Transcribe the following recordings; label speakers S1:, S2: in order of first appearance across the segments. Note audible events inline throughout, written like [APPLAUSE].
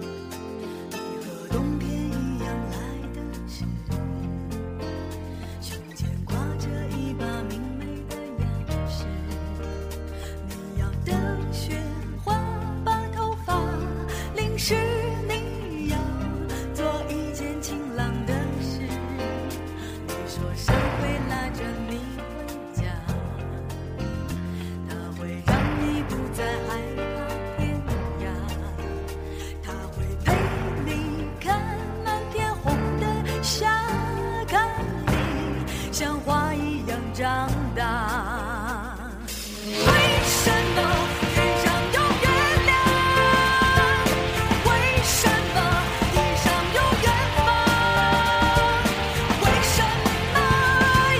S1: 你和冬天一样来的是，胸前挂着一把明媚的钥匙。你要的雪花把头发淋湿，你要做一件晴朗的事。你说谁会拉着你回家？它会让你不再害怕天涯。他会陪你看满天红的霞，看你像花一样长大。为什么天上有月亮？为什么地上有远方？为什么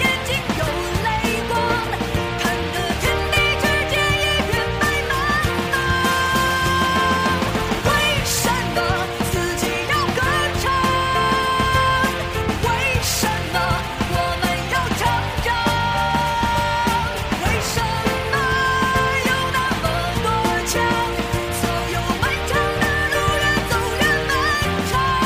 S1: 眼睛有泪光？看得天地之间一片白茫茫。为什么四季要歌唱？为什么我们要成长？为什么有那么多枪？所有漫长的路越走越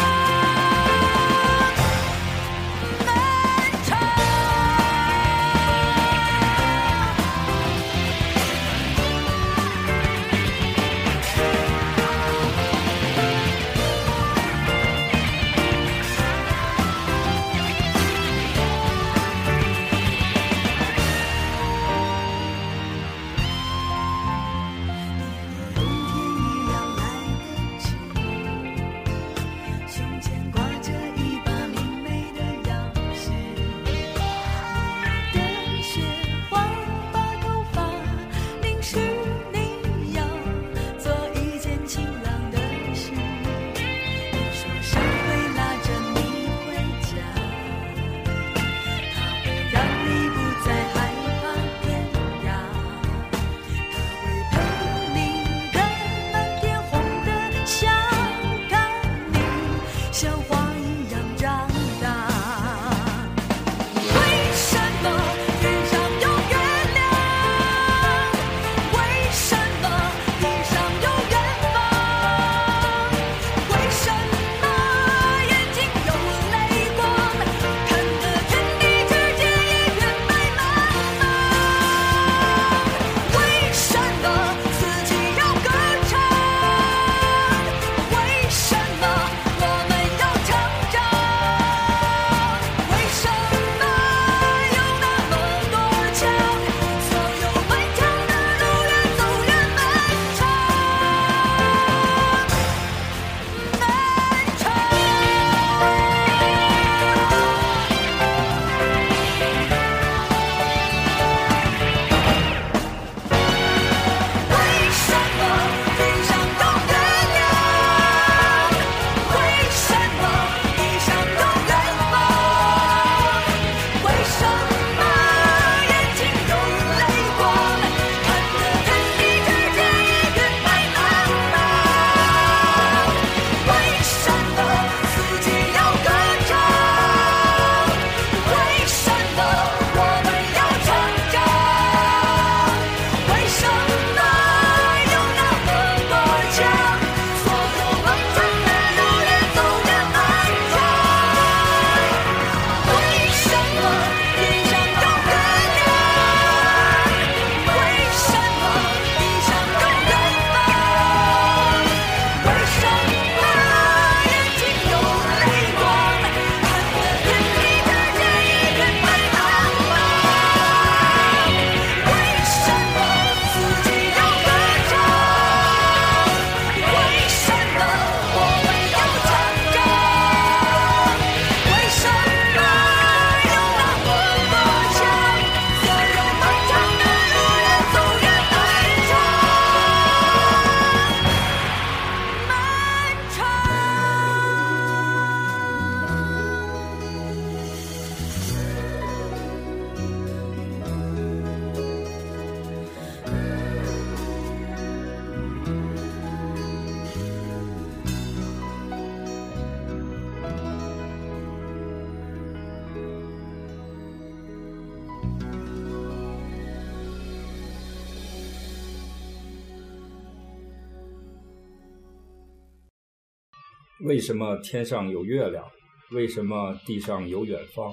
S2: 为什么天上有月亮？为什么地上有远方？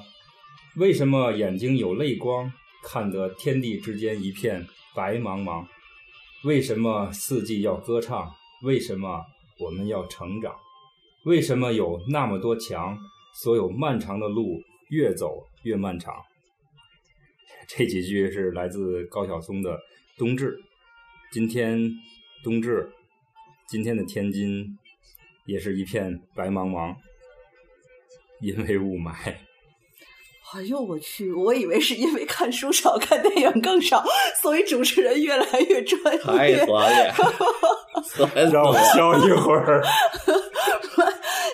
S2: 为什么眼睛有泪光，看得天地之间一片白茫茫？为什么四季要歌唱？为什么我们要成长？为什么有那么多墙？所有漫长的路越走越漫长。这几句是来自高晓松的《冬至》。今天冬至，今天的天津也是一片白茫茫，因为雾霾。
S3: 哎呦我去！我以为是因为看书少、看电影更少，所以主持人越来越专
S4: 太
S3: 业。
S4: 酸了，酸死
S2: 让我
S4: 了！
S2: 笑一会儿。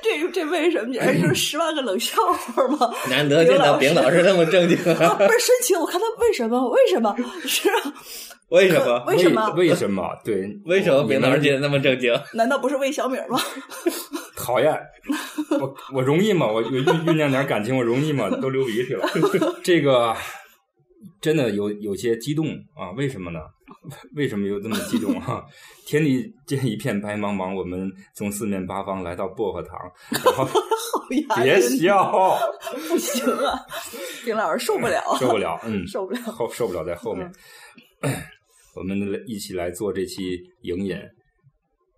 S3: 这这为什么？你这就是十万个冷笑话吗？
S4: [LAUGHS] 难得见到丙老师那么正经，
S3: 啊倍儿深情，我看他为什么？为什么？是啊，
S4: 为什么？
S3: 为什么
S2: 为什么？对，
S4: [LAUGHS] 为什么
S2: 别
S4: 丙老师见得那么正经？
S3: 难道不是魏小米吗？
S2: 讨厌，我我容易吗？我我酝酝酿点感情，我容易吗？都流鼻涕了。 [LAUGHS] 这个真的有有些激动啊！为什么呢？为什么有这么激动啊？天地间一片白茫茫，我们从四面八方来到薄荷糖，然后
S3: 好牙
S2: 别
S3: 真
S2: 笑，
S3: 不行啊，丁老师受不了，
S2: 受不了，嗯，
S3: 受不了。
S2: 后受不了在后面。 [CLEARS THROAT] 我们一起来做这期影引，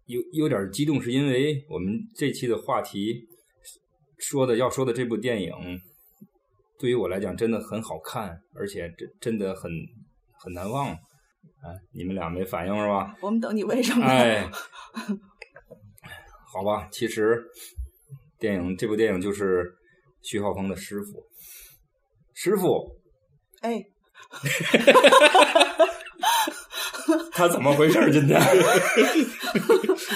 S2: 有有点激动，是因为我们这期的话题说的要说的这部电影，对于我来讲真的很好看，而且真真的很很难忘。哎，你们俩没反应是吧？
S3: [LAUGHS] 我们等你为什么？
S2: 哎，好吧，其实电影这部电影就是徐浩峰的师傅，师傅
S3: 哎，
S2: 他怎么回事儿？今天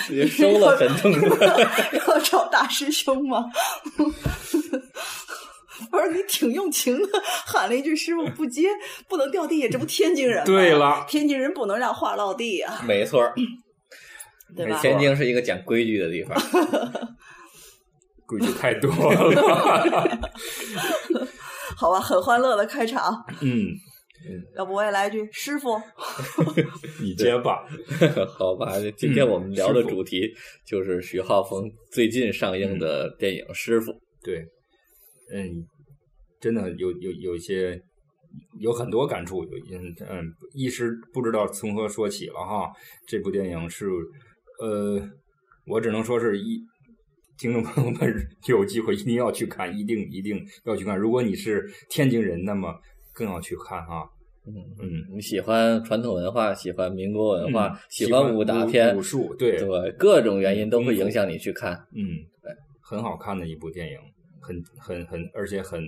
S4: 也收了沉重
S3: [LAUGHS]
S4: [LAUGHS] 的，
S3: 要找大师兄吗？ [LAUGHS] 不是你挺用情的，喊了一句“师傅不接，不能掉地下”，这不天津人吗？
S2: 对了
S3: 天津人不能让话落地啊，
S4: 没错儿。
S3: 对吧？
S4: 天津是一个讲规矩的地方， [LAUGHS]
S2: 规矩太多了。
S3: 好吧，很欢乐的开场，
S2: [LAUGHS] 嗯，
S3: 要不我也来一句“师傅
S2: 你结巴。
S4: 好吧？今天我们聊的主题就是徐浩峰最近上映的电影《师傅》。
S2: 对，嗯，真的有有有一些有很多感触，有嗯嗯，一时不知道从何说起了哈。这部电影是呃，我只能说是一。听众朋友们，有机会一定要去看，一定一定要去看。如果你是天津人，那么更要去看啊。
S4: 嗯，
S2: 嗯，
S4: 你喜欢传统文化，喜欢民国文化，
S2: 嗯
S4: 喜
S2: 欢
S4: 欢武打
S2: 武
S4: 片、
S2: 武术对
S4: 对各种原因都会影响你去看。
S2: 嗯，很好看的一部电影，很很很，而且很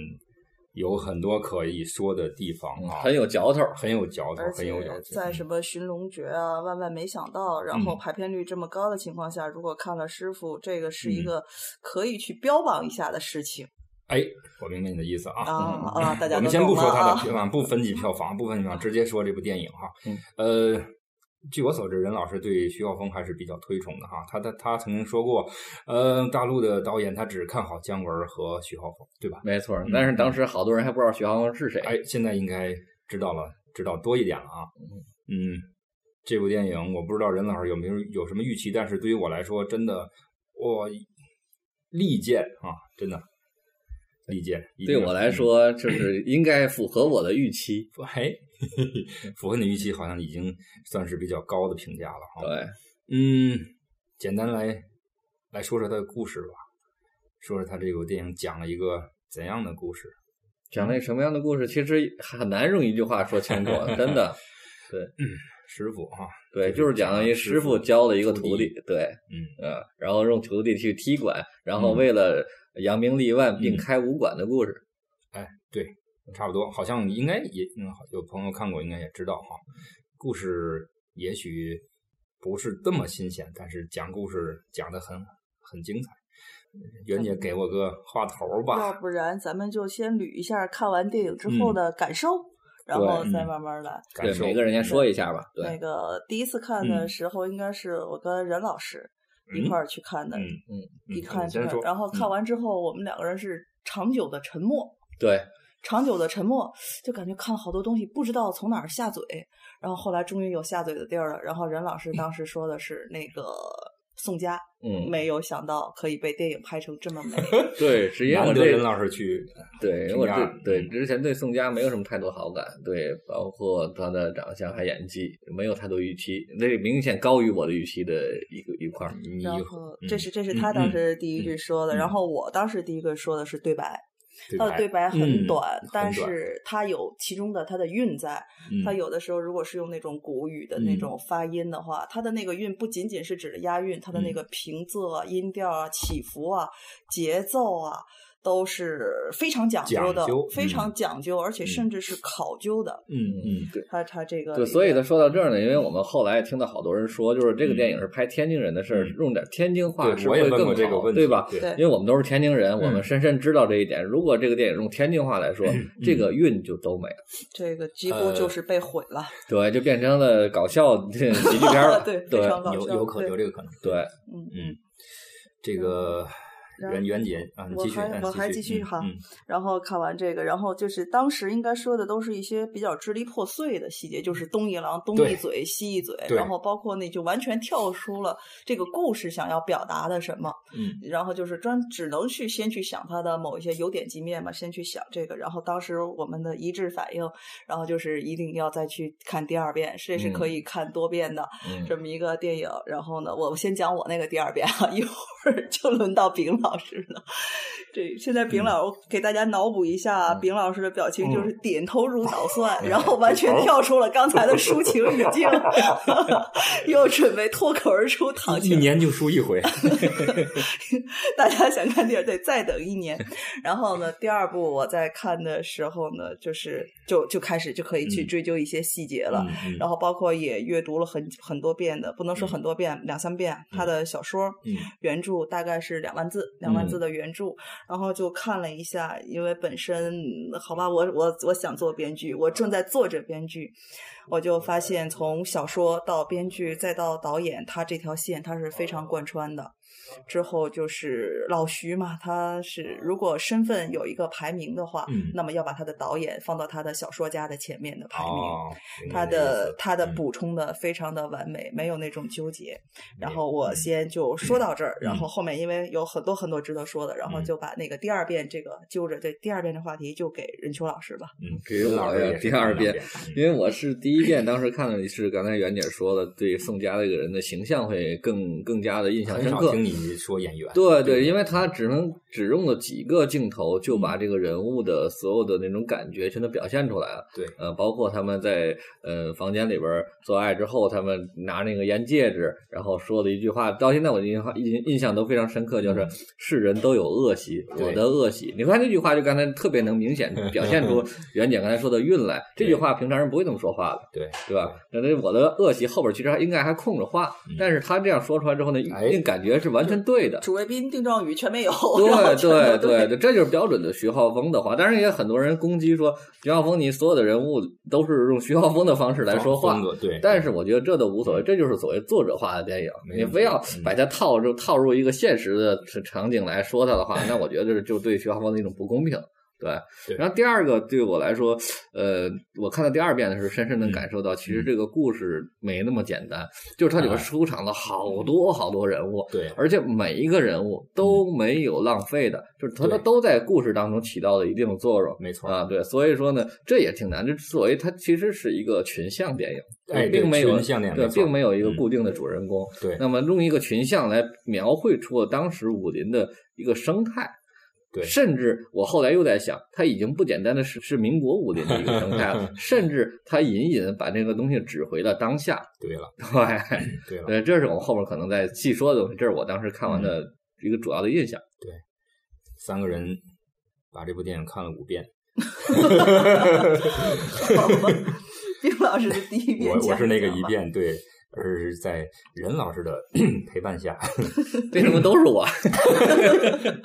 S2: 有很多可以说的地方
S4: 嗯
S2: 啊，
S4: 很有嚼头儿，
S2: 很有嚼”，头
S3: 而，
S2: 很
S3: 且
S2: 有咬劲。
S3: 在什么《寻龙诀》啊，《万万没想到》，然后
S2: 嗯
S3: 排片率这么高的情况下，如果看了师傅，这个是一
S2: 嗯
S3: 个可以去标榜一下的事情
S2: 哎，我明白你的意思啊。
S3: 啊啊！大家
S2: 我
S3: 都
S2: 们先不
S3: 懂
S2: 说
S3: 了
S2: 它
S3: 啊嗯
S2: 的。票房，不分级票房，不分级票房，直接说这部电影哈。呃，据我所知，任老师对徐浩峰还是比较推崇的哈。他他他曾经说过，呃，大陆的导演他只看好姜文和徐浩峰，对吧？
S4: 没错儿。但是当时好多人还不知道徐浩峰是谁。
S2: 哎，现在应该知道了，知道多一点了啊。嗯，这部电影我不知道任老师有没有有什么预期，但是对于我来说，真的我力荐啊，真的力荐。一定
S4: 对
S2: 要
S4: 我来，说，就是
S2: [CLEARS THROAT]
S4: 应该符合我的预期。
S2: 嗯哎，嘿嘿符合你预期，好像已经算是比较高的评价了哈。
S4: 对，
S2: 嗯，简单来来说说他的故事吧，说说他这部电影讲了一个怎样的故事。
S4: 讲了一个什么样的故事，其实很难用一句话说清楚，啊真
S2: [LAUGHS]
S4: 的。
S2: 师傅哈、
S4: 对，
S2: 就
S4: 就是是讲
S2: 讲
S4: 一
S2: 师
S4: 师
S2: 傅
S4: 傅教了一个
S2: 徒
S4: 徒
S2: 弟
S4: 弟，对，
S2: 嗯，
S4: 呃，然后用徒弟去踢馆，然后
S2: 嗯
S4: 为了扬名立万并
S2: 嗯
S4: 开武馆的故事。
S2: 哎，对，差不多，好像应该也嗯，好有朋友看过，应该也知道哈。故事也许不是这么新鲜，但是讲故事讲的很很精彩。袁姐给我个话头儿
S3: 要
S2: 吧，
S3: 不然咱们就先捋一下看完电影之后的感受，然
S4: 对
S3: 后再
S2: 嗯
S3: 慢慢来。
S2: 感受
S4: 对，每个人先说一下吧。
S3: 那
S4: 对，
S3: 个第一次看的
S2: 嗯
S3: 时候，应该是我跟任老师一
S2: 嗯
S3: 块儿去看的，
S2: 嗯
S4: 嗯
S2: 嗯
S3: 一看
S2: 你
S3: 这
S2: 先
S3: 个
S2: 说，，
S3: 然后
S2: 嗯
S3: 看
S4: [LAUGHS]
S3: 完之后，我们两个人是长久的沉默。
S4: 对，
S3: 长久的沉默，就感觉看好多东西不知道从哪儿下嘴，然后后来终于有下嘴的地儿了。然后任老师当时说的是那个宋佳，
S4: 嗯，
S3: 没有想到可以被电影拍成这么美。
S4: 对，是因为我
S2: 难得
S4: 这
S2: 任老师去，
S4: 对，因为
S2: 评
S4: 我
S2: 价
S4: 对对
S2: 嗯
S4: 之前对宋佳没有什么太多好感，对，包括她的长相还演技，没有太多预期，那明显高于我的预期的一个一块儿。
S2: 你
S3: 然后
S2: 嗯
S3: 这是这是
S2: 嗯
S3: 他当
S2: 嗯
S3: 时第一句说的，
S2: 嗯
S3: 然后我当时第一个说的是对白，
S2: 对
S3: 他的
S2: 白
S3: 对白很
S2: 嗯
S3: 短，但
S2: 很短
S3: 是它有其中的它的韵在，
S2: 嗯
S3: 它有的时候如果是用那种古语的那
S2: 嗯
S3: 种发音的话，它的那个韵不仅仅是指的押韵，它的那
S2: 嗯
S3: 个平仄啊、音调啊、起伏啊、节奏啊。都是非常讲究的，
S2: 讲究
S3: 非常
S2: 嗯
S3: 讲究，而且甚至是考究的。
S2: 嗯嗯
S3: 它它这个
S4: 对，
S3: 里
S4: 所以
S3: 面
S4: 他说到这儿呢，因为我们后来听到好多人说，就是这个电影是拍天津人的事儿，
S2: 嗯
S4: 用点天津话
S2: 对
S4: 是
S2: 我
S4: 会
S2: 也问
S4: 更
S2: 过这个
S4: 好，
S2: 问题，嗯
S4: 对吧？
S3: 对
S4: 因为我们都是天津人，我们深深知道这一点。如果这个电影用天津话来说， [CLEARS THROAT] 这
S2: 嗯
S4: 个韵就都没了，
S3: 这个几乎就
S2: 呃
S3: 是被毁了。
S4: 对，就变成了搞笑
S2: [LAUGHS]
S4: 喜剧片了。
S3: 对非
S4: 对
S3: 常搞
S2: 有
S3: 笑
S2: 有可
S3: 对
S2: 有这个可能。 [LAUGHS]
S4: 对，
S3: 嗯
S2: 嗯，这个
S3: 然
S2: 袁袁姐啊，你
S3: 我
S2: 继续，
S3: 还
S2: 嗯
S3: 我还继续
S2: 嗯
S3: 哈
S2: 嗯
S3: 然后看完这个，然后就是当时应该说的都是一些比较支离破碎的细节，就是东一榔东一
S2: 对
S3: 嘴西一嘴，
S2: 对
S3: 然后包括那就完全跳出了这个故事想要表达的什么，
S2: 嗯
S3: 然后就是专只能去先去想它的某一些优点及面嘛，先去想这个，然后当时我们的一致反应，然后就是一定要再去看第二遍，这是可
S2: 嗯
S3: 以看多遍的、
S4: 嗯，
S3: 这么一个电影。然后呢，我先讲我那个第二遍啊，一 [LAUGHS] 会儿就轮到丙老师了。这现在
S2: 嗯
S3: 丙老，我给大家脑补一下啊，
S4: 嗯
S3: 丙老师的表情就是点头如捣蒜，
S4: 嗯
S3: 然后完全跳出了刚才的抒情语境， [LAUGHS] 又准备脱口而出
S4: 啊
S3: 躺
S2: 一
S3: 平。
S2: 年就输一
S4: [LAUGHS]
S2: 回，
S3: 大家想看电影得再等一年。然后呢，第二部我在看的时候呢，就是就就开始就可以去
S2: 嗯
S3: 追究一些细节了。
S2: 嗯
S3: 然后包括也阅读了很很多遍的，不能说很多遍，两三遍他的小说，
S2: 嗯
S3: 原著大概是两万字，两万字的原著，然后就看了一下，因为本身好吧，我我我想做编剧，我正在做着编剧，我就发现从小说到编剧再到导演，他这条线他是非常贯穿的。之后就是老徐嘛，他是如果身份有一个排名的话，
S2: 嗯
S3: 那么要把他的导演放到他的小说家的前面的排名。
S2: 哦，明白
S3: 他
S2: 这个意
S3: 的
S2: 思
S3: 他的
S2: 嗯
S3: 补充的非常的完美，没有那种纠结。然
S2: 明
S3: 后我
S2: 嗯
S3: 先就说到这儿，然
S2: 嗯
S3: 后后面因为有很多很多值得说的，然后
S2: 嗯
S3: 就把那个第二遍这个揪着这第二遍的话题就给任秋老师吧。
S2: 嗯，
S4: 给
S2: 任
S4: 我
S2: 老师
S4: 呀
S2: 也是
S4: 第二遍
S2: 嗯
S4: 因为我是第一遍，当时看的是刚才袁姐说的，对宋佳这个人的形象会更更加的印象
S2: 很
S4: 深
S2: 少
S4: 刻。
S2: 听你说演员，
S4: 对对，因为他只能只用了几个镜头就把这个人物的所有的那种感觉全都表现出来了。
S2: 对
S4: 呃，包括他们在呃房间里边做爱之后，他们拿那个烟戒指，然后说的一句话，到现在我的印象印印象都非常深刻，就是
S2: 嗯
S4: 世人都有恶习，
S2: 对
S4: 我的恶习。你看这句话，就刚才特别能明显表现
S2: [LAUGHS]
S4: 出袁姐刚才说的韵来。这句
S2: 对
S4: 话平常人不会这么说话的。
S2: 对
S4: 对吧？那那我的恶习后边其实还应该还空着话，
S2: 嗯
S4: 但是他这样说出来之后呢，
S2: 哎
S4: 那感觉是完全对的。
S3: 主谓宾、定状语全没有， [LAUGHS]
S4: 对
S3: 对
S4: 对对对，这就是标准的徐浩峰的话。当然也很多人攻击说徐浩峰，你所有的人物都是用徐浩峰的方式来说话
S2: 风。格对，
S4: 但是我觉得这都无所谓，这就是所谓作者化的电影。
S2: 没
S4: 你
S2: 问题
S4: 非要
S2: 嗯
S4: 把它套入套入一个现实的场场景来说它的话，那我觉得就对徐浩峰的一种不公平。对，
S2: 对
S4: 然后第二个对我来说，呃，我看到第二遍的时候，深深的
S2: 嗯
S4: 感受到，其实这个故事没那么简单，就是它里边
S2: 哎
S4: 出场了好多好多人物，
S2: 对
S4: 而且每一个人物都没有浪费的，就是他
S2: 嗯对
S4: 都在故事当中起到了一定的作用。
S2: 没错，
S4: 啊，对，所以说呢，这也挺难。就所谓它其实是一个群像电影，
S2: 哎对
S4: 并没有
S2: 群像电影
S4: 对，
S2: 没错嗯
S4: 并没有一个固定的主人公。
S2: 对
S4: 那么用一个群像来描绘出了当时武林的一个生态。
S2: 对
S4: 甚至我后来又在想，它已经不简单的是是民国武林的一个生态
S2: [LAUGHS]
S4: 了，甚至它隐隐把这个东西指回了当下。 [LAUGHS]
S2: 对
S4: [CLEARS THROAT]
S2: 了
S4: 对，
S2: 对了，
S4: 对，这是我们后面可能在细说的东西，这是我当时看完的
S2: 嗯
S4: 一个主要的印象。
S2: 三个人把这部电影看了五遍，
S3: [LAUGHS] 丁老师的第一遍
S2: 我我
S3: 讲
S2: 是那个
S3: 讲
S2: 一
S3: 吧。
S2: 遍对，而是在任老师的 [CLEARS THROAT] 陪伴下，
S4: 这他妈都是
S2: [LAUGHS]
S4: 我，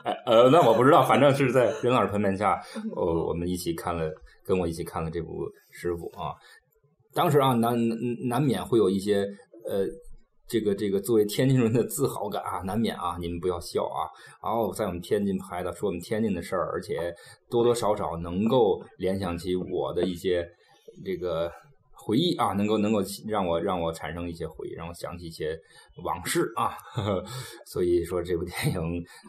S2: 哎呃，那我不知道，反正是在任老师陪伴下，呃，我们一起看了，跟我一起看了这部《师傅》啊。当时啊，难难免会有一些呃，这个这个作为天津人的自豪感啊，难免啊，你们不要笑啊。哦，在我们天津拍的，说我们天津的事儿，而且多多少少能够联想起我的一些这个。回忆啊，能够能够让我让我产生一些回忆，让我想起一些往事啊。 [LAUGHS] 呵呵所以说这部电影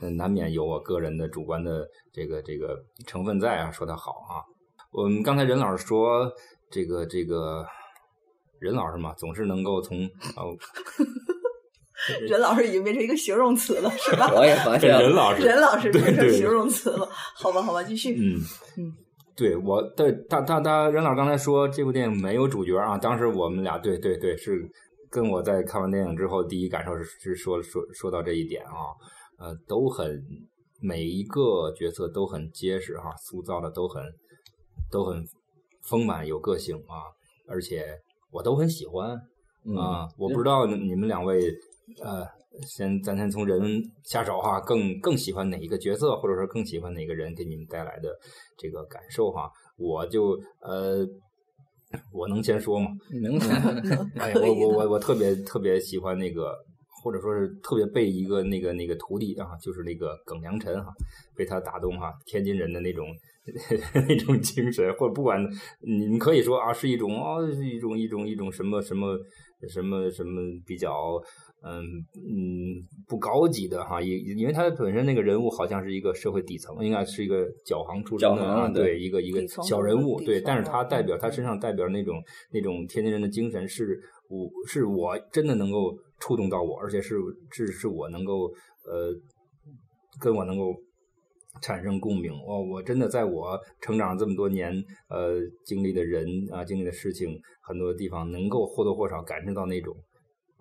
S2: 嗯难免有我个人的主观的这个这个成分在啊，说它好啊。我们刚才任老师说这个这个任老师嘛，总是能够从哦，
S3: 任老师已经变成一个形容词了，是吧？
S4: 我也发
S2: 这
S4: 现
S2: 啊任 [LAUGHS]
S4: 了，
S2: 老师
S3: 任老师
S2: 对
S3: 变成
S2: 对
S3: 形容词了，好吧，好吧，继续。
S2: 嗯
S3: 嗯，
S2: 对我对大大大任老师刚才说这部电影没有主角啊，当时我们俩对对对是跟我在看完电影之后第一感受是是说说说到这一点啊，呃，都很每一个角色都很结实哈、塑造的都很都很丰满有个性啊，而且我都很喜欢
S4: 嗯
S2: 啊、我不知道你们两位呃。先，咱先从人下手哈、更更喜欢哪一个角色，或者说更喜欢哪个人，给你们带来的这个感受哈、我就呃，我能先说吗？
S4: 能 [LAUGHS]
S2: 哎，
S3: 可
S2: 我
S3: 以
S2: 我
S3: 的，
S2: 我我特别特别喜欢那个，或者说是特别被一个那个那个徒弟啊，就是那个耿良辰哈、被他打动哈、天津人的那种 [LAUGHS] 那种精神，或者不管你们可以说啊，是一种啊、是一种一种一种什么什么什么什么比较嗯嗯不高级的哈、因因为他本身那个人物好像是一个社会底层，应该是一个脚行出身的
S4: 脚行
S2: 啊，
S4: 对
S2: 对一个一个
S3: 底层
S2: 小人物，
S3: 底层
S2: 对，
S3: 的
S2: 但是他代表
S3: 嗯
S2: 他身上代表那种那种天津人的精神是我是我真的能够触动到我，而且是是是我能够呃跟我能够产生共鸣。我我真的在我成长这么多年呃经历的人啊经历的事情，很多地方能够或多或少感受到那种。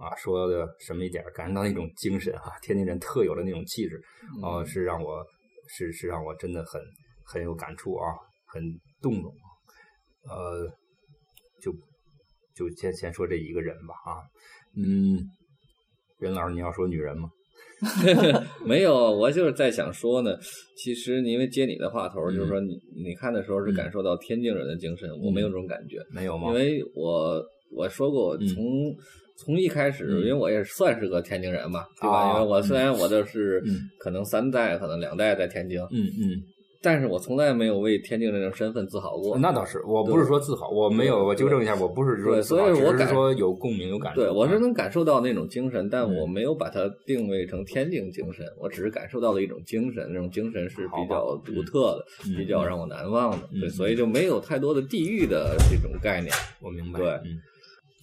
S2: 啊，说的什么一点儿，感受到那种精神啊，天津人特有的那种气质，哦、是让我是是让我真的很很有感触啊，很动容。啊呃，就就先先说这一个人吧啊，嗯，任老师，你要说女人吗？
S4: 嗯没有，我就是在想说呢，其实因为接你的话头儿，就是
S2: 嗯
S4: 说你你看的时候是感受到天津人的精神，我没有这种感觉，
S2: 没有吗
S4: 因？为我我说过，我
S2: 嗯
S4: 从从一开始，
S2: 嗯
S4: 因为我也算是个天津人嘛，对吧？
S2: 啊
S4: 因为我虽然我这是
S2: 嗯
S4: 可能三代，可能两代在天津，
S2: 嗯嗯，
S4: 但是我从来没有为天津人的身份自豪过。
S2: 那倒是，我不是说自豪，我没有，
S4: 对
S2: 我纠正一下，我不是说
S4: 对
S2: 自豪，
S4: 所以我
S2: 只是
S4: 感
S2: 说有共鸣，有感觉。
S4: 对，我是
S2: 嗯
S4: 能感受到那种精神，但
S2: 嗯
S4: 我没有把它定位成天津精神，我只是感受到了一种精神，这种精神是比较独特的，
S2: 嗯
S4: 比较让我难忘的，
S2: 嗯
S4: 对，
S2: 嗯
S4: 所以就没有太多的地域的这种概念。
S2: 我明白。
S4: 对
S2: 嗯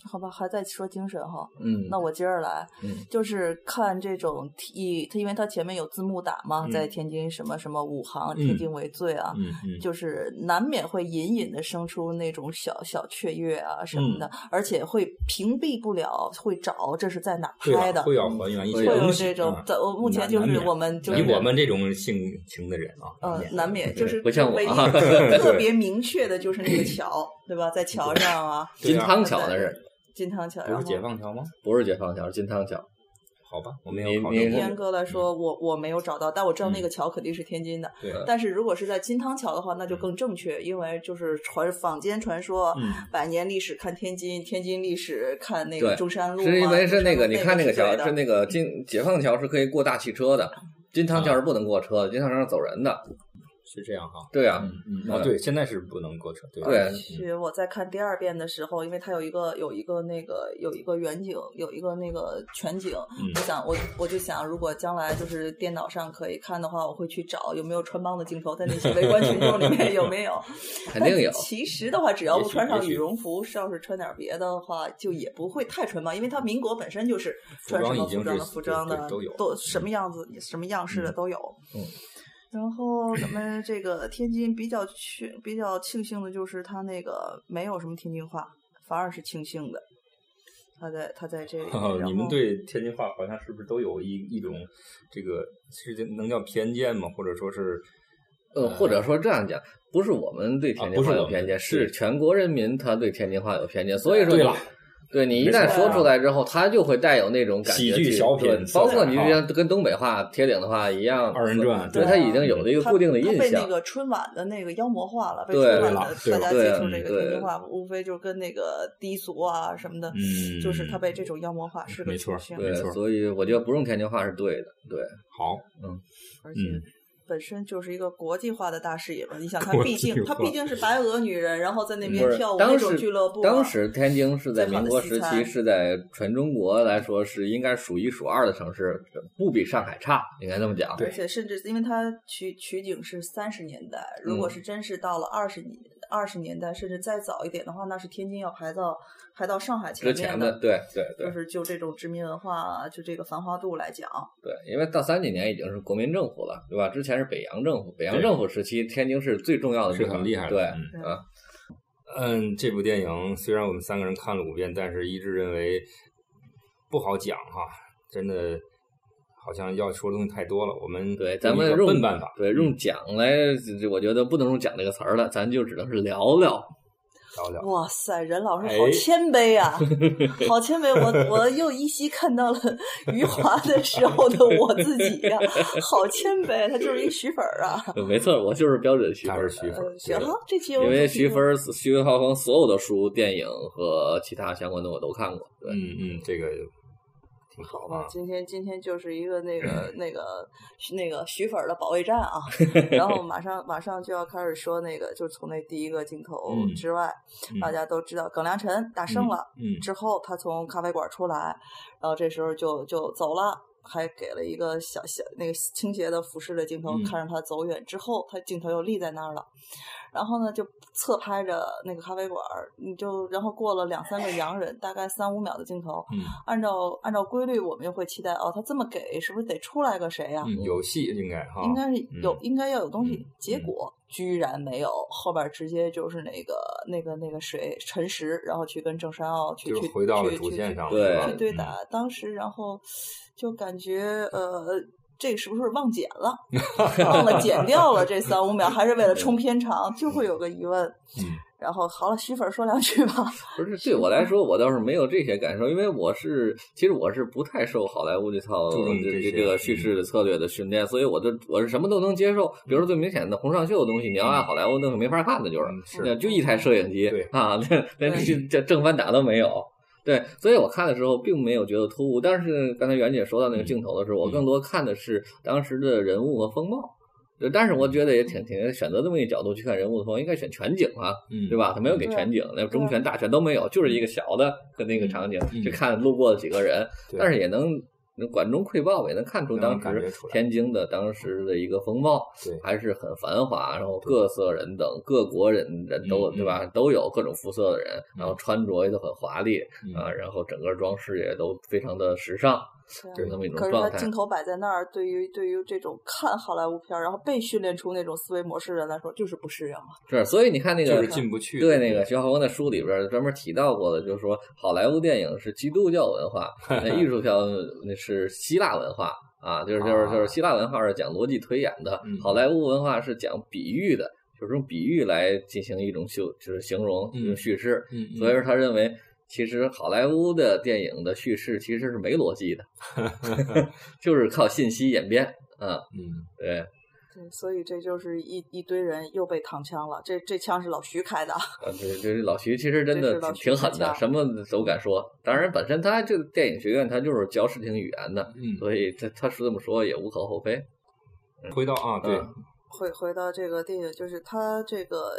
S3: 好吧，还在说精神哈。
S4: 嗯，
S3: 那我接着来，
S4: 嗯
S3: 就是看这种以它，因为它前面有字幕打嘛，
S2: 嗯
S3: 在天津什么什么武行、
S2: 嗯
S3: 天津为最啊，
S2: 嗯嗯，
S3: 就是难免会隐隐的生出那种小小雀跃啊什么的，
S2: 嗯
S3: 而且会屏蔽不了，会找这是在哪
S2: 会
S3: 拍
S2: 要
S3: 的，
S2: 会要还原一
S4: 会
S2: 些
S3: 会有
S2: 东西
S3: 这种
S2: 啊。
S3: 在我目前
S2: 难
S3: 就
S2: 难
S3: 是
S2: 免
S3: 我们就
S2: 以
S3: 是
S2: 我们这种性情的人啊，
S3: 嗯，难免
S2: 对
S3: 就是
S4: 不像我
S3: 唯一
S2: [LAUGHS]
S4: 啊
S3: 特别明确的就是那个桥，对吧？在桥上啊，
S2: 对
S4: 金
S2: 啊
S4: 汤桥的人
S3: 金汤桥，
S2: 不
S3: 然
S2: 是
S3: 后
S2: 解放桥吗？
S4: 不是解放桥，是金汤桥。
S2: 好吧，我没有考
S4: 你
S2: 虑
S4: 你
S2: 过
S3: 严。格来说，
S2: 嗯
S3: 我我没有找到，但我知道那个桥肯定是天津的。
S2: 对，
S3: 但是如果是在金汤桥的话，那就更正确，因为就是传坊间传说，
S2: 嗯
S3: 百年历史看天津，天津历史看那个
S4: 对
S3: 中山路嘛。
S4: 是因为是那个，
S3: 中山路
S4: 你看那个
S3: 对
S4: 桥
S3: 的嗯
S4: 是那个金解放桥是可以过大汽车的，金汤桥是不能过车的，金汤桥是走人的。
S2: 是这样哈。
S4: 对啊，
S2: 嗯嗯，哦，对，现在是不能过车，对吧
S4: 对
S2: 嗯
S3: 是我在看第二遍的时候，因为它有一个有一个那个有一个远景，有一个那个全景。
S4: 嗯
S3: 我想我我就想，如果将来就是电脑上可以看的话，我会去找有没有穿帮的镜头，在那些围观群众里面有没有？
S4: 肯定有
S3: 但。其实的话，只要
S2: 也
S3: 不
S2: 许
S3: 穿上
S2: 也许
S3: 羽绒服，要是穿点别的话，就也不会太穿帮，因为它民国本身就是穿什么服装的
S2: 服
S3: 服
S2: 装
S3: 装
S2: 已经是对对对
S3: 的
S2: 都有
S3: 都什么样子、什么样式的
S2: 嗯
S3: 都有。
S4: 嗯
S3: 然后咱们这个天津比较去比较庆幸的就是它那个没有什么天津话，反而是庆幸的。它在它在这里
S2: [LAUGHS] 哦，
S3: 面，
S2: 你们对天津话好像是不是都有一一种这个是能叫偏见吗？或者说是
S4: 呃，或者说这样讲，不是我们对天津话有偏见，
S2: 嗯啊不是我们
S4: 是全国人民他对天津话有偏见，所以说
S2: 对
S4: 你
S2: 了
S4: 对你一
S2: 没
S4: 旦
S2: 错啊
S4: 说出来之后，他就会带有那种感觉
S2: 喜
S4: 去
S2: 剧小品
S4: 对
S2: 色彩
S4: 包括你
S2: 哈
S4: 就像跟东北话、铁岭的话一样，
S2: 二人转
S4: 对
S3: 对
S4: 他
S3: 啊
S4: 已经有了一个
S3: 它
S4: 固定的
S3: 它
S4: 印
S3: 被
S4: 象
S3: 那。个春晚的那个妖魔化了，被
S4: 对
S3: 春晚
S2: 了对
S3: 的大家
S4: 了
S3: 接触这
S4: 对嗯
S3: 个
S4: 对
S3: 天津话，无非就是跟那个低俗啊什么的，
S2: 嗯
S3: 就是它被这种妖魔化是个
S2: 没错
S3: 趋
S2: 没
S4: 对
S3: 势
S2: 错，
S4: 所以我觉得不用天津话是对的。对，
S2: 好，
S3: 而且
S2: 嗯
S3: 本身就是一个国际化的大视野吧。你想，她
S2: 国
S3: 毕
S2: 际
S3: 竟她
S2: 化
S3: 毕竟是白俄女人，然后在那
S4: 不
S3: 边
S4: 是
S3: 跳舞那
S4: 当
S3: 种
S4: 时
S3: 俱乐部啊、
S4: 当时天津是在
S3: 最好
S4: 民
S3: 的
S4: 国
S3: 西
S4: 时期，
S3: 餐
S4: 是在全中国来说是应该数一数二的城市，不比上海差，应该这么讲。
S2: 对
S3: 而且甚至因为它取取景是三十年代，如果
S4: 嗯
S3: 是真是到了二十年二十年代，甚至再早一点的话，那是天津要排到排到上海前
S4: 之
S3: 面
S4: 前
S3: 的
S4: 的，对对对
S3: 就是就这种殖民文化，啊就这个繁华度来讲，
S4: 对，因为到三几年已经是国民政府了，对吧？之前是北洋政府，北洋
S2: 对
S4: 政府时期，天津是最重要的地
S2: 是
S4: 方，
S2: 很厉害的。
S4: 对，
S2: 嗯
S3: 对
S4: 啊，
S2: 嗯，这部电影虽然我们三个人看了五遍，但是一致认为不好讲哈，真的好像要说的东西太多了。我们
S4: 对，
S2: 用
S4: 咱们
S2: 一个
S4: 用
S2: 笨办法，嗯
S4: 对，用讲来，这我觉得不能用讲这个词儿了，咱就只能是聊聊。
S2: 聊聊。
S3: 哇塞，任老师
S2: 啊哎
S3: 好谦
S2: [LAUGHS]
S3: 卑啊，好谦卑！我我又依稀看到了余华的时候的我自己呀、好谦卑，他就是一徐粉儿啊。
S4: 没错，我就是标准徐
S2: 他
S4: 分
S2: 是
S4: 儿，
S2: 徐粉
S3: 呃，行，这期我
S4: 因
S3: 们
S4: 为
S3: 就
S4: 徐
S3: 进入
S4: 分儿、徐文浩峰所有的书、电影和其他相关的我都看过。对，
S2: 嗯嗯，这个挺好
S3: 好吧
S2: 啊，。
S3: 今天今天就是一个那
S2: [LAUGHS]
S3: 个那个那个徐粉儿的保卫战啊，然后马上马上就要开始说那个，就是从那第一个镜头
S2: 嗯
S3: 之外，
S2: 嗯
S3: 大家都知道耿良辰打胜了，
S2: 嗯，
S3: 之后他从咖啡馆出来，然后这时候就就走了。还给了一个小小那个倾斜的俯视的镜头，
S2: 嗯
S3: 看着他走远之后，他镜头又立在那儿了。然后呢，就侧拍着那个咖啡馆儿，你就然后过了两三个洋人，大概三五秒的镜头，
S2: 嗯
S3: 按照按照规律，我们就会期待哦，他这么给，是不是得出来个谁呀、
S2: 嗯，有戏应该哈，
S3: 应该是有，
S2: 嗯
S3: 应该要有东西
S2: 嗯。
S3: 结果居然没有，后边直接就是那个那个那个谁陈实，然后去跟郑山傲去
S2: 就
S3: 去
S2: 是回到了
S3: 去
S2: 主
S3: 去
S2: 线
S3: 去
S2: 上，
S4: 对
S2: 是吧
S3: 去对
S2: 嗯
S3: 打。当时然后就感觉呃。这个是不是忘剪了？忘了剪掉了这三五秒，还是为了冲片长，就会有个疑问。
S2: 嗯
S3: 然后好了，徐粉儿说两句吧。
S4: 不是对我来说，我倒是没有这些感受，因为我是其实我是不太受好莱坞这套
S2: 注重
S4: 这
S2: 这些嗯
S4: 这这个叙事的策略的训练，所以我就我是什么都能接受。比如说最明显的红上秀的东西，你要按好莱坞那是没法看的，就是
S2: 嗯
S4: 那
S2: 是
S4: 就一台摄影机
S2: 对
S4: 啊，那那这这正反打都没有。对，所以我看的时候并没有觉得突兀，但是刚才袁姐说到那个镜头的时候，我
S2: 嗯
S4: 更多看的是当时的人物和风貌。对但是
S2: 嗯
S4: 我觉得也挺挺选择这么一角度去看人物的话，应该选全景啊，
S2: 嗯，
S4: 对吧？他没有给
S3: 对
S4: 全景，那中
S3: 嗯
S4: 全、大全都没有，就是一个小的跟那个场景，
S2: 嗯
S4: 就看路过的几个人，
S2: 对？
S4: 但是也能管中窥豹，也能看出
S2: 能
S4: 当
S2: 感觉
S4: 时
S2: 出来
S4: 天津的当时的一个风貌，
S2: 对
S4: 还是很繁华，然后各色人等，各国人人都、
S2: 嗯
S4: 对吧？都有各种肤色的人，然后
S2: 嗯
S4: 穿着也都很华丽、
S2: 嗯
S4: 啊，然后整个装饰也都非常的时尚，
S2: 对
S4: 那么一
S3: 可
S4: 种
S3: 是
S4: 状
S3: 他
S4: 态
S3: 镜。头摆在那儿，对于对于这种看好莱坞片儿，然后被训练出那种思维模式的人来说，就是不适应嘛。
S4: 是，所以你看那个
S2: 就是进不去，
S4: 对那个徐浩峰的书里边儿专门提到过的，就是说好莱坞电影是基督教文化，那艺术教那是希腊文化啊，就是就是就是希腊文化是讲逻辑推演的
S2: 嗯，
S4: 好莱坞文化是讲比喻的，就是用比喻来进行一种修，就是形容
S2: 嗯
S4: 一种叙事。
S2: 嗯，嗯
S4: 所以说，他认为其实好莱坞的电影的叙事其实是没逻辑的，就是靠信息演变啊，
S2: 嗯，
S4: 对。
S3: 对，所以这就是一一堆人又被躺枪了。这这枪是老徐开的， [LAUGHS]
S4: 啊，对，就是老徐其实真
S3: 这
S4: 的
S3: 是老
S4: 挺
S3: 徐
S4: 挺狠
S3: 自
S4: 的，
S3: 驾
S4: 什么都敢说。当然，本身他这个电影学院他就是教视听语言的，
S2: 嗯
S4: 所以他他是这么说也无可厚非。
S2: 回到
S4: 嗯
S2: 啊，对，
S3: 回回到这个电影，就是他这个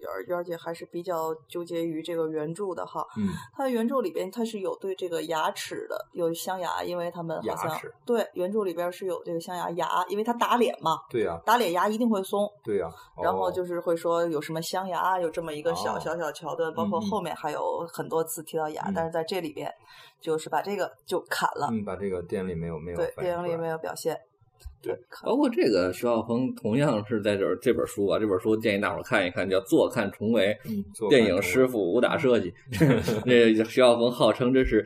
S3: 媛儿媛儿姐还是比较纠结于这个原著的哈。
S2: 嗯，
S3: 他的原著里边它是有对这个牙齿的有镶牙，因为他们好
S2: 牙
S3: 像
S2: 齿
S3: 对原著里边是有这个镶牙牙，因为他打脸嘛，
S2: 对呀，
S3: 打脸牙一定会松。
S2: 对呀，
S3: 然后
S2: 哦
S3: 就是会说有什么镶牙，有这么一个小
S2: 哦
S3: 小小桥段，包括
S2: 嗯嗯
S3: 后面还有很多次提到牙，
S2: 嗯
S3: 但是在这里边就是把这个就砍了，
S2: 嗯，把这个电影里没有没有
S3: 对，
S2: 反映
S3: 电影
S2: 出
S3: 里
S2: 来
S3: 没有表现。
S2: 对
S3: 就砍，
S4: 包括这个徐浩峰同样是在这儿这本书啊，这本书建议大伙儿看一看，叫《坐看重围
S2: 嗯，》，做
S4: 电
S2: 反
S4: 影
S2: 应
S4: 师傅武打
S2: [LAUGHS]
S4: 设计。这徐浩峰号称这是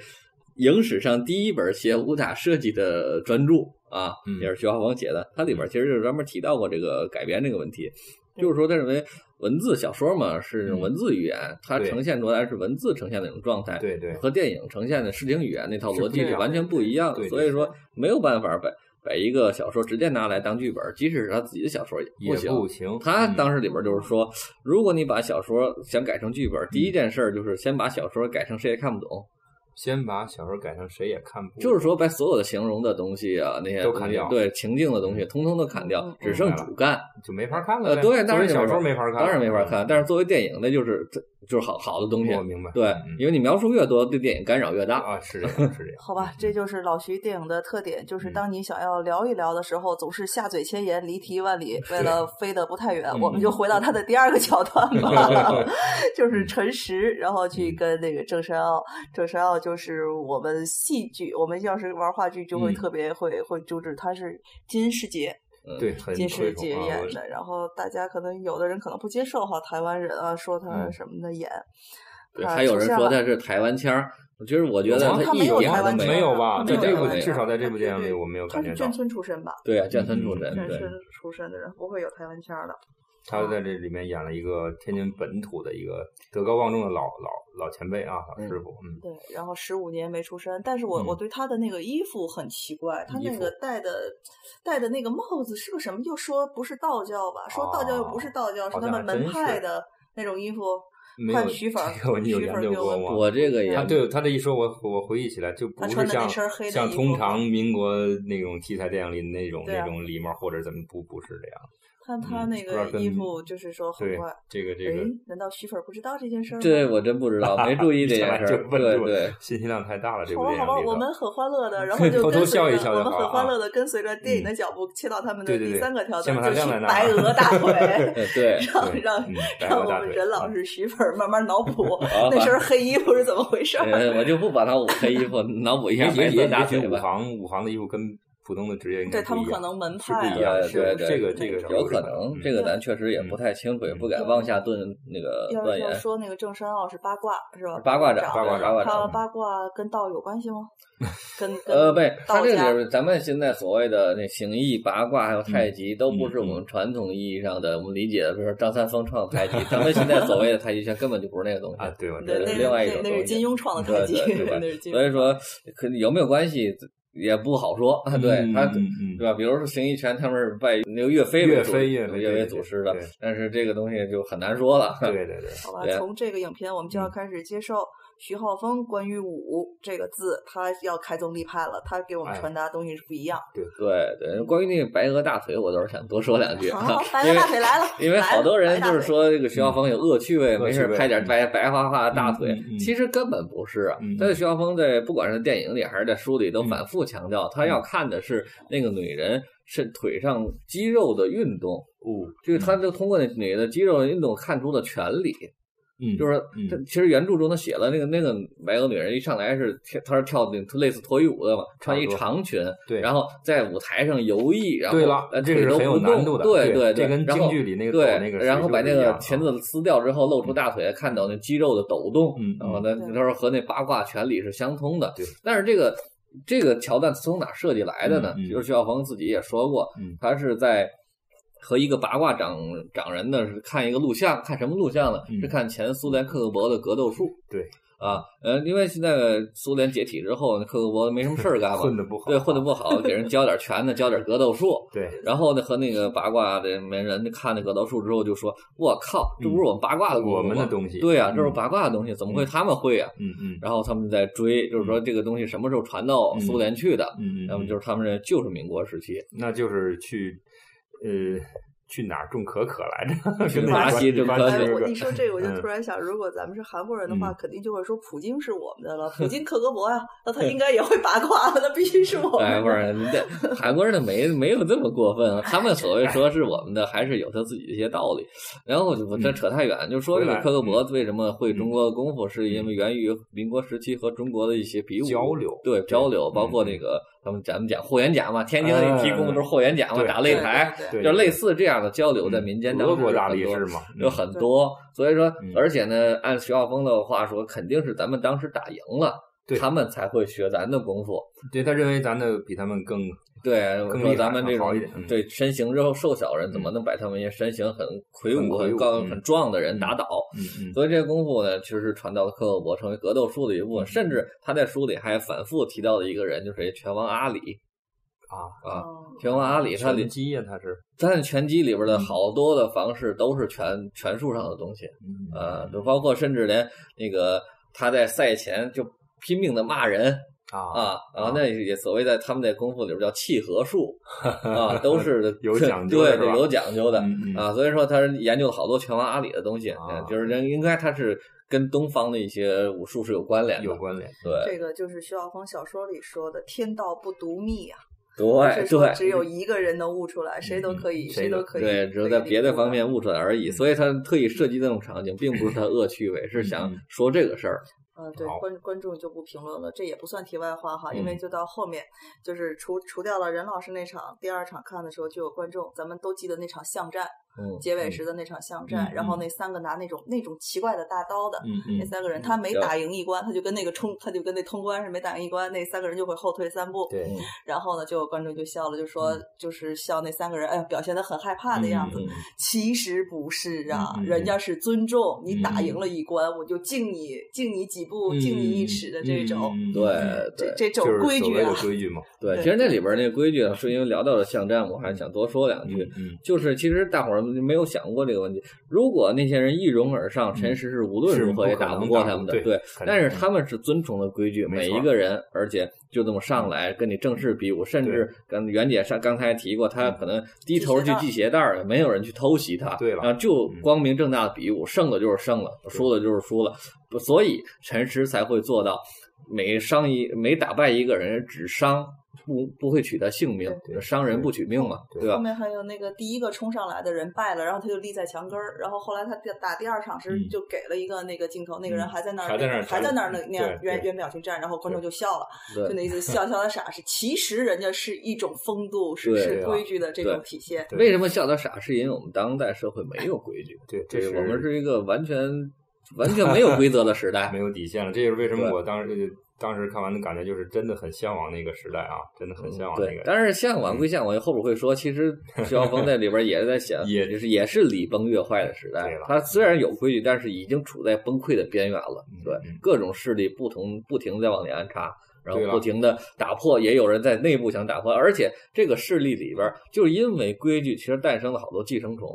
S4: 影史上第一本写武打设计的专著啊
S2: 嗯，
S4: 也是徐浩峰写的。他里边其实就专门提到过这个改编这个问题，就是说他认为文字小说嘛是那种
S2: 嗯
S4: 文字语言，它
S2: 对
S4: 呈现出来是文字呈现的那种状态，
S2: 对对
S4: 和电影呈现的视听语言那套
S2: 是
S4: 逻
S2: 不
S4: 辑
S2: 一
S4: 是
S2: 样
S4: 完
S2: 的
S4: 全不一样的。
S2: 对
S4: 所
S2: 对
S4: 以说没有办法把把一个小说直接拿来当剧本，即使是他自己的小说也
S2: 也
S4: 不行。
S2: 不行，
S4: 他
S2: 嗯
S4: 当时里边就是说，
S2: 嗯
S4: 如果你把小说想改成剧本，第一件事儿就是先把小说改成谁也看不懂，
S2: 先把小说改成谁也看不，
S4: 就是说把所有的形容的东西啊，那些
S2: 嗯都砍掉
S4: 东西对情境的东西，通通都砍掉
S3: 嗯，
S4: 只剩主干。
S2: 就没法看了
S4: 呃，
S2: 呗。
S4: 对，当
S2: 作为
S4: 然
S2: 小说没
S4: 法
S2: 法看，嗯
S4: 当然没法看。但是作为电影，那就是这就是好好的东西
S2: 我。明白，
S4: 对
S2: 嗯，
S4: 因为你描述越多，对电影干扰越大。
S2: 啊，是这样，是这
S4: [LAUGHS]
S2: 样。
S3: 好吧，这就是老徐电影的特点，就是
S2: 嗯
S3: 当你想要聊一聊的时候，总是下嘴千言，离题万里。为了飞得不太远，
S2: 嗯嗯
S3: 我们就回到他的第二个桥段
S2: [LAUGHS]
S3: 吧，就是陈实，然后去跟那个郑申奥。郑申奥就是我们戏剧，我们要是玩话剧就会
S2: 嗯
S3: 特别会会纠正，他是金世杰，
S4: 嗯
S2: 对，很
S3: 金世
S2: 推
S3: 杰
S2: 崇啊
S3: 演的，然后大家可能有的人可能不接受哈，台湾人啊说他
S2: 嗯
S3: 什么的演，
S4: 对，
S3: 啊
S4: 还有
S3: 出
S4: 人
S3: 现
S4: 说
S3: 了
S4: 它是台湾腔儿，其实我觉得
S2: 我
S3: 哦他
S4: 一
S3: 没有
S4: 点
S3: 台
S4: 都
S3: 湾
S4: 没
S3: 腔
S2: 没
S3: 儿
S2: 有
S3: 啊
S2: 吧？在
S3: 他没有
S2: 这
S3: 台
S2: 部
S3: 湾
S2: 至少嗯在这部
S3: 腔儿
S2: 电影里，
S3: 对对
S2: 我没有
S3: 他
S2: 感
S3: 是
S2: 觉
S3: 眷
S2: 到
S3: 村出身吧？
S4: 对啊，眷村出身，
S3: 眷
S4: 对
S3: 村出身的人不会有台湾腔儿的。
S2: 他在这里面演了一个天津本土的一个德高望重的老老老前辈啊，老师傅，嗯，
S3: 对，然后十五年没出声，但是我、我
S2: 嗯
S3: 对他的那个衣服很奇怪，他
S2: 衣
S3: 那
S2: 服
S3: 个戴的戴的那个帽子是个什么？又说不是道教吧，说道教又不是道教，
S2: 哦
S3: 是
S2: 好
S3: 他
S2: 像
S3: 们
S2: 还真
S3: 门派
S2: 是
S3: 的那种衣服。
S2: 没
S3: 看
S2: 有
S3: 徐粉儿
S2: 这个你有
S3: 徐粉儿
S2: 研究
S3: 给我
S2: 过
S3: 们
S2: 吗？
S4: 我这个也
S2: 嗯他啊对他这一说，我我回忆起来就不
S3: 嗯他
S2: 是
S3: 穿的那
S2: 像
S3: 身黑的
S2: 像
S3: 衣
S2: 通
S3: 服
S2: 常民国那种题材电影里那种
S3: 对
S2: 那
S3: 啊
S2: 种礼貌或者怎么不不是这样。
S3: 看他
S2: 嗯
S3: 那
S2: 不知道
S3: 个
S2: 跟
S3: 衣服，就是说很
S2: 对
S3: 怪。，
S2: 这个这
S3: 诶
S2: 个，
S3: 难道徐粉儿不知道这件事儿吗？
S4: 这我真不知道，没注意这
S2: 一上 [LAUGHS] 来
S4: 件事
S2: 就
S4: 儿。
S2: 问
S4: 对
S2: 住了
S4: 对，
S2: 信息量太大了，这
S3: 好
S2: 部
S3: 吧，
S2: 电影
S3: 好吧，
S2: 里头
S3: 我们很
S2: [LAUGHS]
S3: 欢乐的，然后就
S2: 偷偷
S3: 跟随
S2: 笑一
S3: 着
S2: 笑就
S3: 我们
S2: 好
S3: 很
S2: 啊
S3: 欢乐的跟随着电影的
S2: 嗯
S3: 脚步，切到他们的
S2: 对对
S3: 第
S2: 对
S3: 三个条
S2: 先
S3: 段，
S2: 把
S3: 就
S2: 它晾
S3: 是
S2: 在那儿
S3: 白
S2: 啊
S3: 鹅
S2: [LAUGHS]
S3: 大腿。
S4: 嗯对。
S3: 让
S2: 对
S3: [LAUGHS] 让
S2: 嗯白
S3: 让
S2: 鹅
S3: 我
S2: 大啊
S3: 们
S2: 腿
S3: 任老师徐粉儿慢慢脑补
S2: [LAUGHS]
S4: 好
S3: 那
S4: 吧
S3: 身黑衣服是怎么回事
S2: 嗯
S3: [LAUGHS] 儿。
S4: 呃，我就不把它捂黑衣
S2: [LAUGHS]
S4: 服，脑补一下
S2: 也
S4: 白
S2: 许也
S4: 色大
S2: 也许
S4: 腿
S2: 武
S4: 吧。
S2: 行武行的衣服跟普通的职业应该
S3: 对他
S2: 不一
S3: 们可
S2: 样
S3: 能门
S2: 是不
S3: 派
S2: 一
S3: 啊
S2: 样，
S4: 对对
S2: 是
S4: 呃对，
S2: 这个这个
S3: 那
S2: 是
S4: 有
S2: 不一
S4: 可
S2: 样的
S4: 能，
S2: 嗯
S4: 这个咱确实也不太清楚，也不敢
S3: 嗯
S4: 妄下断那个
S3: 要
S4: 断
S3: 要
S4: 言。
S3: 说那个郑山傲是八卦是吧？
S4: 八卦掌，
S3: 掌，
S2: 啊八卦嗯
S4: 对
S2: 掌
S4: 八卦
S3: 他
S4: 掌。
S3: 八卦跟道有关系
S2: [LAUGHS]
S3: 吗？跟跟
S4: 呃，对，它
S3: 道
S4: 这里
S3: 家
S4: 边咱们现在所谓的那形意、八卦还有
S2: 嗯
S4: 太极，都不是我们传统意义上的我们理解的，比如说张三丰创的太极，咱们现在所谓的太极拳根本就不是那个东西
S2: 啊，。对吧？
S3: 对
S4: 对
S3: 那
S4: 另外一
S3: 那
S4: 种
S3: 那
S4: 东
S3: 是
S4: 西
S3: 金庸
S2: 嗯
S3: 创的
S4: 对
S3: 太极，
S4: 对
S3: [LAUGHS]
S4: 对
S3: 那是金庸。
S4: 所以说，可有没有关系也不好说。 [LAUGHS] 对
S2: 嗯
S4: 他，
S2: 嗯嗯
S4: 对吧？比如说形意拳，他们是拜那个岳飞为
S2: 岳
S4: 主
S2: 飞岳飞
S4: 岳
S2: 对
S4: 飞
S2: 对
S4: 祖师的
S2: 对，
S4: 但是这个东西就很难说了。
S2: 对对对，
S3: 好吧，
S4: 对
S3: 从这个影片我们就要
S2: 嗯
S3: 开始接受徐浩峰关于武这个字，他要开宗立派了，他给我们
S2: 哎
S3: 传达的东西是不一样。
S4: [LAUGHS] 对对，关于那个白鹅大腿，我倒是想多说两句。 [LAUGHS]
S3: 好好，白鹅大腿来了，
S4: 因为
S3: 来
S4: 好
S3: 了
S4: 多
S3: 白
S4: 人
S3: 大
S4: 就是
S3: 腿
S4: 说这个徐浩峰有恶趣味，
S2: 嗯
S4: 没事
S2: 恶趣味
S4: 拍点白白花花的大腿
S2: 嗯嗯嗯，
S4: 其实根本不是啊
S2: 嗯。
S4: 但是徐浩峰在不管是电影里还是在书里，都反复强调，
S2: 嗯
S4: 他要看的是那个女人是腿上肌肉的运动，
S2: 哦，
S4: 就是他就通过那女的肌肉运动看出的权利。
S2: 嗯，
S4: 就是
S2: 嗯
S4: 他其实原著中他写了那个那个白鹅女人一上来是跳，她是跳那类似脱衣舞的嘛，穿一
S2: 差不多
S4: 长裙，
S2: 对
S4: 然后在舞台上游弋，然后
S2: 对了
S4: 呃，
S2: 这
S4: 腿
S2: 个是
S4: 都
S2: 很有
S4: 不动
S2: 难度的
S4: 对
S2: 对
S4: 对，
S2: 这跟
S4: 然
S2: 京
S4: 后
S2: 剧里那个抖
S4: 对
S2: 那个
S4: 然后
S2: 水
S4: 把
S2: 袖
S4: 那
S2: 一
S4: 个
S2: 样啊
S4: 裙子撕掉之后，露出大腿，看到那肌肉的抖动，
S2: 嗯
S4: 然后呢，
S3: 嗯
S4: 他说和那八卦原理是相通的，
S2: 对
S4: 但是这个这个桥段是从哪设计来的呢？
S2: 嗯嗯
S4: 就是徐小鹏自己也说过，
S2: 嗯
S4: 他是在和一个八卦掌掌人呢是看一个录像，看什么录像呢？
S2: 嗯
S4: 是看前苏联克格勃的格斗术。
S2: 对
S4: 啊，呃，因为现在苏联解体之后，克格勃没什么事儿干嘛，
S2: [LAUGHS] 混的不好，啊
S4: 对混的不好，给人教点拳呢，教点格斗术。
S2: 对，
S4: 然后呢，和那个八卦的门人看那格斗术之后，就说：“我靠，这不是我们八卦的功
S2: 嗯
S4: 夫
S2: 我
S4: 吗
S2: 们的东西，
S4: 对呀、这是
S2: 嗯
S4: 八卦的东西，怎么会他们会呀、
S2: 嗯嗯
S4: 然后他们在追，就是说这个东西什么时候传到苏联去的？
S2: 嗯嗯，
S4: 要么就是是他们这就是民国时期，
S2: 那就是去呃去哪儿种可可来
S4: [LAUGHS]
S2: 着？
S4: 去
S2: 跟那
S4: 巴
S2: 个
S4: 西
S2: 关
S4: 种
S2: 巴
S4: 可
S2: 西
S4: 可
S3: 哎，
S2: 是
S3: 我
S2: 吧
S3: 一说这个，我就
S2: 嗯
S3: 突然想，如果咱们是韩国人的话，
S2: 嗯
S3: 肯定就会说普京是我们的了，
S4: 嗯
S3: 普京克格勃呀，那他应该也会八卦，那必须
S4: [LAUGHS]
S3: 是我
S2: [LAUGHS]
S4: 哎，
S3: 们
S4: 不
S3: 的。
S4: 是，这韩国人的没没有这么过分啊，他们所谓
S2: 哎
S4: 说是我们的，还是有他自己的一些道理。然后我这扯太远，就说这
S2: 嗯
S4: 个
S2: 回来嗯
S4: 克格勃为什么会中国功夫，是因为源于民国时期和中国的一些比武
S2: 交流
S4: 对交流，
S2: 对嗯
S4: 包括那个咱们咱们讲霍元甲嘛，天津那提供的都是霍元甲嘛，
S2: 嗯
S4: 打
S2: 对
S4: 擂台，
S2: 对
S4: 就类似这样的交流，在民间当
S2: 嗯俄
S4: 中
S2: 国大力
S4: 很多
S2: 士嘛，
S4: 有很多，所以说
S2: 嗯，
S4: 而且呢，按徐浩峰的话说，肯定是咱们当时打赢了
S2: 对，
S4: 他们才会学咱的功夫。
S2: 嗯对他认为咱的比他们更
S4: 对，
S2: 更
S4: 说
S2: 厉害
S4: 咱们
S2: 更
S4: 这
S2: 好
S4: 种
S2: 一点嗯
S4: 对身形之后瘦小人，怎么能把他们一些身形很魁
S2: 很
S4: 梧、
S2: 魁
S4: 很
S2: 梧
S4: 高、
S2: 嗯
S4: 很壮的人打倒？
S2: 嗯嗯
S4: 所以这个功夫呢，其实是传到了克格勃，成为格斗术的一部
S2: 嗯
S4: 分。甚至他在书里还反复提到的一个人，就是拳王阿里。
S2: 啊，
S4: 啊，
S3: 嗯
S4: 拳王阿里，他里
S2: 拳击呀，啊嗯他是
S4: 他的拳击里边的好多的方式都是拳拳术上的东西。啊
S2: 嗯
S4: 呃，就包括甚至连那个他在赛前就拼命的骂人
S5: 啊，
S4: 啊，然后那也所谓在他们在功夫里边叫契
S5: [LAUGHS]
S4: 合术啊，都是
S5: 有讲究的
S4: 对，
S5: 是吧
S4: 对有讲究的
S2: 嗯嗯
S4: 啊，所以说他研究了好多拳王阿里的东西，
S5: 啊
S4: 就是人应该他是跟东方的一些武术是有关联的，
S5: 有关联。
S4: 对
S3: 这个就是徐晓峰小说里说的“天道不独密”啊，就是
S4: 对
S3: 说
S4: 对，嗯
S3: 只有一个人能悟出来，谁都可以，
S5: 嗯
S3: 谁都可以。
S4: 对，只是在别的方面悟出来而已。
S5: 嗯
S4: 所以他特意设计那种场景，并不是他恶趣味，是想说这个事儿。
S3: 嗯，对
S5: 好，
S3: 观观众就不评论了，这也不算题外话哈，因为
S4: 嗯
S3: 就到后面，就是除除掉了任老师那场，第二场看的时候就有观众，咱们都记得那场巷战，
S4: 嗯，
S3: 结尾时的那场巷战，
S2: 嗯
S3: 然后那三个拿那种那种奇怪的大刀的。
S2: 嗯
S3: 那
S2: 嗯，
S3: 三个人，他没
S4: 对
S3: 打赢一关，他就跟那个冲，他就跟那通关是没打赢一关，那三个人就会后退三步。
S4: 嗯
S5: 对，
S3: 然后呢，就有观众就笑了，就说、就是笑那三个人，哎呀，表现的很害怕的样子。
S2: 嗯
S3: 其实不是啊，
S2: 嗯嗯
S3: 人家是尊重你打赢
S2: 嗯
S3: 了一关，我就敬你敬你几步，
S2: 嗯
S3: 敬你一尺的这种、
S2: 嗯嗯嗯嗯
S4: 对对
S3: 这。这种
S5: 就是
S3: 规
S5: 所
S3: 矩
S5: 谓
S3: 啊
S5: 的。规矩嘛。
S4: 对，
S3: 对
S4: 其实那里边那个规矩啊，是因为聊到了巷战，我还想多说两句。
S2: 嗯
S4: 就是其实大伙儿没有想过这个问题。如果那些人一拥而上，陈实是无
S5: 嗯
S4: 论
S5: 是
S4: 如何也
S5: 不可
S4: 打不
S5: 能
S4: 过
S5: 打
S4: 他
S5: 不
S4: 们的，
S5: 对
S4: 对
S5: 肯定。
S4: 但是他们是遵从了规矩，
S5: 没
S4: 每
S5: 错嗯
S4: 一个人，而且就这么上来跟你正式比武，甚至跟袁姐上刚才提过，她可能低头去系鞋带儿，没有人去偷袭她，
S5: 嗯对了
S4: 然后就
S5: 嗯
S4: 光明正大的比武，胜的就是胜了，输的就是输了，不所以陈实才会做到每伤一每打败一个人只伤。不不会取他性命，伤人不取命嘛，
S5: 对
S4: 对吧
S3: 后？面还有那个第一个冲上来的人败了，然后他就立在墙根儿，然后后来他打打第二场时
S2: 嗯
S3: 就给了一个那个镜头，那个人还在那儿，
S2: 还在那儿
S3: 还在那儿那
S2: 站
S3: 那样
S2: 对
S3: 原
S2: 对
S3: 原表情站，然后观众就笑了，
S4: 对
S3: 就，那意思笑笑的傻是，其实人家是一种风度，是
S4: 对
S3: 是
S5: 啊
S3: 规矩的这种
S4: 对
S3: 体现。
S5: 对
S4: 为什么笑他傻？是因为我们当代社会没有规
S2: 哎
S4: 矩，
S5: 对，
S4: 这
S5: 这
S4: 我们是一个完全完全没有规则的时代
S2: [LAUGHS] 没。有底线了。这就是为什么
S4: 对
S2: 我当时当时看完的感觉就是真的很向往那个时代啊，真的很向往那
S4: 嗯对
S2: 个，。，
S4: 但是向往归向往，后边会说，其实徐晓峰在里边也是在想
S2: [LAUGHS] 也
S4: 就是也是礼崩乐坏的时代
S2: 对了。
S4: 他虽然有规矩，但是已经处在崩溃的边缘了
S2: 嗯。
S4: 对
S2: 嗯，
S4: 各种势力不同不停地在往里安插，然后
S2: 对了
S4: 不停的打破，也有人在内部想打破，而且这个势力里边，就是因为规矩，其实诞生了好多寄生虫。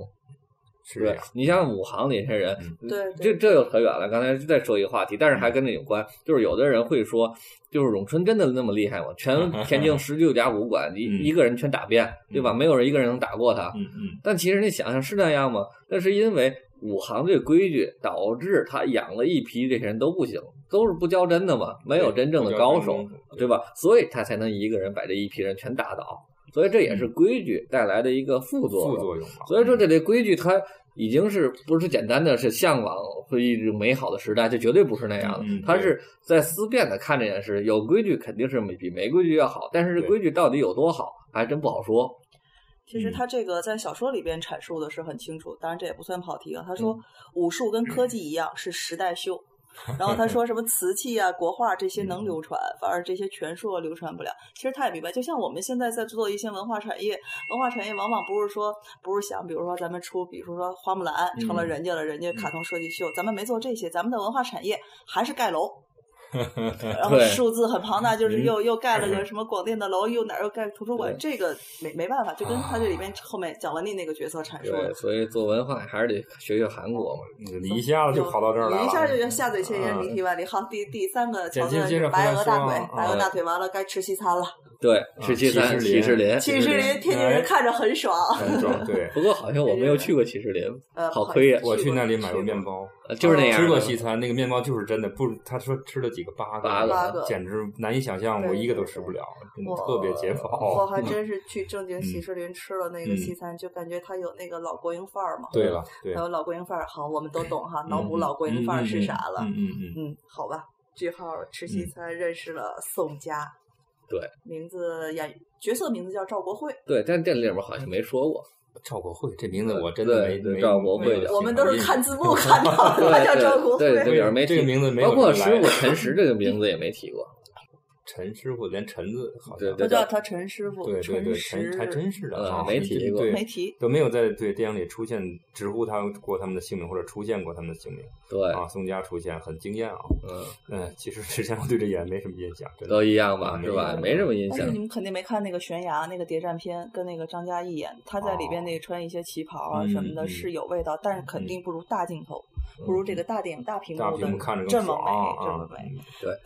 S2: 是这
S4: 对
S2: 样，
S4: 你像武行里那些人，
S3: 对
S4: 这这又扯远了。刚才再说一个话题，但是还跟这有关，就是有的人会说，就是咏春真的那么厉害吗？ [LAUGHS] 全天津十九家武馆，一、
S2: 嗯
S4: 一个人全打遍，对吧？没有人一个人能打过他。
S2: 嗯嗯，
S4: 但其实你想想是那样吗？那是因为武行这个规矩导致他养了一批这些人都不行，都是不教真的嘛，没有真正的高手，对吧？所以他才能一个人把这一批人全打倒。所以这也是规矩带来的一个嗯副作用。
S2: 副作用嘛。
S4: 所以说，这类规矩它已经是不是简单的是向往会一种美好的时代，这绝对不是那样的
S2: 嗯嗯。
S4: 它是在思辨的看这件事，有规矩肯定是比没规矩要好，但是这
S2: 对
S4: 规矩到底有多好，还真不好说。
S3: 其实
S2: 嗯
S3: 他这个在小说里边阐述的是很清楚，当然这也不算跑题啊。他说
S4: 嗯
S3: 武术跟科技一样是时代秀，
S4: [LAUGHS]
S3: 然后他说什么瓷器啊、国画这些
S4: 嗯
S3: 能流传，反而这些权术啊流传不了。其实他也明白，就像我们现在在做一些文化产业，文化产业往往不是说不是想，比如说咱们出，比如说花木兰成
S4: 嗯
S3: 了人家了，人家卡通设计秀，咱们没做这些，咱们的文化产业还是盖楼。
S4: [LAUGHS]
S3: 然后
S4: 对嗯
S3: 数字很庞大，就是又又盖了
S4: [LAUGHS]
S3: 个什么广电的楼，又哪儿又盖图书馆，
S4: 对
S3: 这个没没办法，就跟他
S2: 啊
S3: 这里边后面蒋雯丽那个角色阐述
S4: 对，
S3: 的，
S4: 所以做文化还是得学学韩国嘛。
S2: 那个你一下子就跑到这儿来了，
S3: 一下就要下嘴切人，
S2: 嗯
S3: 离题万里。好，第第三个桥
S2: 接
S3: 段
S2: 接
S3: 是
S2: 着回
S3: 白
S2: 来
S3: 鹅
S2: 说
S3: 大腿
S2: 啊，
S3: 白鹅大腿完了该吃西餐
S2: [LAUGHS]
S3: 了，
S4: 对，
S2: 啊
S4: 是七三
S2: 七
S4: 士
S2: 十
S4: 林
S2: 林。
S3: 七十林天津
S2: 哎
S3: 人看着很爽，
S2: 很壮对。
S3: [LAUGHS]
S4: 不过好像我没有去过七十林，
S3: 呃，
S4: 好
S3: 不
S4: 亏呀
S3: 意思
S2: 我去那里买
S3: 过
S2: 过面，包，
S4: 呃就是那样的。
S2: 啊吃过西餐，那个面包就是真的不，他说吃了几个八个，
S4: 八
S3: 个八个
S2: 简直难以想象，
S3: 对
S2: 我一个都吃不了，真的
S3: 我
S2: 嗯特别解
S3: 我
S2: 饱。
S3: 还真是去正经喜
S2: 嗯
S3: 事林吃了那个
S2: 嗯
S3: 西餐，就感觉它有那个老国营范儿嘛。
S2: 对了，对
S3: 还，有老国营范儿，好，我们都懂哈，嗯脑补
S2: 嗯
S3: 老国营范儿是啥了。
S2: 嗯嗯嗯嗯，
S3: 嗯，好吧。句号吃西餐认识了宋佳，
S4: 对，
S3: 名字演角色名字叫赵国慧，
S4: 对，但这里面好像没说过。
S2: 赵国慧这名字我真的没
S4: 对对
S2: 没
S4: 赵国慧
S2: 没有
S4: 对
S3: 我们都是看
S2: [LAUGHS]
S3: 字幕看到
S4: 对
S3: 的，他叫赵国
S4: 对对，
S3: [LAUGHS]
S4: 这
S3: 慧。
S4: 里面没
S2: 这个
S4: 提。
S2: 名字没有
S4: 包括
S2: 出
S4: 师
S2: 来
S4: 傅陈实这个名字也没提过。
S2: 陈师傅，连陈字好像
S4: 对
S3: 他
S4: 对
S3: 叫
S4: 对，
S3: 他陈师傅，
S2: 对对对，
S3: 石
S2: 陈还真是的，
S4: 呃
S2: 啊
S4: 没
S2: 你
S4: 提
S2: 这
S4: 过
S2: 对
S3: 没提。
S2: 都没有在对电影里出现直呼他过他们的姓名或者出现过他们的姓名
S4: 对，
S2: 啊，宋佳出现很惊艳啊。
S4: 嗯。
S2: 嗯，其实之前 [LAUGHS] 我对这演员没什么印象，真
S4: 都
S2: 的。
S4: 一样吧，
S2: 嗯
S4: 是吧？
S2: 没
S4: 没什么印
S3: 但
S4: 象
S3: 是你。们肯定没看那个悬崖那个谍战片，跟那个张嘉译演，他在里边那个穿一些旗袍啊
S2: 哦
S3: 什么的，
S2: 嗯嗯嗯
S3: 是有味道，但是肯定不如大镜头。不如这个大电影、大屏
S2: 大
S3: 幕
S2: 屏幕看着
S3: 的
S2: 更
S3: 这么
S2: 爽
S3: 美，这
S2: 啊
S3: 么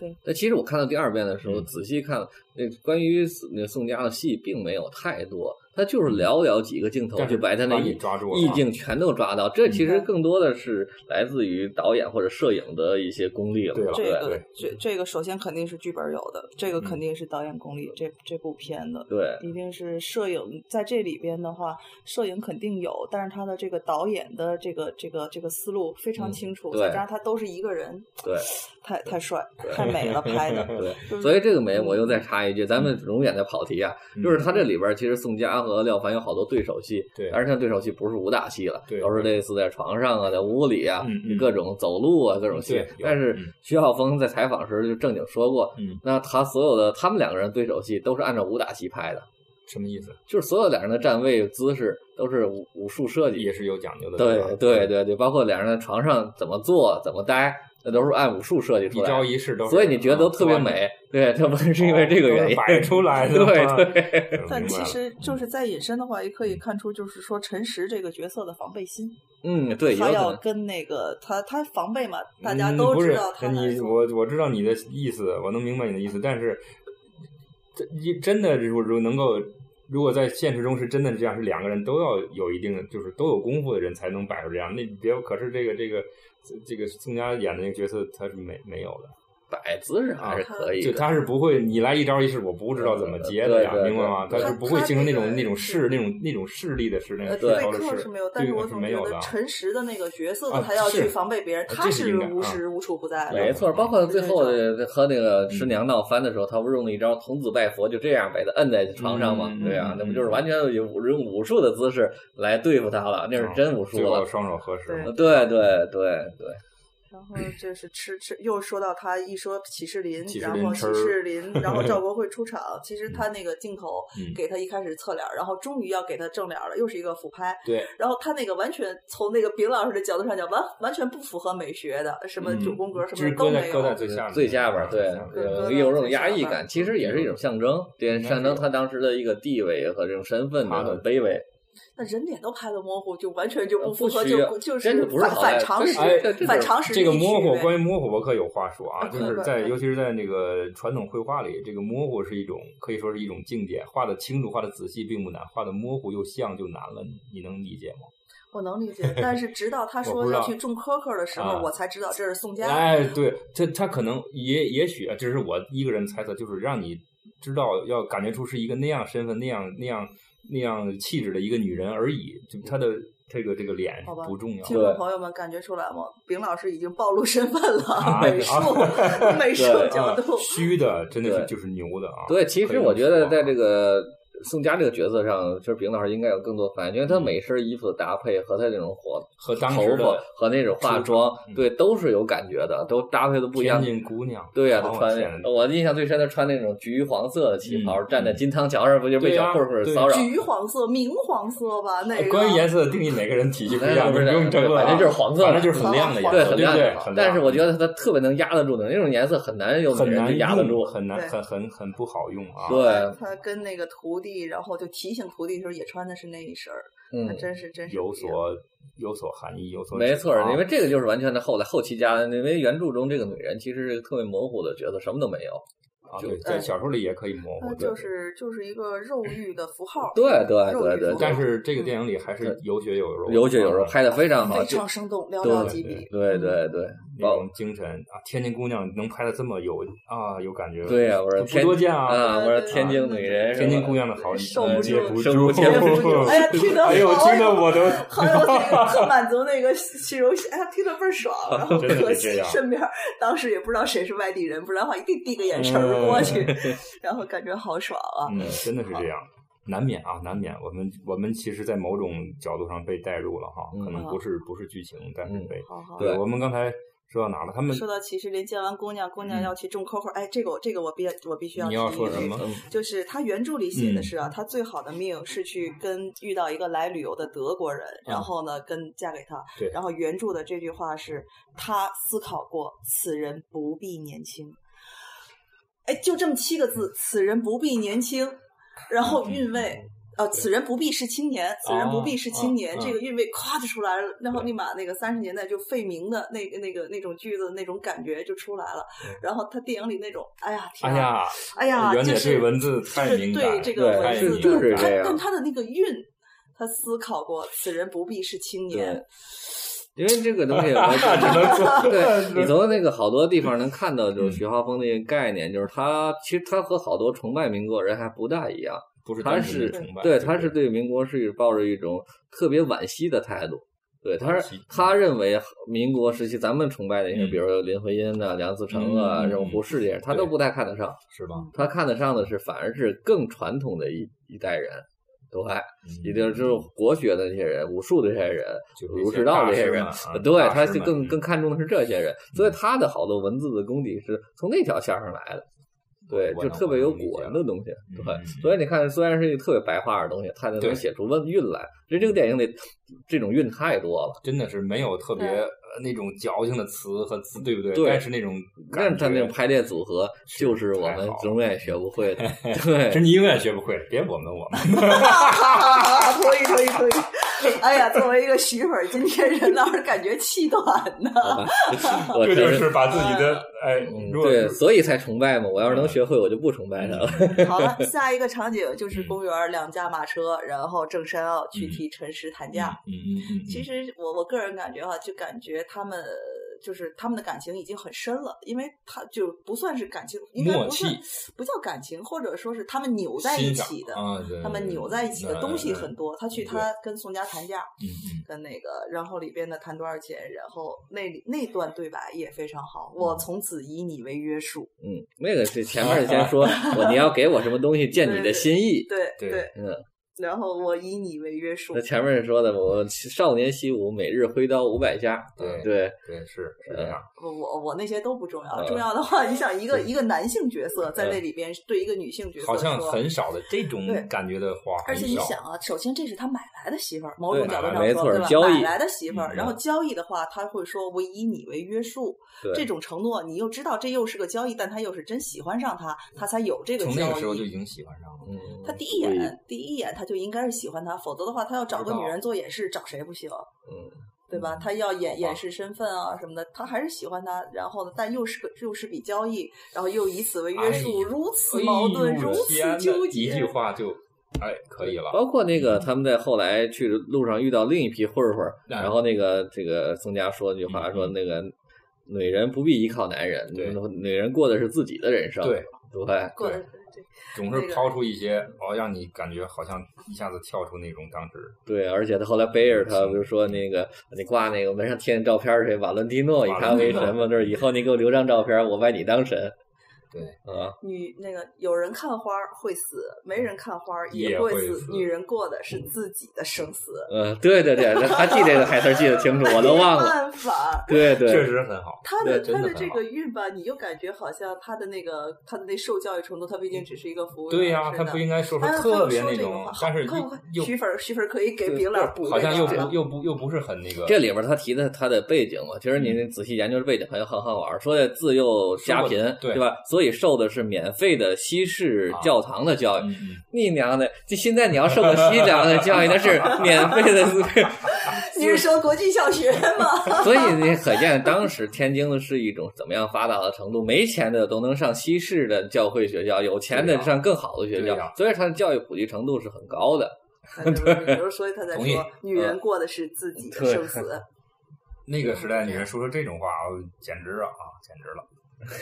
S3: 美。
S4: 但其实我看到第二遍的时候，
S2: 嗯
S4: 仔细看那关于那宋佳的戏并没有太多，他就是寥寥几个镜头
S2: 但是
S4: 就把他那
S2: 把你
S4: 意
S2: 抓住了，啊
S4: 意境全都抓到。这其实
S3: 嗯
S4: 更多的是来自于导演或者摄影的一些功力了。
S2: 对了
S3: 这个
S2: 对嗯
S3: 这这个首先肯定是剧本有的，这个肯定是导演功力，这这部片的
S4: 对
S3: 一定是摄影在这里边的话，摄影肯定有，但是他的这个导演的这个这个这个思路非常清楚，
S4: 嗯对
S3: 再加上他都是一个人，
S4: 对
S3: 太太帅太美
S4: [LAUGHS]
S3: 了拍
S2: [LAUGHS]
S3: 的，
S4: 对
S3: 就是
S4: 所以这个美，我又再插一句，咱们永远在跑题啊。
S2: 嗯
S4: 就是他这里边儿其实宋佳和廖凡有好多对手戏，
S2: 对
S4: 而且像对手戏不是武打戏了，
S2: 对
S4: 都是类似在床上啊，在屋里啊
S2: 嗯嗯，
S4: 各种走路啊，各种戏
S2: 对有。
S4: 但是
S2: 嗯
S4: 徐浩峰在采访时就正经说过
S2: 嗯，
S4: 那他所有的他们两个人对手戏都是按照武打戏拍的，
S2: 什么意思？
S4: 就是所有两人的站位姿势都是武武术设计
S2: 也。是有讲究的，
S4: 对
S2: 吧嗯
S4: 对，对对，包括两人在床上怎么坐怎么待，那都是按武术设计出
S2: 一
S4: 来
S2: 招
S4: 的。
S2: 一式都是，
S4: 所以你觉得都
S2: 啊哦
S4: 特别，美，对，这不是因为这个原因
S2: 都是摆出来的
S4: [LAUGHS] 对
S2: 都
S4: 对。
S2: 完
S3: 但
S2: 明白
S3: 其
S2: 了
S3: 实
S4: 嗯
S3: 就是在引申的话，也可以看出，就是说陈实这个角色的防备心，
S4: 嗯，对，有
S3: 他
S4: 可
S3: 要
S4: 能。
S3: 跟那个他他防备嘛，大家
S2: 嗯
S3: 都
S2: 不
S3: 知
S2: 是
S3: 道他来
S2: 你
S3: 说
S2: 我我知道你的意思，我能明白你的意思，但是这你真的如果如果能够，如果在现实中是真的这样，是两个人都要有一定的，就是都有功夫的人才能摆出这样。那别可是这个这个这个宋佳演的那个角色他是没没有的，
S4: 摆姿势还是
S3: 啊
S4: 可以
S2: 就
S4: 的，
S2: 他是不会你来一招一式，我不知道怎么接的呀，
S4: 对对对
S2: 明白吗？
S4: 对
S2: 是不会
S3: 他
S2: 形成那种
S3: 他这个
S2: 那种势那种那种势力的势，那
S3: 呃，
S2: 种
S4: 对
S2: 势
S3: 贝
S2: 头的
S3: 克
S2: 势
S3: 是没有，，但
S2: 对
S3: 是我
S2: 是
S3: 总
S2: 没
S3: 觉
S2: 有
S3: 得
S2: 的。
S3: 陈实的那个角色
S2: 啊
S3: 他要
S2: 是
S3: 去防备别人，
S2: 这
S3: 他
S2: 是应该
S3: 无
S2: 啊
S3: 时无处不在
S4: 没
S3: 的。
S4: 错，包括最后
S3: 对
S4: 和那
S2: 嗯
S4: 个师娘闹翻的时候，他不是用了一招童子拜佛，就这样把他摁在床上嘛
S2: 嗯，
S4: 对啊
S2: 嗯，
S4: 那不就是完全有武用武术的姿势来对付他了？那是真武术
S2: 哦最后
S4: 了。嗯
S2: 双手合十
S3: 对
S2: 嘛，
S4: 对对对对，
S3: 然后就是吃吃，又说到他一说启士林
S2: 启，士
S3: 然
S2: 林
S3: 后
S2: 吃儿
S3: 启士
S2: [LAUGHS]
S3: 林，然后赵国辉出场，其实他那个镜头
S2: 嗯
S3: 给他一开始侧脸儿，然后终于要给他正脸儿了，又是一个俯拍，
S2: 对，
S3: 然后他那个完全从那个丙老师的角度上讲，完完全不符合美学的，什么
S2: 嗯
S3: 九宫格什
S2: 就是
S3: 么的都
S2: 搁在
S3: 没
S2: 搁在
S3: 有。
S2: 最下面
S4: 最下边儿对
S2: 嗯，
S3: 对
S4: 有
S3: 对
S4: 有种压
S3: 最
S4: 抑
S3: 下边
S4: 感，
S3: 儿
S4: 其实也是一种象征，对，
S2: 应该
S4: 象征
S2: 是
S4: 他当时的一个地位和这种身份的
S2: 他的
S4: 很卑微。
S3: 那人脸都拍的模糊，就完全就
S4: 呃
S3: 符
S4: 不
S3: 合，
S4: 需
S3: 就
S4: 要
S3: 就
S4: 真的不是
S3: 反
S4: 好
S3: 反
S4: 赖
S3: 常
S4: 这
S3: 识
S4: 是
S2: 哎，
S4: 这
S3: 反
S4: 是
S3: 常识
S2: 这个
S3: 啊地区
S2: 模糊，
S3: 呗
S2: 关于模糊，我可有话说啊，
S3: 啊
S2: 就是
S3: 快
S2: 在
S3: 快
S2: 尤其是在那个传统绘画里，这个模糊是一种可以说是一种境界，画的清楚、画的仔细并不难，画的模糊又像就难了，你你能理解吗？
S3: 我能理
S2: [LAUGHS]
S3: 解，但是直到他
S2: 我不
S3: 说
S2: 知
S3: 要
S2: 道
S3: 去种可可的时候，
S2: 啊
S3: 我才知道这是宋佳。
S2: 哎，对，他他可能也也许，啊这是我一个人猜测，就是让你知道要感觉出是一个那样身份、那样那样那样气质的一个女人而已，就她的这个这个脸
S3: 好吧
S2: 不重要
S3: 听。众朋友们，感觉出来吗？丙老师已经暴露身份了，
S2: 啊
S3: 美术、
S4: [LAUGHS]
S3: 美术
S4: 对
S3: 角
S2: 啊
S3: 度，
S2: 虚的真的是
S4: 对
S2: 就是牛的啊！
S4: 对，其
S2: 可以
S4: 实我
S2: 这
S4: 觉
S2: 么
S4: 得
S2: 说啊
S4: 在这个宋佳这个角色上，就是丙老师应该有更多反应，因为他每身衣服的搭配和他那种火
S2: 和当
S4: 头
S2: 时
S4: 发
S2: 的
S4: 和那种化妆，
S2: 嗯
S4: 对，都是有感觉的，都搭配的不一样
S2: 天。津姑娘，
S4: 对呀、
S2: 啊
S4: 他
S2: 我
S4: 穿哦
S2: 天
S4: 那我印象最深的穿那种橘黄色的旗袍，
S2: 嗯
S4: 站在金汤桥上，不就被
S2: 对
S4: 小
S2: 呀
S4: 混混
S2: 对
S4: 骚扰？
S3: 橘黄色、明黄色吧，
S4: 啊
S3: 那个
S2: 关于颜色的定义，每个人体系不一样，
S4: 哎
S2: 你
S4: 不是
S2: 不用争论啊，
S4: 反正就是黄色
S2: 反正就是很亮的颜
S4: 对，
S2: 色，
S4: 很
S2: 对
S4: 亮
S2: 不对
S4: 的。？
S2: 很亮嗯
S4: 但是我觉得他特别能压得住的，那种颜色很难有
S2: 很
S4: 女人
S2: 难
S4: 去压得
S2: 用
S4: 住。
S2: 很难
S3: 对
S2: 很很很不好用啊。
S4: 对
S3: 他跟那个徒弟，然后就提醒徒弟的时候也穿的是那一身儿，
S4: 嗯
S3: 那，
S2: 哎
S3: 真是真是
S2: 有
S3: 不一样
S2: 所有所含义，有所
S4: 没错，
S2: 啊
S4: 因为这个就是完全的后来后期加的，因为原著中这个女人其实是个特别模糊的角色，什么都没有。
S2: 啊，对，
S4: 就
S2: 在小说里也可以模糊
S3: 那，
S2: 对
S3: 哎呃就是就是一个肉欲的符号，
S4: 对对
S3: 肉欲
S4: 对对
S3: 符号
S2: 但是这个电影里还是有血有肉，
S4: 有血有肉，拍的非常好，
S3: 非
S4: 就
S3: 常生动，寥
S4: 对
S3: 寥几笔，
S4: 对对对，
S2: 那
S4: 包
S2: 种精神啊。天津姑娘能拍的这么有啊有感觉，
S4: 对呀，我说
S2: 不
S4: 天
S2: 多见啊
S4: 啊，我
S3: 对
S4: 说
S3: 对
S4: 天津女人，
S2: 天津姑，娘的好，
S3: 受
S2: 你
S3: 不
S2: 接
S3: 住
S2: 不
S4: 受不
S2: 住
S4: 接不
S2: [LAUGHS]
S4: 住
S3: 哎呀听得
S2: 哎呦，
S3: 好
S2: 听得我都
S3: 好有那
S2: [LAUGHS]
S3: 个很满足那个虚荣心，哎呀，听着倍儿爽。然后
S2: 真的是
S3: 可
S2: 这
S3: 惜
S2: 样
S3: 身边儿当时也不知道谁是外地人，不然的话一定递个眼神儿过去，
S2: [LAUGHS]
S3: 然后感觉好爽啊！
S2: 嗯，真的是这样，难免啊，难免。我们我们其实，在某种角度上被带入了哈，可能
S3: 嗯
S2: 不是不是剧情，但是
S4: 嗯
S2: 被。
S3: 好好。
S2: 对，我们刚才说到哪了？他们
S3: 说到骑士林见完姑娘，姑娘
S2: 嗯
S3: 要去种 COCO，哎，这个我这个我必我必须
S2: 你
S3: 要
S2: 要
S3: 提
S2: 说
S3: 一
S2: 什
S3: 句
S2: 么？
S4: 嗯
S3: 就是他原著里写的
S2: 嗯
S3: 是啊，他最好的命是去跟遇到一个来旅游的德国人，然后呢跟嫁给他
S2: 啊对。
S3: 然后原著的这句话是他思考过，此人不必年轻。
S2: 嗯
S3: 哎，就这么七个字，此人不必年轻，然后韵味。呃，此人不必是青年，此人不必是青年，
S2: 啊啊
S3: 这个韵味咵就出来了，然后
S2: 对
S3: 立马那个三十年代就费明的那个那个那种句子那种感觉就出来了
S2: 对，
S3: 然后他电影里那种，哎呀天
S2: 哎
S3: 啊，
S2: 呀，
S3: 哎呀，
S2: 袁姐
S3: 就是
S2: 对文字
S3: 就是
S2: 太敏感
S3: 对
S2: 了
S3: 这个
S4: 对
S3: 文
S4: 是
S3: 字
S4: 就
S3: 的
S4: 是
S3: 他
S4: 这样
S3: 但他的那个韵，他思考过，此人不必是青年，
S4: 因为这个东
S2: [LAUGHS]
S4: 西，我 [LAUGHS] 对你从那个好多地方能看到，
S2: 嗯
S4: 就是徐浩峰那个概念，就是他其实他和好多崇拜民国人还不大一样，
S2: 不是
S4: 他
S2: 单纯
S4: 是
S2: 的崇拜，
S4: 对他是对民国是抱着一种特别惋惜的态度。对，他
S2: 惋
S4: 是
S2: 惜
S4: 他认为民国时期咱们崇拜的那些，
S2: 嗯
S4: 比如说林徽因啊、梁思成啊、
S2: 嗯嗯
S4: 这种胡适这些人，他
S2: 对
S4: 都不太看得上。
S2: 是吧？
S4: 他看得上的是反而是更传统的一一代人，对，也就是就是国学的这些人、武术的这些人、
S2: 嗯就是
S4: 儒
S2: 一些
S4: 释道
S2: 大
S4: 这些
S2: 师
S4: 人
S2: 们啊，
S4: 对，
S2: 大
S4: 他
S2: 师
S4: 是
S2: 们
S4: 更
S2: 嗯
S4: 更看重的是这些人，所以他的好多文字的功底是从那条线上来的。对，
S2: 我
S4: 就
S2: 能
S4: 特别
S2: 我
S4: 有
S2: 能理
S4: 古
S2: 解
S4: 文的东西，
S2: 嗯
S4: 对
S2: 嗯嗯，
S4: 所以你看，虽然是一个特别白话的东西，他就能
S2: 对
S4: 写出问韵来。所以这个电影里这种韵太多了，
S2: 真的是没有特别
S3: 对
S2: 呃那种矫情的词和词，对不对？
S4: 对
S2: 但是那种
S4: 但
S2: 感
S4: 是他那种
S2: 觉，
S4: 排列组合，
S2: 是
S4: 就是我
S2: 太
S4: 们
S2: 好
S4: 永远学不
S2: [LAUGHS]
S4: 会的。对，
S2: 是你永远学不会的，别我们我们。
S3: [LAUGHS] 可以可以可以， [LAUGHS] 哎呀，作为一个徐粉儿，今天人倒是感觉气短 [LAUGHS] 呢，
S4: 我
S2: 这
S4: 承
S2: 就
S4: 认
S2: 是把自己的
S3: 呃
S2: 哎，
S4: 嗯
S2: 如果嗯
S4: 对，所以才崇拜嘛。我要是能学会，我就不崇拜 [LAUGHS] 他了。
S3: 好了，下一个场景就是
S2: 嗯
S3: 公园儿两驾马车，然后郑山傲去替陈实谈价。
S2: 嗯嗯嗯嗯，
S3: 其实我我个人感觉啊哈、就感觉他们就是他们的感情已经很深了，因为他就不算是感情，应该
S2: 默
S3: 不算
S2: 契
S3: 不叫感情，或者说是他们扭在一起的，
S2: 嗯啊，
S4: 嗯
S2: 对
S3: 他们扭在一起的东西很，多。他去
S2: 对
S3: 他跟宋佳谈价，
S2: 对对嗯
S3: 跟那个，然后里边的谈多少钱，然后那里那段对白也非常好。我从此以你为约束，
S4: 嗯，那个是前面先
S2: [LAUGHS]
S4: 说我你要给我什么东西，见你的心意。
S3: 对
S2: 对
S4: 嗯，
S3: 然后我以你为约束
S4: 那，前面说的我少年习武，每日挥刀五百下。
S2: 对
S4: 对，
S2: 嗯，对，是是这样，
S3: 我我我那些都不重要，
S4: 呃
S3: 重要的话，你想一个
S4: 对
S3: 一个男性角色在
S4: 呃
S3: 那里边对一个女性角色
S2: 好像
S3: 说
S2: 很少的这种
S3: 对
S2: 感觉的话，
S3: 而且你
S2: 很少
S3: 想，啊，首先这是他买来的媳妇儿，某种
S4: 对
S3: 角度上
S4: 买来
S3: 说，
S4: 没错
S3: 对吧？
S4: 交易
S3: 买来的媳妇儿，
S2: 嗯
S3: 然后交易的话，他会说“我以你为约束”，
S4: 对
S3: 这种承诺，你又知道这又是个交易，但他又是真喜欢上他，他才有这个
S2: 从那个时
S3: 交
S2: 候就已
S3: 易。
S2: 经喜欢上了，
S4: 嗯，
S3: 他第一
S4: 对
S3: 眼，第一眼他就应该是喜欢他，否则的话，他要找
S2: 不
S3: 个
S2: 知道
S3: 女人做掩饰，找谁不行？
S4: 嗯，
S3: 对吧？
S2: 嗯
S3: 他要掩
S2: 好吧
S3: 掩饰身份啊什么的，他还是喜欢他。然后呢，但又是个又是笔交易，然后又以此为约
S2: 哎
S3: 束，
S2: 呀
S3: 如此矛盾，
S2: 哎呦
S3: 如
S2: 天哪
S3: 此纠结。
S2: 一句话就哎可以了，
S4: 包括那个他们在后来去路上遇到另一批混混儿，
S2: 嗯
S4: 然后那个这个宋佳说一句话，
S2: 嗯
S4: 说那个女人不必依靠男人，
S2: 对
S4: 女人过的是自己的人生。
S2: 对，
S4: 对，
S3: 过得
S2: 对总是抛出一些哦，让你感觉好像一下子跳出那种当时
S4: 对，而且他后来背着他，比
S2: 嗯
S4: 如说那个你挂那个门上贴的照片儿是谁？瓦伦蒂诺，一
S2: 瓦
S4: 看
S2: 伦蒂
S4: 为
S2: 诺
S4: 什么？就是以后你给我留张照片儿，我把你当
S2: [LAUGHS]
S4: 神。
S2: 对
S4: 啊，
S3: 女那个有人看花儿会死，没人看花儿
S2: 也
S3: 会
S2: 会死
S3: 女人过的是自己的生死，
S4: 呃，对对对，他记这个台词儿记得清楚，我都忘
S3: 没 [LAUGHS]
S4: 了。
S3: 办法。
S4: 对对，
S2: 确实很好，
S3: 他的
S2: 对
S3: 他
S2: 真的
S3: 的
S2: 很
S3: 这
S2: 好
S3: 个运吧，你又感觉好像他的那个他的那受教育程度，他毕竟只是一个服务员。
S2: 对呀，
S3: 是
S2: 他
S3: 的
S2: 不应该说出
S3: 哎呀他
S2: 特
S3: 又
S2: 别
S3: 说
S2: 那
S3: 这个
S2: 种
S3: 话，
S2: 但是
S3: 快快快
S2: 又
S3: 徐
S2: 又
S3: 粉儿徐粉儿可以给
S4: 对
S3: 饼脸补
S2: 好
S3: 这
S2: 像
S3: 个
S2: 又
S3: 了
S2: 不又不又不是很那个，
S4: 这里边他提的他的背景嘛，其实你仔细研究背景，很有很好玩儿。说的自幼家
S2: 嗯
S4: 贫
S2: 说过，对
S4: 对吧？所以受的是免费的西式教堂的教育。
S2: 嗯嗯
S4: 你娘的！这现在你要受个西凉的教育，那是 [LAUGHS] 免费的
S3: 你是说国际小学吗？
S2: [LAUGHS]
S4: [LAUGHS] 所以你可见当时天津的是一种怎么样发达的程度，没钱的都能上西式的教会学校，有钱的上更好的学校，
S2: 对呀
S4: 所以它的教育普及程度是很高的。
S3: 比如所以他在
S2: 同意啊
S3: 说女人过的是自己的
S2: [LAUGHS]
S4: 对
S3: 生死。
S2: 那
S4: 嗯
S2: 个时代女人说出这种话，哦简直啊，简直了！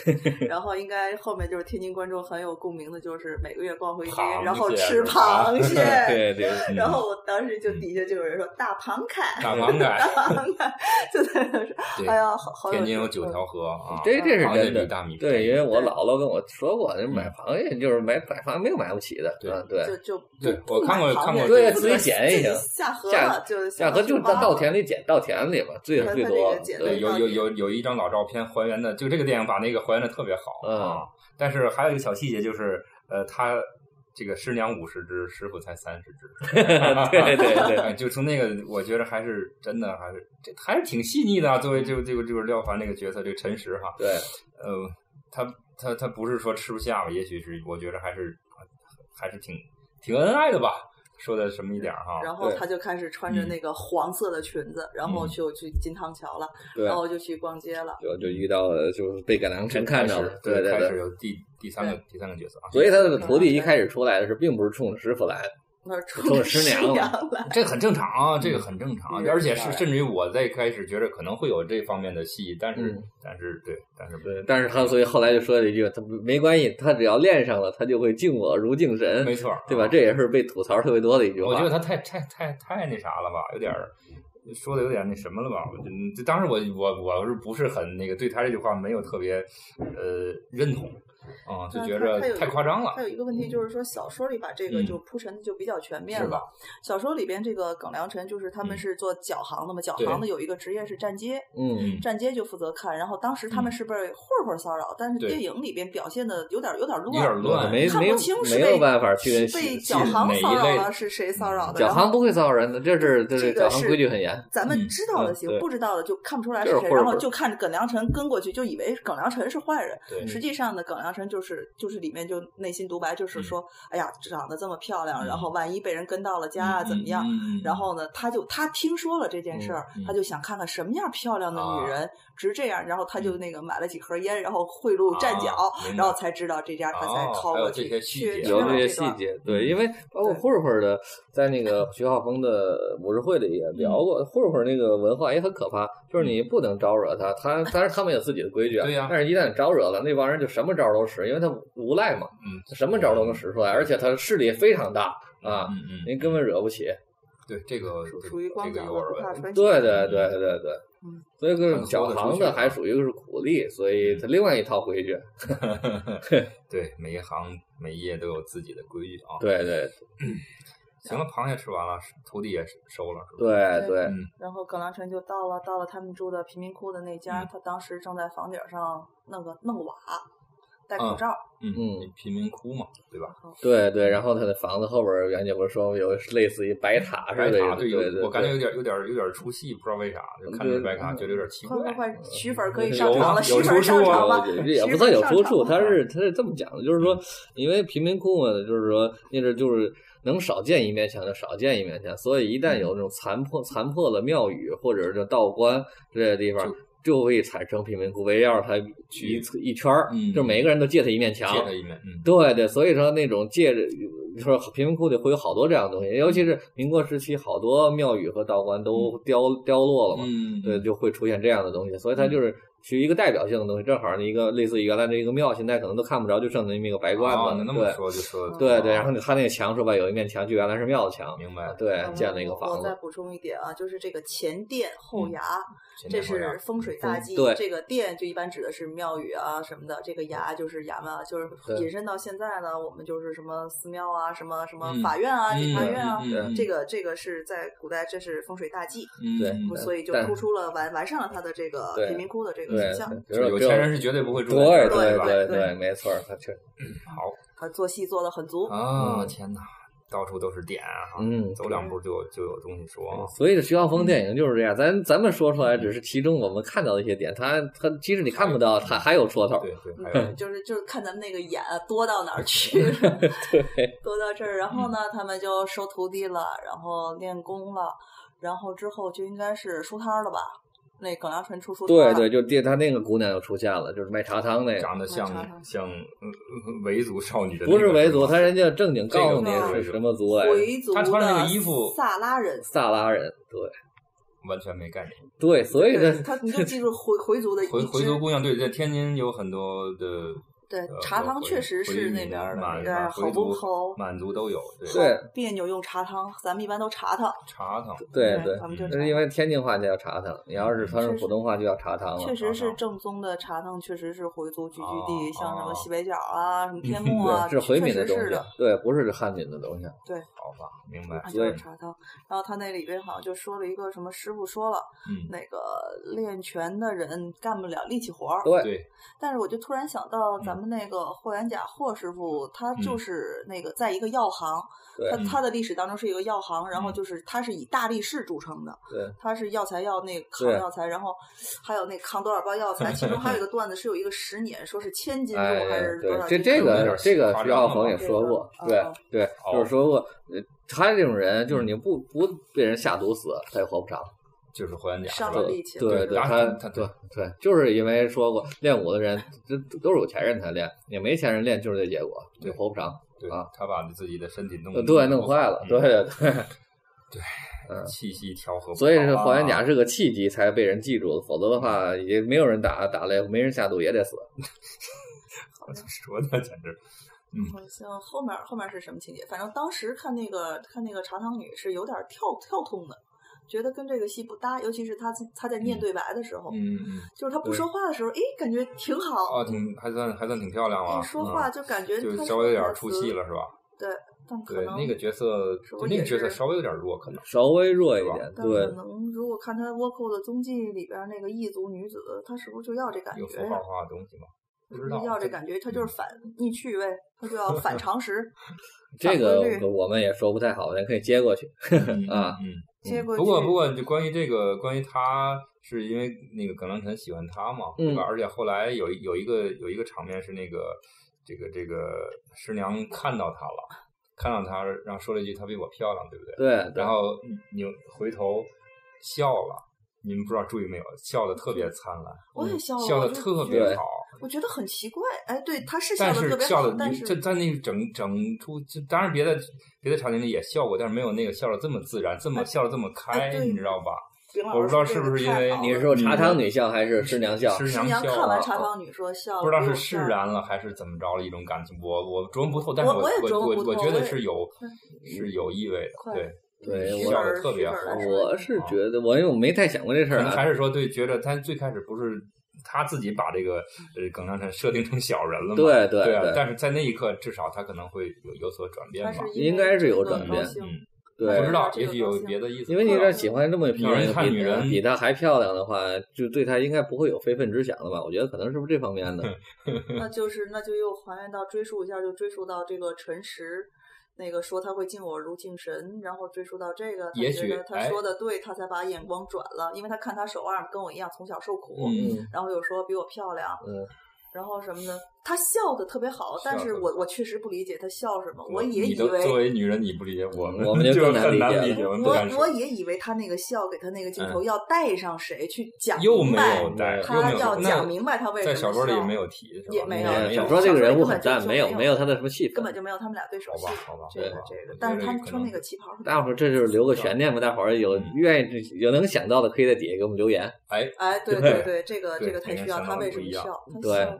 S3: 然后应该后面就是天津观众很有共鸣的，就是每个月逛回街
S2: 螃，蟹
S3: 然后
S2: 是
S3: 吃
S2: 吧 [LAUGHS]
S3: 螃蟹。
S4: 对对，
S2: 嗯
S3: 然后我当时就底下就有人说大螃
S2: [LAUGHS]
S3: 蟹，
S2: 大螃蟹
S3: [LAUGHS] 大螃蟹，就在那说，
S2: 对
S3: 哎呀，好好
S2: 天津有九
S4: 嗯
S3: 趣
S2: 条河啊，
S4: 这这是
S2: 螃蟹
S4: 真
S2: 比
S4: 的。
S2: 大米便宜嗯
S4: 对，因为我姥姥跟我说过，就买螃蟹就是买买螃蟹没有买不起的，
S2: 对
S4: 嗯对，
S3: 就就
S2: 对
S3: 不
S2: 我看过
S3: 不买
S2: 看过
S3: 螃蟹
S2: 对
S3: 就
S2: 自己
S4: 捡也行
S3: 自己下河
S4: 下
S3: 了就
S4: 下河就是
S3: 到
S4: 到稻田里捡，稻田里嘛，最
S3: 它它
S4: 最
S3: 这
S4: 多
S3: 个。捡
S2: 对，
S4: 对
S2: 有有有有一张老照片还原的，就这个电影把那个还原的特别好
S4: 嗯
S2: 啊。 [LAUGHS] 但是还有一个小细节就是，呃，他这个师娘五十只，师傅才三十只。
S4: [LAUGHS]
S2: [LAUGHS]
S4: 对对对，
S2: 哎，就从那个，我觉得还是真的，还是这还是挺细腻的啊。作为
S4: 嗯
S2: 这个这个这个廖凡这个角色，这个陈实哈，
S4: 对，
S2: 呃，他他他不是说吃不下吧，也许是我觉得还是还是挺挺恩爱的吧，说的什么一点儿哈。
S3: 然后
S4: 对
S3: 他就开始穿着
S2: 嗯
S3: 那个黄色的裙子，然后
S2: 嗯
S3: 就去金汤桥了，
S4: 对
S3: 然，后就去逛街了。
S4: 就就遇到了，就是被改良
S2: 这
S4: 臣看到
S2: 开
S4: 了
S2: 始，
S4: 对对
S2: 开
S4: 对
S2: 始。有第第三个第三个角色啊，
S4: 所以他的徒弟一开始出来的是，并不是冲着师傅来的，
S3: 那
S4: 冲
S3: 冲
S4: 着
S3: 着
S4: 师
S3: 师
S4: 娘
S3: 娘
S4: 了
S3: 来，
S2: 这个很正常啊，这个很正常，
S4: 嗯
S2: 而且是
S4: 当然
S2: 甚至于我在开始觉得可能会有这方面的戏，但是、
S4: 嗯
S2: 但是对，但是
S4: 对，但是他所以后来就说了一句，他没关系，他只要练上了，他就会敬我如敬神，
S2: 没错儿，啊
S4: 对吧？这也是被吐槽特别多的一句话。
S2: 我觉得他太太太太那啥了吧，有点儿
S4: 嗯
S2: 说的有点那什么了吧。我就嗯当时我我我是不是很那个对他这句话没有特别呃认同啊、就
S3: 嗯
S2: 觉
S3: 他
S2: 着
S3: 他有
S2: 太夸张了
S3: 还。有一个问题就是说，小说里把这个
S2: 嗯
S3: 就铺陈的就比较全面
S2: 是吧
S3: 了。小说里边这个耿良辰就是他们
S2: 嗯
S3: 是做脚行的嘛，脚
S2: 对
S3: 行的有一个职业是站街，
S4: 嗯，
S2: 嗯
S3: 站街就负责看。然后当时他们是被混混骚扰，但是
S2: 对
S3: 电影里边表现的有点有点
S2: 有点
S3: 乱，
S2: 乱，
S4: 没
S3: 看
S4: 没有
S3: 不清是
S4: 没
S3: 被
S4: 有办法去
S3: 是
S4: 细
S3: 被
S4: 细
S3: 脚行
S2: 哪一
S3: 骚扰
S2: 类
S3: 了是谁骚扰的？
S4: 脚
S3: 然后
S4: 行不会骚扰人的，这是
S3: 这
S4: 这是
S3: 个
S4: 脚行
S3: 是
S4: 规矩很严。
S3: 咱
S2: 嗯
S3: 们知道的行，
S4: 对
S3: 不知道的就看不出来
S4: 就是是
S3: 谁，
S4: 混
S3: 然
S4: 混
S3: 后就看耿良辰跟过去，就以为耿良辰是坏人。
S2: 对
S3: 实际上呢，耿良辰就是就是里面就内心独白，
S4: 嗯
S3: 就是说，哎呀，长得这么漂亮，
S2: 嗯
S3: 然后万一被人跟到了家啊，怎么样？
S2: 嗯嗯嗯
S3: 然后呢，他就他听说了这件事儿，
S2: 嗯嗯
S3: 他就想看看什么样漂亮的
S2: 啊嗯
S3: 女人值这样，然后他就那个买了几盒烟，然后贿赂站脚，
S2: 啊明白
S3: 然后才知道这家他才
S2: 哦
S3: 逃
S2: 还有
S3: 过
S2: 这
S3: 去。
S2: 些细
S3: 缺
S2: 节
S3: 缺
S4: 有
S3: 了
S4: 这些
S3: 这
S4: 细
S3: 段
S4: 节，
S2: 嗯
S4: 对，因为包括
S3: 对
S4: 混混儿的，在那个徐浩峰的武士会里也聊过，
S3: 嗯
S4: 混混儿那个文化也很可怕，就是你不能招惹他，他当然他们有自己的规矩啊，
S2: 嗯对呀
S4: 但是一旦招惹了，那帮人就什么招儿都使，因为他无赖嘛，
S2: 嗯
S4: 他什么招儿都能使出来，而且他势力非常大啊，
S2: 嗯嗯，
S4: 您根本惹不起。
S2: 对这个
S3: 属
S2: 这
S3: 属于
S2: 个
S3: 光
S2: 这个
S3: 脚
S2: 有
S3: 的不
S2: 耳
S3: 怕
S2: 闻，
S3: 穿鞋。
S4: 对对对对对。
S3: 嗯
S4: 所以就是脚行的还属于是苦力，所
S2: 嗯
S4: 以他另外一套规矩。
S2: 对每一行每一页都有自己的规矩啊。
S4: 对对
S2: 行了，螃蟹吃完了，徒弟也收了，是吧？
S4: 对对，
S2: 嗯
S3: 然后耿良辰就到了，到了他们住的贫民窟的那家，
S2: 嗯
S3: 他当时正在房顶上弄个弄瓦，戴
S2: 嗯
S3: 口罩，
S2: 嗯
S4: 嗯，
S2: 贫民窟嘛，对吧？
S4: 对对，然后他的房子后边儿，袁姐不是说有类似于白塔似
S2: 白
S4: 的，
S2: 卡
S4: 对
S2: 有
S4: 对对，嗯
S2: 我感觉有点有点有点出戏，不知道为啥，就看着
S4: 对
S2: 白卡觉得有点奇
S3: 快
S2: 怪
S3: 快。快，徐粉儿可
S4: 有
S3: 以上场了，
S2: 有
S3: 徐粉儿
S2: 出处啊
S3: 上场
S2: 好
S3: 了
S4: 有，有也不算有出处，他
S2: 啊
S4: 是他是这么讲的，就是说，因为贫民窟嘛，就是说那阵儿就是能少建一面墙就少建一面墙，所以一旦有那种残破残破了庙宇或者是道观之类的地方
S2: 就，
S4: 就会产生贫民窟，围绕着它一一圈儿
S2: 嗯，
S4: 就每个人都借他一面墙，
S2: 接他一面，嗯，
S4: 对对，所以说那种借着，就是贫民窟里会有好多这样的东西，尤其是民国时期，好多庙宇和道观都凋、凋落了嘛，
S2: 嗯，
S4: 对，就会出现这样的东西，所以它就是是一个代表性的东西，正好一个类似于原来的一个庙，现在可能都看不着，就剩那么一个白罐
S2: 哦
S4: 子，
S2: 那那么
S4: 对
S2: 说就哦说
S4: 对对，然后它那个墙是吧，有一面墙就原来是庙墙，
S2: [LAUGHS] 明白，
S4: 对，
S3: 嗯
S4: 建了一个
S3: 我
S4: 房
S3: 再
S4: 子，
S3: 补充一点啊，就是这个前殿
S2: 嗯
S3: 后衙，
S2: 前
S3: 这
S2: 面说呀
S3: 是风水大忌。
S4: 嗯对
S3: 这个殿就一般指的是庙宇啊什么的，这个衙就是衙门啊，就是
S4: 对
S3: 引申到现在呢，我们就是什么寺庙啊，什么什么
S2: 嗯
S3: 法院啊、检察
S2: 嗯
S3: 院啊，
S2: 嗯嗯嗯
S3: 这个这个是在古代这是风水大忌，
S2: 嗯
S4: 对
S2: 嗯
S4: 嗯
S3: 所以就
S4: 但
S3: 突出了完完善了他的这个
S4: 对
S3: 贫民窟的这个
S4: 对
S3: 形象。，
S4: 只有
S2: 有
S4: 只有
S2: 钱人是绝对不会住
S4: 对
S2: 在这儿的，
S4: 对
S2: 吧？
S4: 对
S3: 对
S4: 对，没错，他确实，
S2: 好
S3: 他做戏做的很足。
S2: 啊，
S4: 嗯
S2: 天哪，到处都是点啊，
S4: 嗯，
S2: 走两步就有就有东西说啊，
S4: 所以徐浩峰电影就是这样，咱咱们说出
S2: 嗯
S4: 来只是其中我们看到的一些点，他他即使你看不到，他还有说头。
S2: 嗯对对，还有
S4: [LAUGHS]
S3: 嗯，就是就是看咱们那个眼啊多到哪儿去了， [LAUGHS] 多到这儿。然后呢，他们就收徒弟了，然后练功了，然后之后就应该是书摊儿了吧？那耿良辰出书摊儿
S2: 啊
S4: 对
S3: 了
S4: 对，就第他那个姑娘又出现了，就是卖茶汤那个，
S2: 长得像
S3: 那啥
S2: 像 [LAUGHS] 呃维族少女的那
S4: 不
S2: 个，
S4: 是维族，
S2: 吧
S4: 他人家正经告诉你
S3: 这个
S4: 是什么族来着，
S3: 回族
S2: 他穿那个衣服
S3: 的萨拉人，
S4: 萨拉人，对
S2: 完全没概念。
S4: 对，所以
S3: 对
S4: 呢，
S3: 他你就记住回回族的
S2: [LAUGHS]
S3: 一
S2: 回回
S3: 支
S2: 族姑娘，对，在天津有很多的
S3: 对
S2: 呃
S3: 茶汤
S2: 回
S3: 确实
S2: 回
S3: 是那
S2: 民
S3: 边儿的
S2: 满
S3: 那边儿
S2: 回
S3: 好不
S2: 族
S3: 好
S2: 满族都有，对
S4: 对
S3: 别扭用茶汤，咱们一般都茶汤，
S2: 茶汤，
S4: 对
S3: 对
S4: 对嗯
S3: 咱们，就
S4: 那是因为天津话就叫茶汤，你要是他是普通话就叫茶汤了
S3: 确。实
S2: 茶
S3: 是
S2: 汤
S3: 正宗的茶汤，确实是回族聚居
S2: 哦
S3: 地，像什
S2: 哦
S3: 么西北角啊、什么天幕啊，
S4: 嗯对，是回民
S3: 确
S4: 的
S3: 实
S4: 东
S3: 是
S4: 西
S3: 的。，
S4: 对，不是汉民的东西。
S2: 好吧，明白
S3: 啊，。就
S4: 所以
S3: 是茶汤，然后他那里边好像就说了一个什么师傅说了，
S2: 嗯，
S3: 那个练拳的人干不了力气活儿。
S4: 对，嗯
S2: 对，
S3: 但是我就突然想到，咱们那个霍元甲霍师傅，他就是那个在一个药行，
S4: 对
S3: 他
S2: 嗯
S3: 他的历史当中是一个药行，然后
S2: 嗯
S3: 就是他是以大力士著称的，
S4: 对，
S3: 他是药材药那个扛
S4: 对
S3: 药材，然后还有那扛多少包药材，其中还有一个段子是有一个十年，说是千斤重
S4: 哎
S3: 还是多
S4: 对
S3: 少，
S4: 这
S3: 斤重？
S4: 这
S2: 有
S4: 个
S2: 点
S4: 这个
S2: 夸张
S4: 徐浩
S2: 了
S4: 峰
S2: 吧
S4: 也说过，
S3: 这
S4: 对
S3: 个
S4: 对，
S2: 哦
S4: 就是说过，呃他这种人就是你不不被人下毒死，他也活不长。
S2: 就是霍元甲，
S3: 上
S2: 是
S3: 了
S2: 吧
S3: 力气了
S4: 呃对
S2: 对打
S4: 他
S2: 他
S4: 对对，就是因为说过练武的人，这都是有钱人才练，也没钱人练就是这结果，
S2: 对
S4: 也活不长。
S2: 对
S4: 啊，
S2: 他把自己的身体弄
S4: 呃对，弄坏了，对
S2: 嗯
S4: 对对。
S2: 气息调和不好啊，
S4: 所以是霍元甲是个契机才被人记住的，否则的话也没有人打，打了也没人下毒也得死。
S2: 说的简直
S3: 好像后面后面是什么情节？反正当时看那个看那个茶汤女是有点跳跳通的，觉得跟这个戏不搭，尤其是她自她在念
S2: 嗯
S3: 对白的时候，
S2: 嗯嗯
S3: 就是她不
S2: 对
S3: 说话的时候，诶，感觉挺好。
S2: 啊，挺还算还算挺漂亮啊，
S3: 不说话
S2: 嗯
S3: 就感觉
S2: 就
S3: 她
S2: 稍微有点
S3: 说的
S2: 出
S3: 词
S2: 戏，了是吧？
S3: 但可
S2: 对，
S3: 能
S2: 那个角色
S3: 是不
S2: 就是那个
S3: 也
S2: 角色
S3: 是
S2: 稍微有点弱，可能
S4: 稍微弱一点，
S3: 但
S4: 对，
S3: 可，能如果看她倭寇的踪迹里边那个异族女子，她是不是就要这感
S2: 有
S3: 觉
S2: 符
S3: 呀？
S2: 号化的东西嘛，不知道嗯
S3: 要这感觉，她就是反逆趣味，她就要
S2: [LAUGHS]
S3: 反常识
S4: 这
S3: 反
S4: 个
S3: 规律
S4: 我们也说不太好，咱可以接过去。
S2: 嗯
S4: 啊，
S2: 嗯。嗯
S3: 接过去
S2: 不过，不过，就关于这个，关于他，是因为那个葛朗肯喜欢他嘛，
S4: 嗯
S2: 对吧？而且后来有一有一个有一个场面是那个这个这个师娘看到他了，看到他，然后说了一句“她比我漂亮”，对不对？
S4: 对，
S2: 然后扭回头笑了，你们不知道注意没有？笑的特别灿烂，
S3: [LAUGHS]
S2: 嗯
S3: 我也笑了，
S2: 笑
S3: 我
S2: 的
S3: 就
S2: 特
S3: 觉
S2: 别
S4: 对
S3: [LAUGHS]
S2: 好，
S3: 我觉得很奇怪，哎，对，他是笑
S2: 但
S3: 的特
S2: 是
S3: 别
S2: 笑
S3: 好，
S2: 的
S3: 但
S2: 你这在那整整出，就当然别的别的场景里也笑过，但是没有那个笑的这么自然，这么笑的这么开，
S3: 哎对
S2: 你知道吧？
S3: 丙老
S2: 我不知道
S3: 师
S2: 是
S3: 这
S2: 不
S3: 个
S2: 是因
S3: 太
S2: 为
S3: 好
S4: 你是
S3: 了
S4: 说茶汤女笑还是师娘笑？
S2: 师
S3: 师
S2: 娘
S3: 娘
S2: 笑
S3: 看
S2: 了
S3: 完茶汤女说笑，
S2: 不知道是啊
S3: 我
S2: 释
S3: 笑
S2: 然了还是怎么着了一种感情，我我琢磨不透，但是
S3: 啊我
S2: 我
S3: 我也琢
S2: 我
S3: 磨
S2: 我
S3: 不
S2: 我
S3: 透
S2: 觉得
S3: 我也
S2: 是有
S3: 快
S2: 是有意味的，
S3: 快
S2: 对，
S4: 对
S3: 虚
S4: 我
S3: 本
S2: 笑得
S3: 儿
S2: 特
S3: 虚
S2: 别
S3: 本儿
S2: 好
S3: 来说
S4: 我是觉得，我因为我没太想过这事
S2: 可
S4: 儿
S2: 能 [LAUGHS] 还
S4: 啊。
S2: 是说对，觉得他最开始不是他自己把这个呃耿亮臣设定成小人了嘛，
S4: 对对
S2: 对啊
S4: 对
S2: 但是在那一刻，至少他可能会有有所转变
S3: 他
S2: 吧，
S3: 是
S4: 应该是有转
S3: 转
S4: 变
S2: 嗯，
S4: 对
S2: 不知，道，
S3: 这
S2: 也
S3: 个
S2: 许
S3: 高
S2: 有
S3: 兴
S2: 别的意思，
S4: 因为你
S2: 不
S4: 有
S2: 知道
S4: 点喜欢这么一批
S2: 让人
S4: 人，
S2: 看
S4: 比
S2: 女人
S4: 比她还漂亮的话，就对她应该不会有非分之想的吧？我觉得可能是不是这方面的。
S2: 嗯 [LAUGHS]
S3: 那就是那就又还原到追溯一下，就追溯到这个陈实。那个说他会敬我如敬神，然后追溯到这个，他
S2: 也
S3: 觉
S2: 许
S3: 得他
S2: 哎
S3: 说的对，他才把眼光转了，因为他看他手腕儿跟我一样从小受苦，
S2: 嗯
S3: 然后有说比我漂亮，
S4: 嗯，
S3: 然后什么呢？他笑的特别好，但
S2: 笑
S3: 是
S2: 得
S3: 我我确实不理解他笑什么，我
S2: 你
S3: 也以
S2: 都作
S3: 为
S2: 为女人你不理解我们，
S4: 我们
S2: [LAUGHS]
S4: 就
S2: 就
S4: 更难
S2: 很
S4: 理
S2: 难
S4: 解
S2: 理
S4: 了
S2: 解，我们不
S3: 我
S2: 敢说嗯
S3: 我。也以为他那个笑给他那个镜头要带上谁去讲
S2: 又
S3: 明
S2: 没
S3: 白
S2: 有带，又
S3: 他
S2: 没有
S3: 要
S2: 带
S3: 讲明白他为什
S2: 在
S3: 么
S2: 小说里
S3: 笑
S2: 没有提，是吧
S3: 也没有
S2: 也没
S4: 哎小
S2: 有
S4: 说这个人物很
S3: 小
S4: 淡，
S3: 说
S4: 没
S3: 里根本
S4: 有
S3: 就
S4: 没有她的什么戏份，
S3: 根本就没有他们俩对手
S2: 好
S3: 戏
S2: 吧，。好吧，
S3: 这个
S2: 好吧
S3: 这个
S2: 我觉，
S3: 但是
S2: 得
S3: 他
S2: 可
S3: 们穿那
S2: 能
S3: 个旗袍，
S4: 大伙儿这就是留个悬念吧，大伙儿有
S2: 嗯
S4: 愿意有能想到的，可以在底下给我们留言。
S2: 哎，
S3: 哎，对
S2: 对
S3: 对对，这个
S2: 对
S3: 这个
S2: 每
S3: 太
S2: 个人
S3: 需要
S2: 想
S3: 他
S2: 到的
S3: 为
S2: 不
S3: 什么
S2: 一样
S3: 笑，他
S4: 对
S3: 笑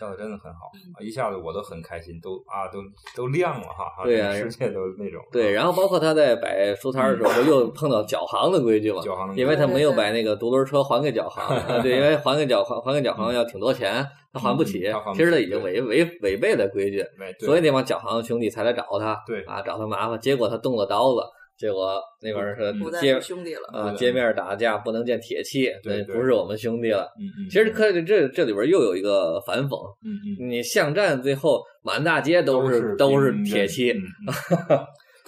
S2: 笑的真的很好，啊一下子我都很开心，都啊都都亮了哈，哈
S4: 对呀
S2: 整个世界都那种嗯
S4: 对，然后包括他在摆书摊儿的时候，又碰到脚行的规矩嘛，
S2: 脚嗯行的规矩
S4: 因为他没有把那个独轮车还给脚行，啊对，因
S2: [LAUGHS]
S4: 为还给脚行还给脚行要挺多钱，他还不起
S2: 嗯嗯他还不，起
S4: 其实他已经违违违背了规矩，
S2: 哎对，
S4: 所以那帮脚行的兄弟才来找他，
S2: 对
S4: 啊，找他麻烦，结果他动了刀子，结果那边是
S2: 嗯
S3: 不再
S4: 街
S3: 是兄弟了。
S4: 啊
S2: 对
S4: 街面打架不能见铁器，
S2: 对
S4: 那
S2: 对
S4: 不是我们兄弟了。
S2: 嗯嗯，
S4: 其实可这这里边又有一个反讽，
S2: 嗯嗯
S4: 你巷战最后满大街都是
S2: 都
S4: 都
S2: 是
S4: 是铁器，
S2: 嗯嗯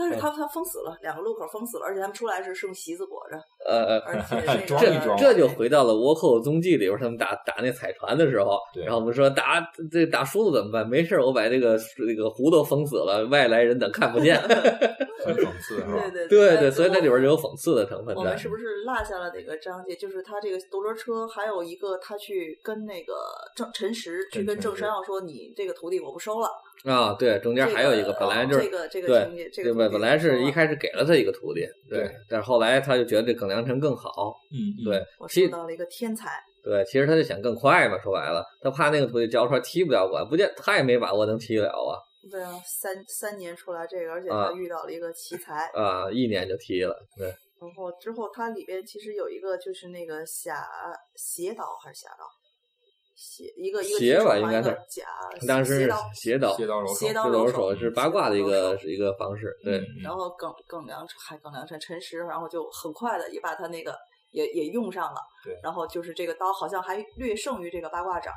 S3: 但是他他封死了两个路口封死了，而且他们出来是是用席子裹
S2: [LAUGHS]
S3: 着，
S4: 呃呃，
S3: 而且那个
S2: 装一装
S4: 这这就回到了倭寇踪迹里边，他们打打那彩船的时候，
S2: 对
S4: 然后我们说打这打梳子怎么办？没事儿，我把这个这个湖都封死了，外来人等看不
S3: [LAUGHS]
S4: 见。
S2: 很讽刺是吧？
S3: 对对
S4: 对
S3: 哎
S4: 对，所以
S3: 我
S4: 那里边就有讽刺的成分
S3: 我
S4: 在
S3: 们。是不是落下了哪个章节？就是他这个独轮车，还有一个他去跟那个郑陈实去
S2: 跟
S3: 跟
S2: 陈
S3: 郑
S2: 实
S3: 山耀说：“你这个徒弟我不收了。
S4: 啊，对，中
S3: 这
S4: 间还有一
S3: 个啊哦
S4: 个，本来就是
S3: 这个这个情节
S4: 对，
S3: 这个
S4: 本
S3: 徒弟
S4: 本来
S3: 我收
S4: 是一
S3: 了
S4: 开始给了他一个徒弟，
S2: 对，
S4: 但是后来他就觉得这耿良辰更好，
S2: 嗯嗯
S4: 对，
S3: 我
S4: 其
S3: 收
S4: 实
S3: 到了一个天才，
S4: 对，其实他就想更快嘛，说白了，他怕那个徒弟教出来踢不了管，不见他也没把握能踢了啊
S3: 对啊，三三年出来这个，而且
S4: 啊
S3: 他遇到了一个奇才。
S4: 啊，一年就踢了，对，
S3: 然后之后它里边其实有一个就是那个侠邪道还是侠道，邪一个一个
S4: 邪
S3: 提手
S4: 吧
S3: 旁
S4: 应该
S3: 一个
S4: 是
S3: 甲
S4: 当时
S3: 邪
S4: 是
S3: 道
S4: 邪道，
S2: 切刀揉
S3: 切
S2: 手，
S3: 刀
S4: 是
S3: 揉
S4: 揉
S3: 手
S4: 手是八卦的一
S3: 揉
S4: 个
S3: 手
S4: 是一个方式，对，
S2: 嗯
S3: 然后耿耿良还耿良辰陈实，然后就很快的也把他那个也也用上了。
S2: 对
S3: 然后就是这个刀好像还略胜于这个八卦掌，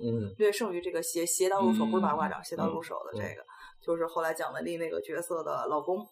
S4: 嗯，
S3: 略胜于这个斜斜刀入手，不是八卦掌，
S2: 嗯
S3: 斜刀入手的这个，就是后来蒋雯丽那个角色的老公。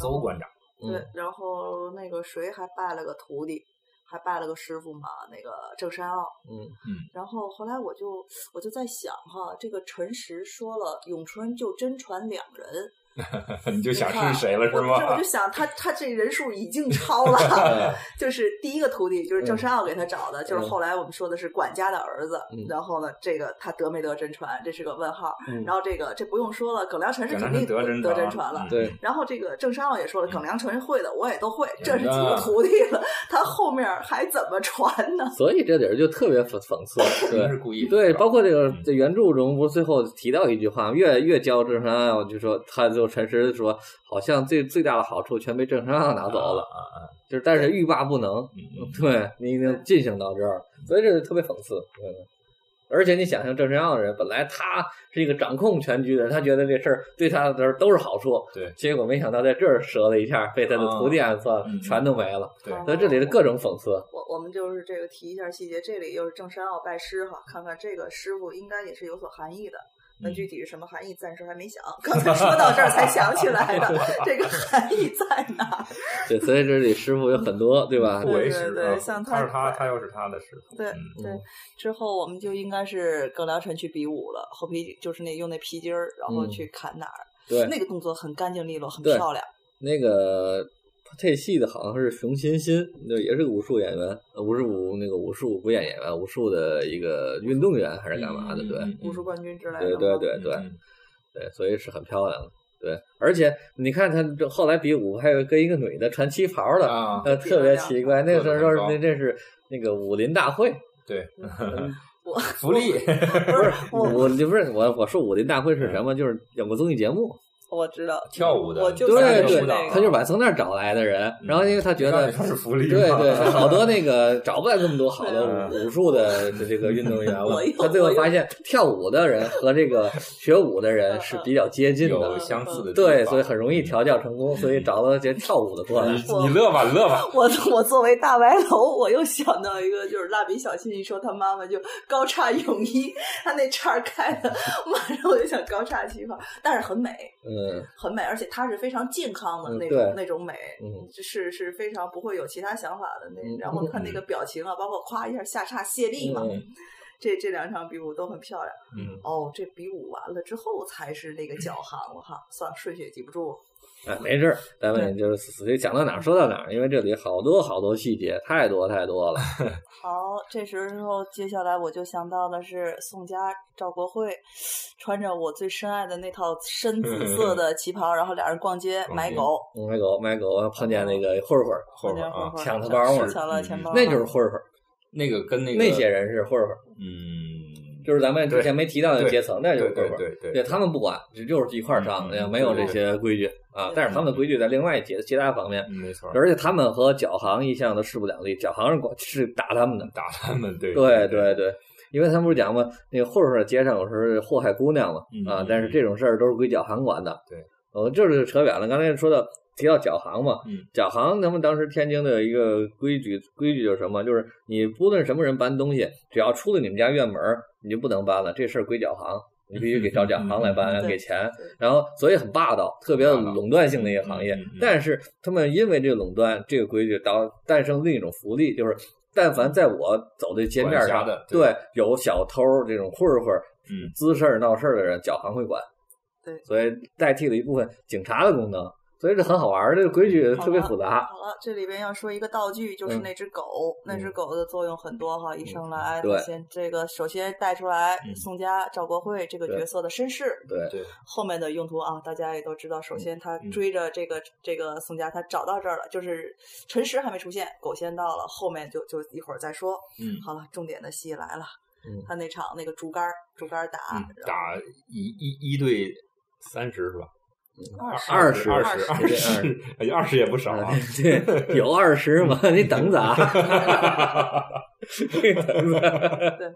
S2: 邹馆长， [LAUGHS]
S4: 嗯
S3: 对，然后那个谁还拜了个徒弟，还拜了个师傅嘛，那个郑山傲。
S4: 嗯
S2: 嗯。
S3: 然后后来我就我就在想哈，这个陈实说了，咏春就真传两人，
S2: 你就想
S3: 看
S2: 是谁了是
S3: 我这我
S2: 吗
S3: 就？想他他这人数已经超了， [LAUGHS] 就是第一个徒弟就是郑山傲给他找的，就是后来我们说的是管家的儿子。
S4: 嗯
S3: 然后呢，这个他得没得真传，这是个问号。
S4: 嗯
S3: 然后这个这不用说了，耿良辰是
S2: 可
S3: 肯
S2: 能
S3: 定
S2: 是德真
S3: 真得
S2: 传
S3: 传了。
S2: 嗯
S4: 对，
S3: 然后这个郑山傲也
S4: 嗯
S3: 说了，耿良辰是会的，我也都会，这是几
S2: 嗯
S3: 个
S2: 啊
S3: 徒弟了，他后面还怎么传呢？
S4: 所以这点儿就特别讽讽
S2: [LAUGHS]
S4: 刺，
S2: 肯定
S4: 对
S2: 是。故意的
S4: 对，
S2: 是吧
S4: 包括这个
S2: 嗯
S4: 这原著中不是最后提到一句话，越越教郑山傲，就说他就陈实说，好像最最大的好处全被郑山傲拿走了，
S2: 啊啊啊
S4: 就是但是欲罢不能，
S2: 嗯
S4: 对你已经进行到这儿了，所以这特别讽刺。对而且你想象郑山傲的人，本来他是一个掌控全局的人，他觉得这事儿对他的都是好处，
S2: 对
S4: 结果没想到在这儿折了一下，被他的徒弟暗算，
S2: 嗯嗯
S4: 全都没了。
S2: 对
S3: 嗯
S4: 所以这里的各种讽刺，
S3: 我我们就是这个提一下细节，这里又是郑山傲拜师哈，看看这个师傅应该也是有所含义的。那
S2: 嗯
S3: 具体是什么含义，暂时还没想。刚才说到这儿才想起来
S4: [LAUGHS]
S3: 的，这个含义在哪儿？
S4: 对，所以这里师傅有很多，对吧？
S2: 互为师
S3: 对对对
S2: 啊
S3: 像他
S2: 他是他，他又是他的师傅，
S3: 对
S2: 嗯
S3: 对，之后我们就应该是葛良辰去比武了，后皮就是那用那皮筋儿，然后
S4: 嗯
S3: 去砍哪儿，
S4: 对，
S3: 那个动作很干净利落，很
S4: 对
S3: 漂亮。
S4: 那个配戏的好像是熊欣欣，就也是个武术演员，呃不是武那个武术不演演员，武术的一个运动员
S2: 嗯
S4: 还是干嘛的？对，
S3: 武术冠军之类的
S4: 嗯对
S3: 吗，
S4: 对对对对，所以是很漂亮的。对，而且你看他这后来比武，还有跟一个女的穿旗袍的，
S2: 啊，
S4: 呃，特别奇怪。那时候
S2: 个很高
S4: 那这是那个武林大会，
S3: [LAUGHS]
S2: 对，
S3: 嗯
S4: [LAUGHS]
S3: 我
S2: 福利，
S3: [LAUGHS] 不是
S4: 我
S3: 我，
S4: 我不是我我说武林大会是什么？就是有个综艺节目，
S3: 我知道
S2: 跳舞的
S3: 我就
S4: 对
S3: 想的是
S4: 对
S2: 舞蹈
S3: 那，个啊
S4: 他就是把从那儿找来的人，然后因为他觉得
S2: 你看他是福利嘛，
S4: 对对，好多
S3: [LAUGHS]
S4: 那个找不来这么多好的
S2: 嗯
S4: 武武术的这个运动员了
S3: [LAUGHS] 我嗯又。
S4: 他最后发现跳舞的人和这个学武的人是比较接
S2: [LAUGHS]
S4: 近
S2: 有
S4: 的，
S2: 相似的地方，嗯
S4: 对，所以很容易调教成
S3: 嗯
S4: 功，所以找到这跳舞的过来。
S2: 你你乐吧乐吧，
S3: 我我作为大白楼，我又想到一个，就是蜡笔小新一说他妈妈就高叉泳衣，他那叉儿开的，马上我就想高叉旗袍，但是很美，
S4: 嗯
S3: 很美，而且它是非常健康的
S4: 嗯
S3: 那种、
S4: 对
S3: 那种美，
S4: 嗯，
S3: 是是非常不会有其他想法的那
S4: 嗯。
S3: 然后看那个表情啊，包括夸一下下叉卸力嘛，
S4: 嗯
S3: 这这两场比武都很漂亮。
S2: 嗯，
S3: 哦，这比武完了之后才是那个脚行了哈，算了，顺序也记不住了。
S4: 哎，没事儿，咱们就是所以讲到哪儿说到哪儿，因为这里好多好多细节，太多太
S3: [LAUGHS]
S4: 多了。
S3: 好，这时候接下来我就想到的是宋佳、赵国辉，穿着我最深爱的那套深紫色的旗袍，然后俩人逛街
S2: 逛
S3: 买
S2: 街
S3: 狗，
S4: 买嗯狗买狗，碰见
S3: 哦
S4: 那个混混儿，
S2: 会儿会
S3: 那
S2: 儿
S3: 会儿
S2: 啊
S3: 会，儿
S4: 抢他包嘛
S3: 抢了钱包，
S4: 嗯那就是混混儿，
S2: 那个跟那个
S4: 那些，人是混混儿，
S2: 嗯，
S4: 就是咱们之前没提到的
S2: 对
S4: 阶层，那
S2: 对
S4: 就是混
S2: 对
S4: 混儿。
S2: 对对
S4: 对他们不管，只就是一块儿上，
S2: 嗯嗯
S4: 也没有这
S2: 对
S4: 些规矩啊
S3: 对。
S4: 但是他们的规矩在另外其其他方面，
S2: 嗯没错，
S4: 而且他们和角行一向都势不两立，角行是管是打他们的。
S2: 打他们，对
S4: 对对对，因为他们不是讲嘛，那个混混儿街上有时候祸害姑娘嘛
S2: 嗯
S4: 啊
S2: 嗯，
S4: 但是这种事儿都是归角行管的。
S2: 对，
S4: 呃，这就扯远了。刚才说到提到角行嘛
S2: 嗯，
S4: 角行他们当时天津的一个规矩规矩就是什么？就是你不论什么人搬东西，只要出了你们家院门儿，你就不能搬了，这事儿归角行。你必须给找角行来
S3: 嗯嗯嗯
S4: 搬，
S3: 对
S4: 给钱
S3: 对，
S4: 然后所以很霸道，特别的
S2: 霸道
S4: 垄断性的一个行业
S2: 嗯嗯嗯。
S4: 但是他们因为这个垄断这个规矩，导诞生另一种福利，就是但凡在我走的街面
S2: 管辖
S4: 上
S2: 的，对
S4: 对有小偷这种混混、
S2: 嗯
S4: 滋事儿闹事儿的人，角行会管。
S3: 对
S4: 所以代替了一部分警察的功能，所以这很好玩儿，这个规矩特别复杂。
S3: 好了，这里边要说一个道具，就是
S4: 嗯
S3: 那只狗。那只狗的作用很多哈，一上来
S4: 对
S3: 先这个首先带出来
S2: 嗯
S3: 宋佳、赵国辉这个
S4: 对
S3: 角色的身世，
S4: 对
S2: 对，
S3: 后面的用途啊，大家也都知道。首先他
S2: 嗯
S3: 追着这个这个宋佳，他找到这儿了，就是陈实还没出现，狗先到了，后面就就一会儿再说。
S2: 嗯
S3: 好了，重点的戏来了，
S4: 嗯
S3: 他那场那个竹竿儿竹竿儿打
S2: 嗯，
S3: 然后
S2: 打一一一对三十是吧？
S3: 二
S4: 十
S2: 二
S3: 十
S2: 十
S3: 二
S2: 二十，哎呀二十也不少啊，
S4: [LAUGHS] 对，有二十嘛，你等
S2: [LAUGHS]
S4: 着啊，你等着。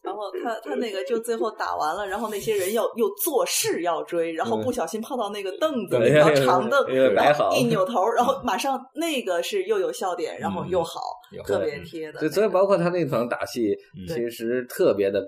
S3: 然后他他那个就最后打完了，然后那些人要又做事要追，然后不小心碰到那个凳子，
S2: 嗯
S3: 那条长凳，
S4: 因
S2: 哎
S4: 为摆
S3: 然后
S4: 好
S3: 一扭头，然后马上那个是又有笑点，然
S2: 嗯
S3: 后又好，
S2: 有
S3: 特别贴的那
S4: 对，
S3: 个。
S4: 所以包括他那场打戏，
S2: 嗯
S4: 其实特别的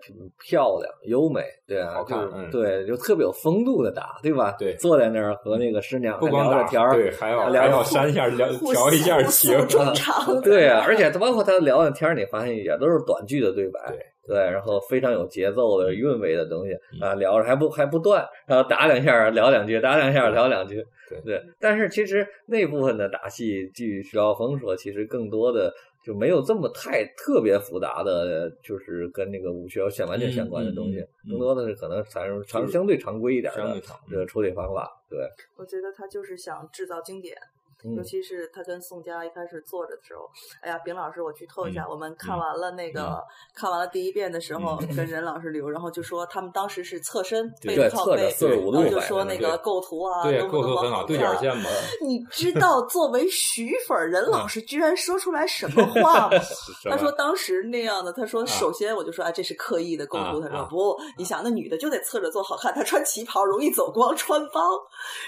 S4: 漂亮、优美，对啊，
S2: 好
S4: 就
S2: 看
S4: 是
S2: 嗯
S4: 对，就特别有风度的打，对吧？
S2: 对
S4: 坐在那儿和那个师娘
S2: 不
S4: 还
S2: 光
S4: 聊
S2: 打
S4: 着天儿，
S2: 对，还要
S4: 聊
S2: 还
S4: 着
S2: 要删一下聊
S3: 互
S2: 调一下
S3: 互
S2: 情
S3: 诉衷肠，
S2: [LAUGHS]
S4: 对啊，而且他包括他聊的天儿，你发现也都是短句的对白
S2: 对，嗯
S4: 对，然后非常有节奏的韵味的东西啊，聊着还不还不断，然后打两下聊两句，打两下聊两句，
S2: 对
S4: 对。但是其实那部分的打戏，据徐浩峰说，其实更多的就没有这么太特别复杂的，就是跟那个武学选完全相关的东西，
S2: 嗯嗯嗯
S4: 更多的是可能采用常
S2: 就是
S4: 相对常规一点
S2: 相
S4: 的
S2: 对长，
S4: 这个处理方法，对。
S3: 我觉得他就是想制造经典，
S4: 嗯
S3: 尤其是他跟宋佳一开始坐着的时候，哎呀，丙老师，我剧透一下，
S2: 嗯嗯
S3: 我们看完了那个、看完了第一遍的时候，跟任老师聊，然后就说他们当时是侧身
S2: 对
S3: 背
S4: 对
S3: 靠
S4: 侧着
S3: 背，
S4: 45度
S3: 然后就
S4: 摆
S3: 说
S4: 着
S3: 那
S2: 对
S3: 个构图啊，
S2: 对，
S3: 多么
S2: 构图
S3: 多么
S2: 很好，对角
S3: 看
S2: 线嘛，
S3: 你知道作为 [LAUGHS] 徐粉儿，任
S2: 嗯
S3: 老师居然说出来什么话吗？
S2: 是
S3: 他
S2: 吧
S3: 说当时那样的，他说首先我就说啊，这是刻意的构
S2: 啊
S3: 图。他说
S2: 啊
S3: 不，你想那女的就得侧着做好看，她穿旗袍容易走光穿帮。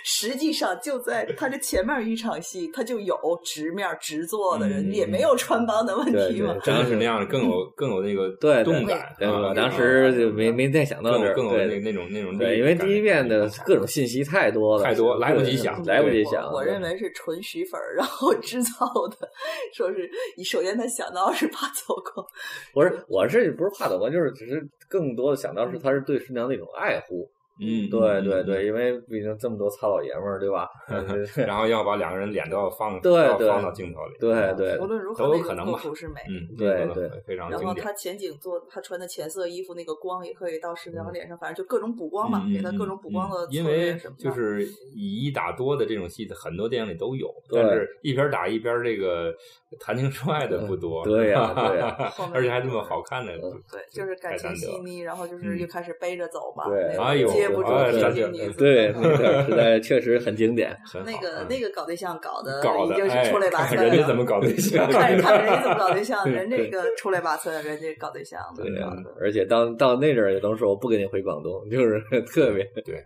S3: 实际上就在她这前面一场戏，她就有直面直坐的人，
S2: 嗯
S3: 也没有穿帮的问题嘛
S4: 对。
S2: 真的是那样的，更有更有那个
S4: 对，对
S2: 动感
S4: 对
S2: 啊
S4: 我
S2: 那
S4: 当
S2: 种
S4: 时就没没太想
S2: 更
S4: 到这
S2: 有
S4: 儿，
S2: 更有
S4: 对
S2: 那那种那种
S4: 对，
S2: 力
S4: 因为
S2: 感
S4: 第一遍的各种信息太多了，
S2: 太多嗯来不及
S4: 对
S2: 想啊
S4: 来不及
S3: 我
S4: 想。
S3: 我认为是纯徐粉儿，然后制造的，说是你首先他想到是怕走光，
S4: 不是，我是不是怕走光，就是只是更多的想到
S3: 嗯
S4: 是他是对师娘的一种爱护。
S2: 嗯，
S4: 对
S2: 嗯
S4: 对，
S2: 嗯
S4: 对，因为毕竟这么多糙老爷们儿，对吧？
S2: 然后要把两个人脸都要放，
S4: 对
S2: 都要
S4: 对
S2: 放到镜头里，
S3: 啊
S4: 对对
S3: 无论如何
S2: 都有
S3: 那
S2: 可
S3: 个
S2: 能
S3: 构
S2: 吧
S3: 图是美的。
S2: 嗯，
S4: 对
S2: 这个
S4: 对
S2: 非常
S3: 然后
S2: 经典
S3: 他。前景做他穿的浅色衣服，那个光也可以到师娘脸上，反正就各种补光嘛，
S2: 嗯
S3: 给他
S2: 嗯
S3: 各种补光的
S2: 嗯因
S3: 策略
S2: 为
S3: 什么的。
S2: 就是以一打多的这种戏，很多电影里都有，
S4: 对
S2: 但是一边打一边这个谈情说爱的不多，
S4: 对呀对呀
S3: 后面
S2: 而且还这么好看的，
S3: 对，就是感情细腻，然后就是又开始背着走嘛，
S4: 嗯对
S3: 那个
S2: 哎呦
S3: 接不住
S2: 哎
S3: 这
S2: 咱
S3: 些
S2: 这
S3: 女子，
S4: 对，
S2: [LAUGHS]
S4: 那段时代确实很经典。
S2: 很好
S3: 那个
S2: 嗯
S3: 那个搞对象搞的
S2: 搞
S3: 已
S2: 的，
S3: 经
S2: 哎
S3: 是出类拔萃
S2: 看人家怎
S3: 了。 [LAUGHS]
S2: 么搞对象，
S3: 看看人家怎么搞对象，
S2: [LAUGHS] 对嗯
S3: 人这个出类拔萃，人家搞对象的，
S4: 对
S3: 搞
S4: 呀
S3: 的，
S4: 而且到到那阵儿也都说我不跟你回广东，就是 [LAUGHS] 特别
S3: 对，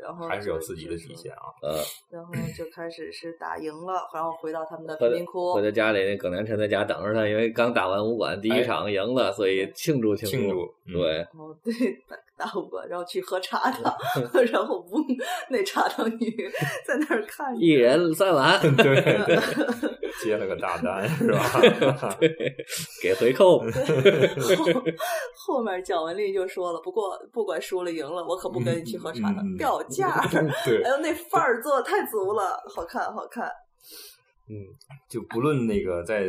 S3: 然后
S2: 还是有
S3: 就
S2: 自己的底
S3: 就
S2: 线啊。
S4: 呃，
S3: 然后就开始是打赢了，然后回到他们的
S4: 回
S3: 贫民窟
S4: 我，在家里，那耿南辰在家等着他，因为刚打完武馆第一场赢了，所以庆祝
S2: 哎庆
S4: 祝。
S2: 祝，嗯， [LAUGHS]
S4: 对，
S3: 哦，对，打打五个，然后去喝茶的， [LAUGHS] 然后嗡，那茶汤
S2: [LAUGHS]
S3: 女在那儿看着
S4: 一人三碗
S2: 对对，接了个大
S3: [LAUGHS]
S2: 单是吧？
S4: 给回扣。
S2: 嗯
S3: 后后面蒋雯丽就说了，不过不管输了赢了，我可不跟你去喝茶的，
S2: 嗯嗯嗯
S3: 掉
S2: [LAUGHS]
S3: 价儿。
S2: [LAUGHS] 对
S3: 哎，呦，那范儿做的太足了，好看，好看。
S4: 嗯
S2: 就不论那个在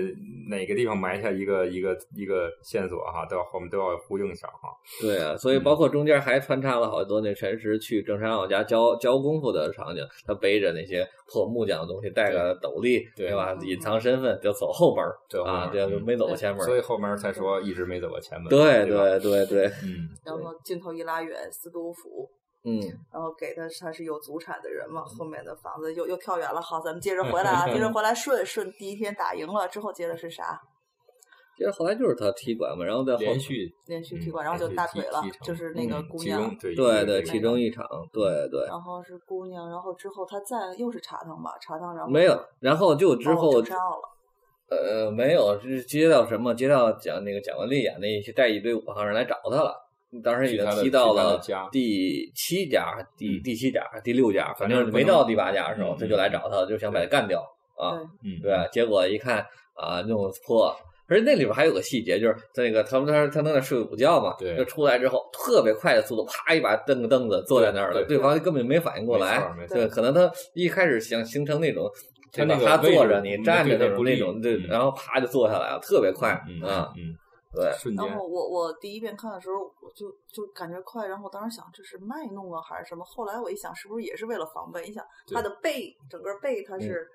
S2: 哪个地方埋下一个一个一个线索哈，到后面都要呼应上哈。
S4: 对啊，所以包括中间还穿插了好多那陈实去郑山傲家教教功夫的场景，他背着那些破木匠的东西，戴个斗笠，
S2: 对
S4: 对吧？
S3: 嗯
S4: 隐藏身份，就走后门儿
S2: 走后门
S4: 啊，
S2: 儿
S4: 对，
S2: 嗯
S4: 没走过前门
S2: 所
S4: 儿。
S2: 以后面才说一直没走过前门，
S4: 对
S2: 吧？
S4: 对对对，
S2: 嗯，
S3: 然后镜头一拉远，司徒府，
S4: 嗯，
S3: 然后给他他是有祖产的人嘛，后面的房子又又跳远了。好，咱们接着回来啊，接着回来顺顺第一天打赢了之后接的是啥？
S4: 其实后来就是他踢馆嘛，然后在后
S2: 连续
S3: 连续
S2: 嗯
S3: 踢馆，然后就
S2: 连续
S3: 大
S2: 踢
S3: 腿了
S2: 踢成，
S3: 就是那个
S2: 嗯
S3: 姑
S2: 其
S3: 娘。
S2: 中对对
S4: 对对，其中一场，对对。
S3: 然后是姑娘，然后之后他再又是茶汤吧，茶汤，然后
S4: 没有，然后就之
S3: 把我
S4: 后
S3: 整上了，
S4: 呃，没有，是接到什么？接到蒋那个蒋雯丽演那去带一堆武行人来找他了。当时已经踢到了
S2: 去他的家嗯
S4: 第七家、第第七家、第六家，反
S2: 反正
S4: 正
S2: 不
S4: 没
S2: 能
S4: 到第八家的时候，
S2: 嗯
S4: 他就来找他，就想把他干掉啊。
S2: 嗯
S4: 对，结果一看啊，弄破。而且那里边还有个细节，就是在那个他们他他能在那睡午觉嘛，
S2: 对
S4: 就出来之后特别快的速度，啪一把蹬个凳子坐在那儿了，
S2: 对
S4: 对方根本没反应过来，
S2: 没错
S4: 对，可能他一开始想形成那种，
S2: 他
S4: 对
S2: 那个
S4: 吧他
S2: 位
S4: 坐
S2: 置
S4: 着你
S2: 嗯
S4: 站
S2: 对
S4: 着
S2: 他
S4: 那种
S2: 不
S4: 那
S2: 利
S4: 种，对，
S2: 嗯
S4: 然后啪就坐下来了，特别快
S2: 嗯
S4: 啊，
S2: 嗯， [LAUGHS]
S4: 对，
S2: 瞬间
S3: 然后我我第一遍看的时候，我就就感觉快，然后我当时想这是卖弄啊还是什么，后来我一想是不是也是为了防备？你想
S2: 对
S3: 他的背整个背
S4: 嗯
S3: 它是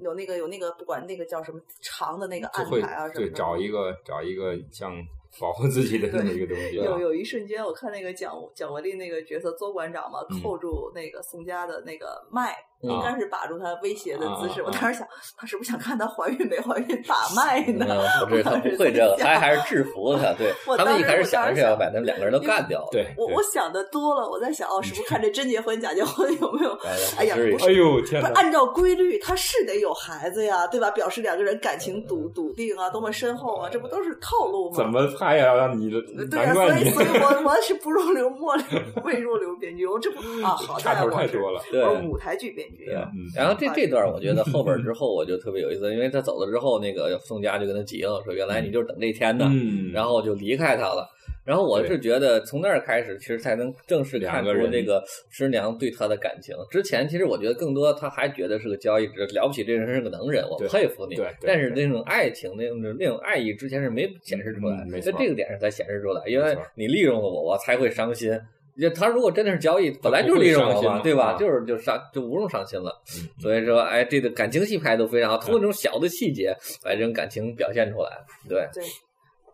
S3: 有那个有那个不管那个叫什么长的那个
S2: 就
S3: 案
S2: 会
S3: 台啊什么
S2: 对
S3: 的，
S2: 找一个找一个像保护自己的那么一个东西啊，
S3: 有有一瞬间，我看那个蒋蒋雯丽那个角色邹馆长嘛
S2: 嗯，
S3: 扣住那个宋佳的那个脉，
S4: 嗯
S3: 应该是把住他威胁的姿势。
S2: 啊啊啊
S3: 我当时想，他是不是想看她怀孕没怀孕
S2: [LAUGHS]
S3: 把脉呢？
S4: 嗯，不是他不会这个，他还是制服他，对
S3: 我
S4: 他
S3: 当
S4: 们一
S3: 时
S4: 开始
S3: 我
S4: 想
S3: 当时
S4: 的是要
S3: 想
S4: 把他们两个人都干掉，
S2: 对，
S3: 我
S2: 对
S3: 我想的多了，我在想哦，是不是看这真结婚假结婚有没有？
S4: 然后
S3: 哎呀
S4: 至于
S2: [LAUGHS]
S3: 不
S2: 哎呦天
S3: 不
S2: 哪
S3: 是，按照规律，他是得有孩子呀，对吧？表示两个人感情笃笃定啊，多么深厚啊，这不都是套路
S2: 嗯
S3: 吗？呃
S2: 怎么拍呀？让你
S3: 对
S2: 难
S3: 呀、所
S2: 怪
S3: 以
S2: 你 [LAUGHS]
S3: 所以我我是不入流末流，未入流编剧，
S2: [LAUGHS]
S3: 我这不啊，好
S2: 差
S3: 在
S2: 头
S3: 我
S2: 太
S3: 是
S2: 多了，
S4: 对
S3: 我是舞台剧编剧
S4: 对
S3: 啊。
S2: 嗯，
S4: 然后这这段我觉得后边儿之后我就特别有意思，因为他走了之后，那个宋佳就跟他急了，说原来你就是等这天的，
S2: 嗯，
S4: 然后就离开他了。然后我是觉得从那儿开始，其实才能正式看
S2: 两
S4: 出
S2: 个人
S4: 这个师娘对他的感情。之前其实我觉得更多他还觉得是个交易，只了不起这人是个能人，我
S2: 对
S4: 佩服你
S2: 对对。
S4: 但是那种爱情、那种那种爱意之前是没显示出来，
S2: 嗯
S4: 在
S2: 没错
S4: 这个点上才显示出来，因
S2: 没
S4: 为
S2: 错
S4: 你利用了我，我才会伤心。也他如果真的是交易，本来就是利用
S2: 他
S4: 我
S2: 不会伤心
S4: 嘛，
S2: 嘛
S4: 对吧？
S2: 啊
S4: 就是就伤就无用伤心了。
S2: 嗯
S4: 所以说，哎，这个感情戏拍得都非常好，通过这种小的细节把这种感情表现出来。
S2: 啊
S3: [LAUGHS]
S4: 对，
S3: 对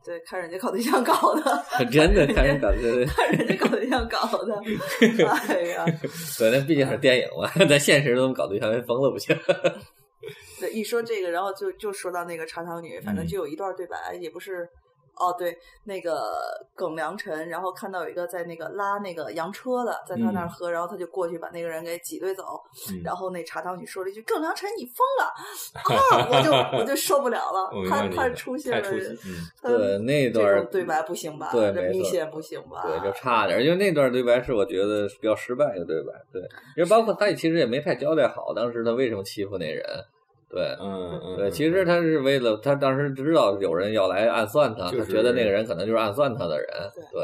S3: 对，看人家搞对象搞的， [LAUGHS]
S4: 真的，看人感觉。
S3: 看人家搞对象搞
S2: [LAUGHS]
S3: 的，哎呀，
S4: 对，那毕竟是电影嘛， [LAUGHS] 在现实中搞对象人疯了不行。
S3: 对，一说这个，然后就就说到那个茶汤女，反正
S2: 嗯
S3: 就有一段对白，也不是。哦，对，那个耿良辰，然后看到有一个在那个拉那个洋车的，在他那儿
S2: 嗯
S3: 喝，然后他就过去把那个人给挤兑走，
S2: 嗯，
S3: 然后那茶汤女说了一句：“耿良辰，你疯了啊！”我就我就受不了了
S2: 我明白
S3: 太
S2: 你
S3: 太
S2: 的
S3: 出戏
S2: 太
S3: 了，
S2: 出戏，嗯，
S3: 嗯
S4: 对，那
S3: 这
S4: 段儿
S3: 种对白不行吧？
S4: [LAUGHS] 对
S3: 这
S4: 没
S3: 明
S4: 错
S3: 显不行吧？
S4: 对，就差点儿，因为那段对白是我觉得是比较失败的对白。
S3: 啊
S4: 对，因为包括他也其实也没太交代好，当时他为什么欺负那人。对，
S2: 嗯嗯，
S4: 对，
S2: 嗯
S4: 其实他是为了他当时知道有人要来暗算他，
S2: 就是
S4: 他觉得那个人可能就是暗算他的人。对，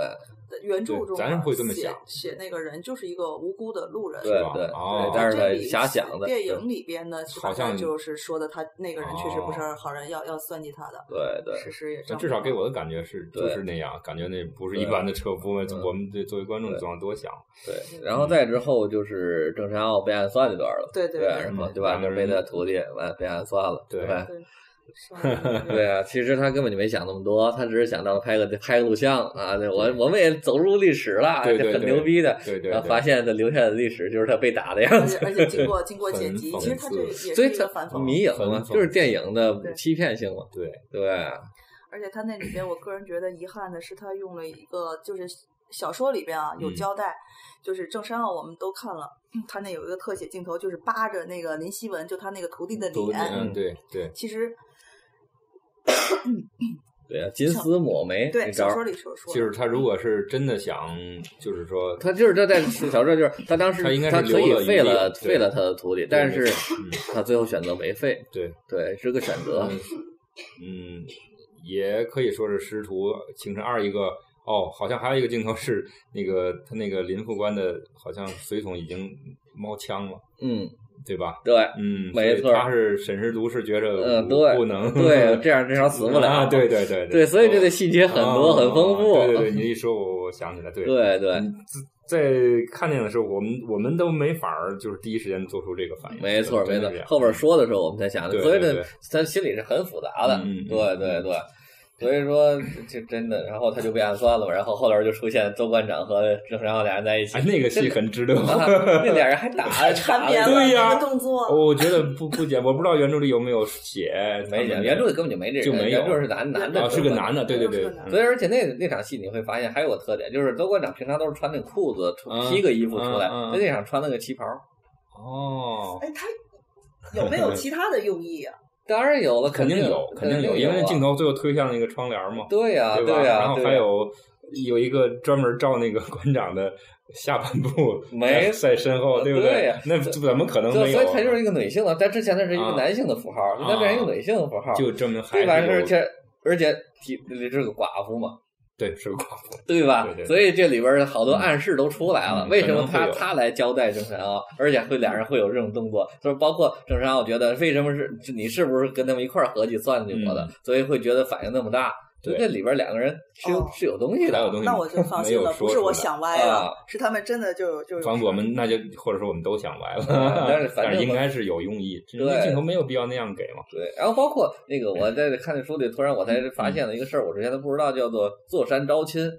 S3: 对原著
S2: 对
S3: 中
S2: 咱
S3: 嘛
S2: 会这么
S3: 写
S2: 想
S3: 写那个人就是一个无辜的路人，
S4: 对
S2: 是吧
S4: 对
S2: 哦
S4: 对，但是
S3: 这
S4: 他
S3: 里
S4: 瞎想的。
S3: 电影里边呢，
S2: 好像
S3: 就是说的他那个人确实不是
S2: 哦
S3: 好人，要要算计他的，
S4: 对对，
S3: 事实也
S2: 那
S3: 证明了。
S2: 至少给我的感觉是就
S4: 对
S2: 是那样，感觉那不是一
S4: 对
S2: 般的车夫，
S4: 对
S2: 我们这作为观众
S4: 对
S2: 总要多想，
S4: 对，然后再之后就是郑山傲被暗算那段了，
S3: 嗯对对
S4: 对，
S3: 对
S4: 然后
S2: 嗯
S4: 对吧？
S2: 两个
S4: 就
S2: 人
S4: 被他徒弟完被暗算了，
S2: 对
S4: 吧？
S3: 对
S4: 对啊，其实他根本就没想那么多，他只是想到拍个拍个录像啊，对我我们也走入历史了，
S2: 对对
S4: 这很
S2: 对
S4: 牛逼的。
S2: 对对
S4: 然后
S2: 对，
S4: 发现他留下的历史就是他被打的样
S3: 而
S4: 子，
S3: 且而且经过经过
S2: 反
S3: 剪辑，
S2: 讽
S3: 其实他这也
S2: 刺
S3: 是
S4: 所以
S3: 一
S4: 他嗯
S3: 个反讽，
S4: 迷影嘛，
S2: 反讽
S4: 就是电影的
S3: 对
S4: 欺骗性嘛，
S2: 对，
S4: 对啊，
S3: 而且他那里边，我个人觉得遗憾的是，他用了一个就是小说里边啊有
S2: 嗯
S3: 交代，就是郑山傲我们都看了，他那有一个特写镜头，就是扒着那个林希文，就他那个徒弟的
S2: 都
S3: 脸，
S2: 嗯对对，
S3: 其实
S4: 对啊，金丝抹眉
S3: 对
S4: 那招
S3: 小
S4: 儿，
S3: 说里所说的，
S2: 就是他如果是真的想，就是说
S4: 他就是他在小说就是他当时
S2: [LAUGHS] 他应该是
S4: 可以
S2: 留了一
S4: 废了
S2: 地对
S4: 废了他的徒弟，但是
S2: 没错嗯
S4: 他最后选择没废，
S2: 对
S4: 对，是个选择，
S2: 嗯，也可以说是师徒情深。二一个哦，好像还有一个镜头是那个他那个林副官的，好像随从已经猫枪了，
S4: 嗯，
S2: 对吧？
S4: 对，
S2: 嗯，
S4: 没
S2: 所以
S4: 错
S2: 他是审时度势，觉着
S4: 嗯，
S2: 不
S4: 对，
S2: 不能
S4: 对，这样至少死不了，
S2: 啊对对对
S4: 对，所以这个细节很多，很丰富，
S2: 哦对
S4: [LAUGHS]
S2: 对对，你一说我我想起来，对
S4: 对对
S2: 嗯在看电影的时候，我们我们都没法儿就是第一时间做出这个反应，
S4: 没错
S2: 真
S4: 没
S2: 的
S4: 错
S2: 是这，样嗯
S4: 后边说的时候我们才想的，
S2: 对
S4: 所以
S2: 对
S4: 呢
S2: 对，
S4: 他心里是很复杂的，
S2: 嗯嗯
S4: 对对对，所以说这真的，然后他就被暗算了嘛，然后后来就出现周馆长和郑然后俩人在一起
S2: [LAUGHS] 哎，，那个戏很值得。
S4: 啊那俩人还打
S3: 缠
S4: 打
S3: 绵
S4: 了，
S3: 了
S2: 对呀
S3: 那个动作，
S2: [LAUGHS] 我觉得不不简，我不知道原著里有没有写，
S4: 没
S2: 他
S4: 讲，
S2: 们
S4: 原著里根本就没这人，
S2: 就没有
S4: 原著是男男的，
S2: 啊是个男的，对对对，嗯
S4: 所以，而且那那场戏你会发现还有个特点，就是周馆长平常都是穿那裤子
S2: 嗯
S4: 披个衣服出来，
S2: 嗯嗯
S4: 在那场穿了个旗袍。
S2: 哦，
S3: 哎，他有没有其他的用意啊？
S2: [LAUGHS]
S4: 当然有了，
S2: 肯定
S4: 定
S2: 有，肯定有，因为那镜
S4: 头
S2: 头最后推向那个窗帘嘛，
S4: 对呀、
S2: 对吧？
S4: 呀、
S2: 然后
S4: 啊对呀
S2: 还有有一个专门照那个 [LAUGHS] 馆长的下半部，
S4: 没啊
S2: 在身后，对不
S4: 对呀
S2: 那怎么可能
S4: 就
S2: 没有
S4: 所
S2: 啊？
S4: 以它就是一个女性的，在之前它是一个
S2: 啊
S4: 男性的符号，
S2: 啊
S4: 那变成一个女性的符号，
S2: 就证明还
S4: 对吧？而
S2: 是有
S4: 且而且体这是个寡妇嘛，
S2: 对是个寡妇，
S4: 对吧？
S2: 对对
S4: 所以这里边好多暗示都出来了。
S2: 嗯
S4: 为什么
S2: 可能
S4: 他
S2: 会有嗯
S4: 他来交代郑山傲，而且会俩人会有这种动作？就是包括郑山傲觉得为什么是你是不是跟他们一块儿合计算计我的，
S2: 嗯
S4: 所以会觉得反应那么大。就
S2: 对
S4: 这里边两个人是有、
S3: 哦
S4: 是有东西的，
S2: 还有东西
S3: 那我就放心
S2: 没
S3: 了
S2: 有，说
S3: 不是我
S2: 出来
S3: 想歪了
S4: 啊，
S3: 是他们真的就就有
S2: 反正我们那就或者说我们都想歪了，
S4: 但是反正
S2: 但是应该是有用意，
S4: 对
S2: 那镜头没有必要那样给嘛，
S4: 对，然后包括那个我在看那书里，突然我才发现了一个事儿，我之前都不知道，叫做坐山招亲，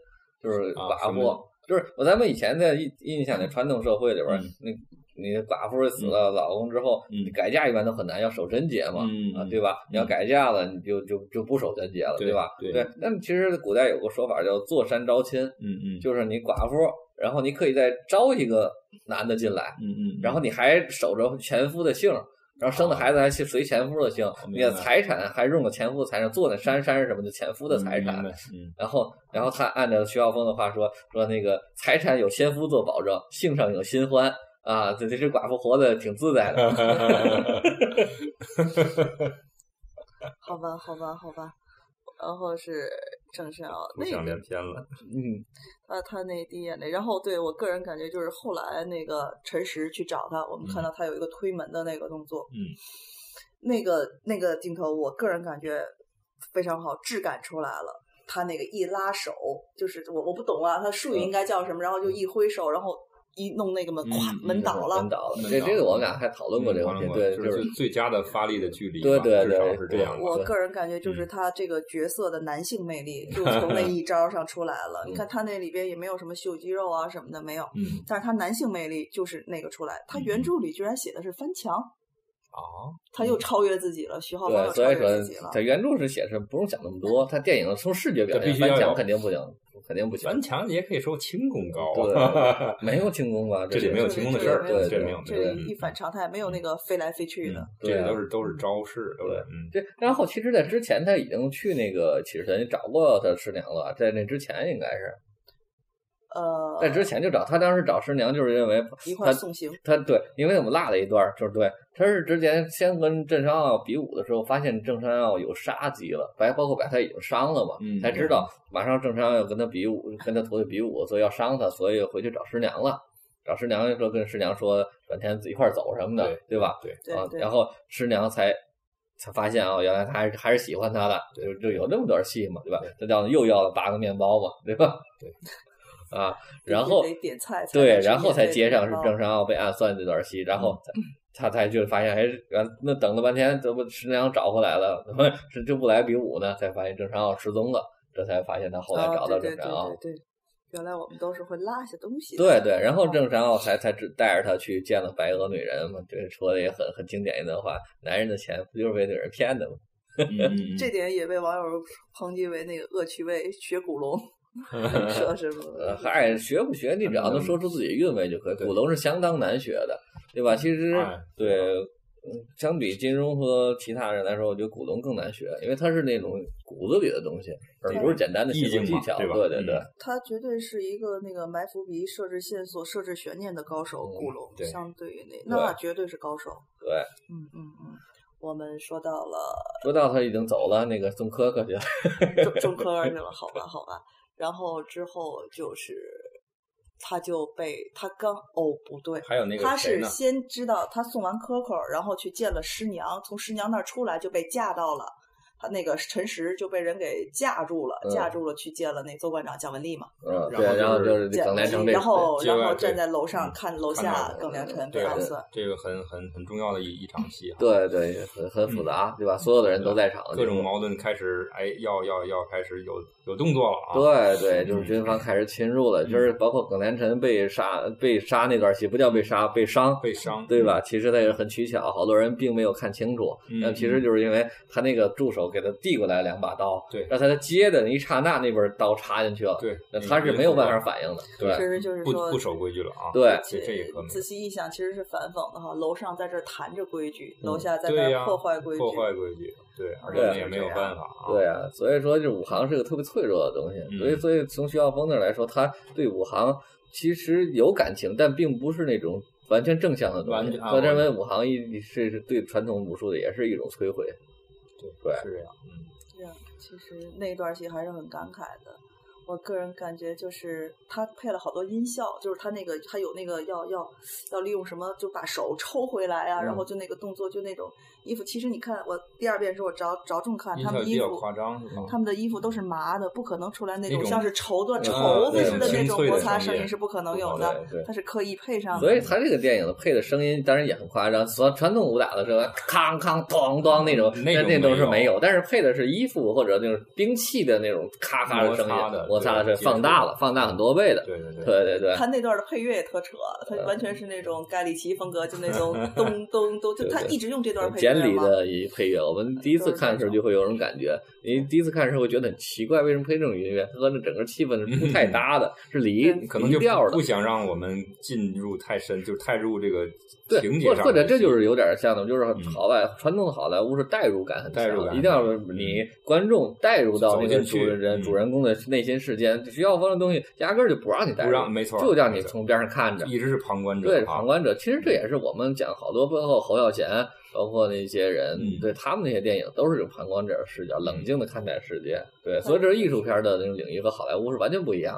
S4: 就是
S2: 啊
S4: 寡
S2: 什
S4: 妇，
S2: 么
S4: 就是我咱们以前的印印象里，传统社会里边儿，
S2: 嗯
S4: 那你寡妇死了老公之后，
S2: 嗯
S4: 你改嫁一般都很难，要守贞节嘛，
S2: 嗯
S4: 啊，对吧？你要改嫁了，你就就就不守贞节了，
S2: 对
S4: 吧？
S2: 对
S4: 对，那么其实古代有个说法叫坐山招亲，
S2: 嗯嗯，
S4: 就是你寡妇，然后你可以再招一个男的进来，
S2: 嗯嗯，哦
S4: 然后你还守着前夫的姓儿，然后生的孩子还去随前夫的姓，你的
S2: 明白
S4: 财产还用了前夫的财产，做那山山是什么的前夫的财产
S2: 嗯。明
S4: [LAUGHS]
S2: 白嗯。
S4: 然后，然后他按照徐浩峰的话说，说那个财产有先夫做保证，姓上有新欢啊，这这是寡妇活得挺自
S2: [LAUGHS]
S4: 在的。
S3: 好吧，好吧，好吧。然后是真是啊，
S2: 不
S3: 那
S2: 想
S3: 个
S2: 连篇了。
S4: 嗯，
S3: 啊，他那滴眼泪。然后对我个人感觉就是后来那个陈实去找他，我们看到他有一个推门的那个动作，
S2: 嗯，
S3: 那个那个镜头，我个人感觉非常好，质感出来了。他那个一拉手，就是我我不懂啊，他术语应该叫什么，然后就一挥手，然后一弄那个门，
S2: 嗯
S3: 咵，
S2: 嗯
S3: 门倒了
S4: 门。倒了
S2: 门。
S4: 这
S2: 倒
S4: 这个
S2: 了
S4: 我们俩还讨
S2: 嗯
S4: 论过这个问题，对，
S2: 就
S4: 就是
S2: 最最佳的发力的距离吧，
S4: 对对
S2: 至
S4: 对
S2: 少是这样的。
S3: 我
S4: 对
S3: 个人感觉就是他这个角色的男性魅力就从那一招上出来了。你看他那里边也没有什么秀肌肉啊什么的，没有。
S2: 嗯，
S3: 但是他男性魅力就是那个出来。他
S2: 嗯
S3: 原著里居然写的是翻墙，
S2: 哦，
S3: 他又超越自己了，徐浩峰
S4: 嗯对，
S3: 又超
S4: 所以
S3: 越自己
S4: 说
S3: 了
S4: 他。原著是写是不用想那么多，他电影从视觉表
S2: 这
S4: 现
S2: 必须
S4: 翻
S2: 要
S4: 墙
S2: 有
S4: 肯定不行，肯定不行。
S2: 顽强也可以说轻功高啊， [LAUGHS]
S4: 对，没有轻功吧？
S2: 这里
S4: 里
S2: 没有
S3: 这
S2: 轻
S3: 里
S2: 功的
S3: 这
S2: 事儿
S3: 里没
S2: 这
S3: 有，
S2: 里
S3: 这
S2: 没
S3: 里
S2: 有，
S3: 这
S2: 没有
S3: 里一反常态，没有
S4: 嗯
S3: 那个飞来飞去的。
S2: 这
S4: 对
S2: 个
S4: 啊
S2: 都是都是招式，都是嗯
S4: 对，然后其实，在之前他已经去那个启士神找过他师娘了，在那之前应该是
S3: 呃，
S4: 在之前就找他，当时找师娘就是因为
S3: 一块
S4: 嗯他
S3: 儿送行，
S4: 他对，因为我们落了一段儿，就是对，他是之前先跟郑山傲比武的时候，发现郑山傲有杀机了，白包括把他已经伤了嘛，
S2: 嗯
S4: 才知道马上郑山傲要跟他比武，跟他徒弟比武，所以要伤他，所以回去找师娘了。找师娘说跟师娘说转天一块儿走什么的，
S2: 对
S4: 吧？
S2: 对
S3: 对
S4: 啊，
S3: 对
S4: 然后师娘才才发现啊，原来他还是还是喜欢他的，就就有那么段戏嘛，对吧
S2: 对？
S4: 他叫又要了八个面包嘛，对吧？
S2: 对，
S4: [LAUGHS] 啊，然后
S3: 得点菜才能吃
S4: 对，
S3: 面，
S4: 然后才接上是
S3: 对嗯啊
S4: 郑山傲被暗算这段戏，然后他才就发现，哎，原来那等了半天，怎么师娘找回来了， [LAUGHS] 怎么是就不来比武呢？才发现郑山傲失踪了，这才发现他后来
S3: 哦
S4: 找到啊
S3: 对
S4: 郑
S3: 对
S4: 山傲
S3: 对。对对，原来我们都是会落下东西的。
S4: 对对，然后
S3: 哦
S4: 郑山傲才才只带着他去见了白俄女人嘛，这说的也很很经典一段话：男人的钱不就是被女人骗的吗？
S2: 嗯 [LAUGHS] 嗯嗯
S3: 这点也被网友抨击为那个恶趣味、学古
S4: [LAUGHS]
S3: 龙， [LAUGHS] 说什
S4: 呃，
S3: 么？
S4: 嗨，学不学，你只要能说出自己的韵味就可以。古龙是相当难学的，对吧？其实
S2: 哎
S4: 对，嗯相比金庸和其他人来说，我觉得古龙更难学，因为它是那种骨子里的东西，而
S3: 对
S4: 不是简单的写作
S2: 意境
S4: 技
S2: 嘛
S4: 巧。
S2: 对吧
S4: 对对对
S2: 嗯，
S3: 他绝对是一个那个埋伏笔、设置线索、设置悬念的高手。
S4: 嗯
S3: 古龙
S2: 对
S3: 相对于那，那绝对是高手。
S4: 对。
S3: 嗯嗯
S2: [LAUGHS]
S3: 嗯，我们说到了
S4: 说到他已经走了，那个送科科去了，
S3: 中中科儿去了，好吧好吧。然后之后就是，他就被他刚哦不对，
S2: 还有那
S3: 他
S2: 个谁
S3: 是
S2: 呢？
S3: 先知道他送完可可，然后去见了师娘，从师娘那儿出来就被架到了。他那个陈实就被人给架住了，
S4: 嗯
S3: 架住了去见了那邹馆长蒋雯丽嘛，
S4: 嗯，
S2: 然
S4: [LAUGHS] 对，
S2: 后
S4: 然后
S2: 就
S4: 就是
S3: 见
S4: 耿
S3: 了
S4: 连成这，
S3: 然后
S2: 对
S3: 然
S2: 对
S3: 后
S2: 啊对嗯
S3: 站在楼上看楼
S2: 看
S3: 下
S2: 到嗯
S3: 耿良辰被
S2: 对
S3: 暗算，
S2: 这个很很很重要的一一场戏啊，
S4: 对对，对很很复杂，对吧？所有的人都在场，
S2: 嗯各
S4: 就是
S2: 种矛盾开始，哎，要要要开始有有动作了啊，嗯
S4: 对对，就是军方开始侵入了，就是包括耿连辰被杀被杀那段戏，不叫被杀，被伤。
S2: 被伤，
S4: 对吧？其实他也是很取巧，好多人并没有看清楚。
S2: 嗯
S4: 那其实就是因为他那个助手给他递过来两把刀，
S2: 对
S4: 让他接的那一刹那，那边刀插进去了，
S2: 对
S4: 那他是没有办法反应的，
S2: 对
S3: 其实就是
S2: 不
S3: 说
S2: 不守规矩了啊，
S4: 对
S2: 这这也可能
S3: 仔细一想，其实是反讽的哈。楼上在这儿谈着规矩，
S4: 嗯
S3: 楼下在那
S2: 对呀，
S3: 儿破坏规矩。
S2: 破坏规矩，对，而且
S4: 对
S2: 我们也没有办法啊，
S4: 对啊，所以说这武行是个特别脆弱的东西，
S2: 嗯
S4: 所以所以从徐浩峰那儿来说，他对武行其实有感情，但并不是那种完全正向的东
S2: 完
S4: 西。
S2: 全啊
S4: 他认为武行一是是对传统武术的也是一种摧毁。
S2: 对
S4: 对
S2: 是这样，嗯，
S3: 这样，其实那段戏还是很感慨的。我个人感觉就是他配了好多音效，就是他那个他有那个要要要利用什么，就把手抽回来啊，
S4: 嗯
S3: 然后就那个动作，就那种衣服。其实你看，我第二遍的时候我着着重看
S2: 音
S3: 他
S2: 效
S3: 们
S2: 比
S3: 衣
S2: 较
S3: 服，
S2: 夸张是吧？
S3: 他们的衣服都是麻的，不可能出来那
S2: 那
S3: 种
S2: 种
S3: 像是绸缎、
S4: 嗯
S3: 绸子
S4: 对
S3: 似的那
S2: 清
S3: 种
S2: 脆的
S3: 摩擦
S2: 声
S3: 声
S2: 音
S3: 音是不可能有
S4: 不可
S3: 的
S4: 能对对，
S3: 他是刻意配
S2: 嗯
S3: 上的。
S4: 所以他这个电影配的声音当然也很夸张，传传统武打的时候，康康咚咚那种，
S2: 嗯那
S4: 那
S2: 种
S4: 那都是
S2: 没
S4: 没
S2: 有
S4: 有，但是配的是衣服或者那种兵器的那种咔咔的声音
S2: 摩擦的，
S4: 摩擦的
S2: 对
S4: 是放大了，放大很多倍的。
S2: 对对对
S4: 对对对，
S3: 他那段的配乐也特扯，他完全是那种盖里奇风格，就那种咚咚咚，就他
S4: 对对
S3: 一直用这段配呃乐
S4: 简理
S3: 嘛。
S4: 的一配乐，我们第一次看的时候就会有种感觉，你第一次看的时候会觉得很奇怪，为什么配这种音乐？它和那整个气氛是不太搭的，是离
S3: 对
S2: 嗯可能
S4: 离
S2: 就
S4: 调的
S2: 不。想让我们进入太深，就是太入这个
S4: 对
S2: 情，节
S4: 或
S2: 上，
S4: 或者这就是有点像的，就是
S2: 嗯
S4: 好莱传统的好莱坞是代入感很
S2: 代入
S4: 强，
S2: 感嗯
S4: 一定要是你观众代入到那个
S2: 走进
S4: 主
S2: 去
S4: 人
S2: 嗯
S4: 主人公的内心世间，徐浩峰的东西压根儿就不让你带入，
S2: 不让没错
S4: 就让你
S2: 没错
S4: 从边上看着，
S2: 一直是旁观者，
S4: 对
S2: 啊
S4: 旁观者。其实这也是我们讲好多，包括侯孝贤，包括那些人，
S2: 嗯
S4: 对他们那些电影都是有旁观者视角，冷静的看待世界。
S3: 嗯
S4: 对，所以这是艺术片的那种领域和好莱坞是完全不一样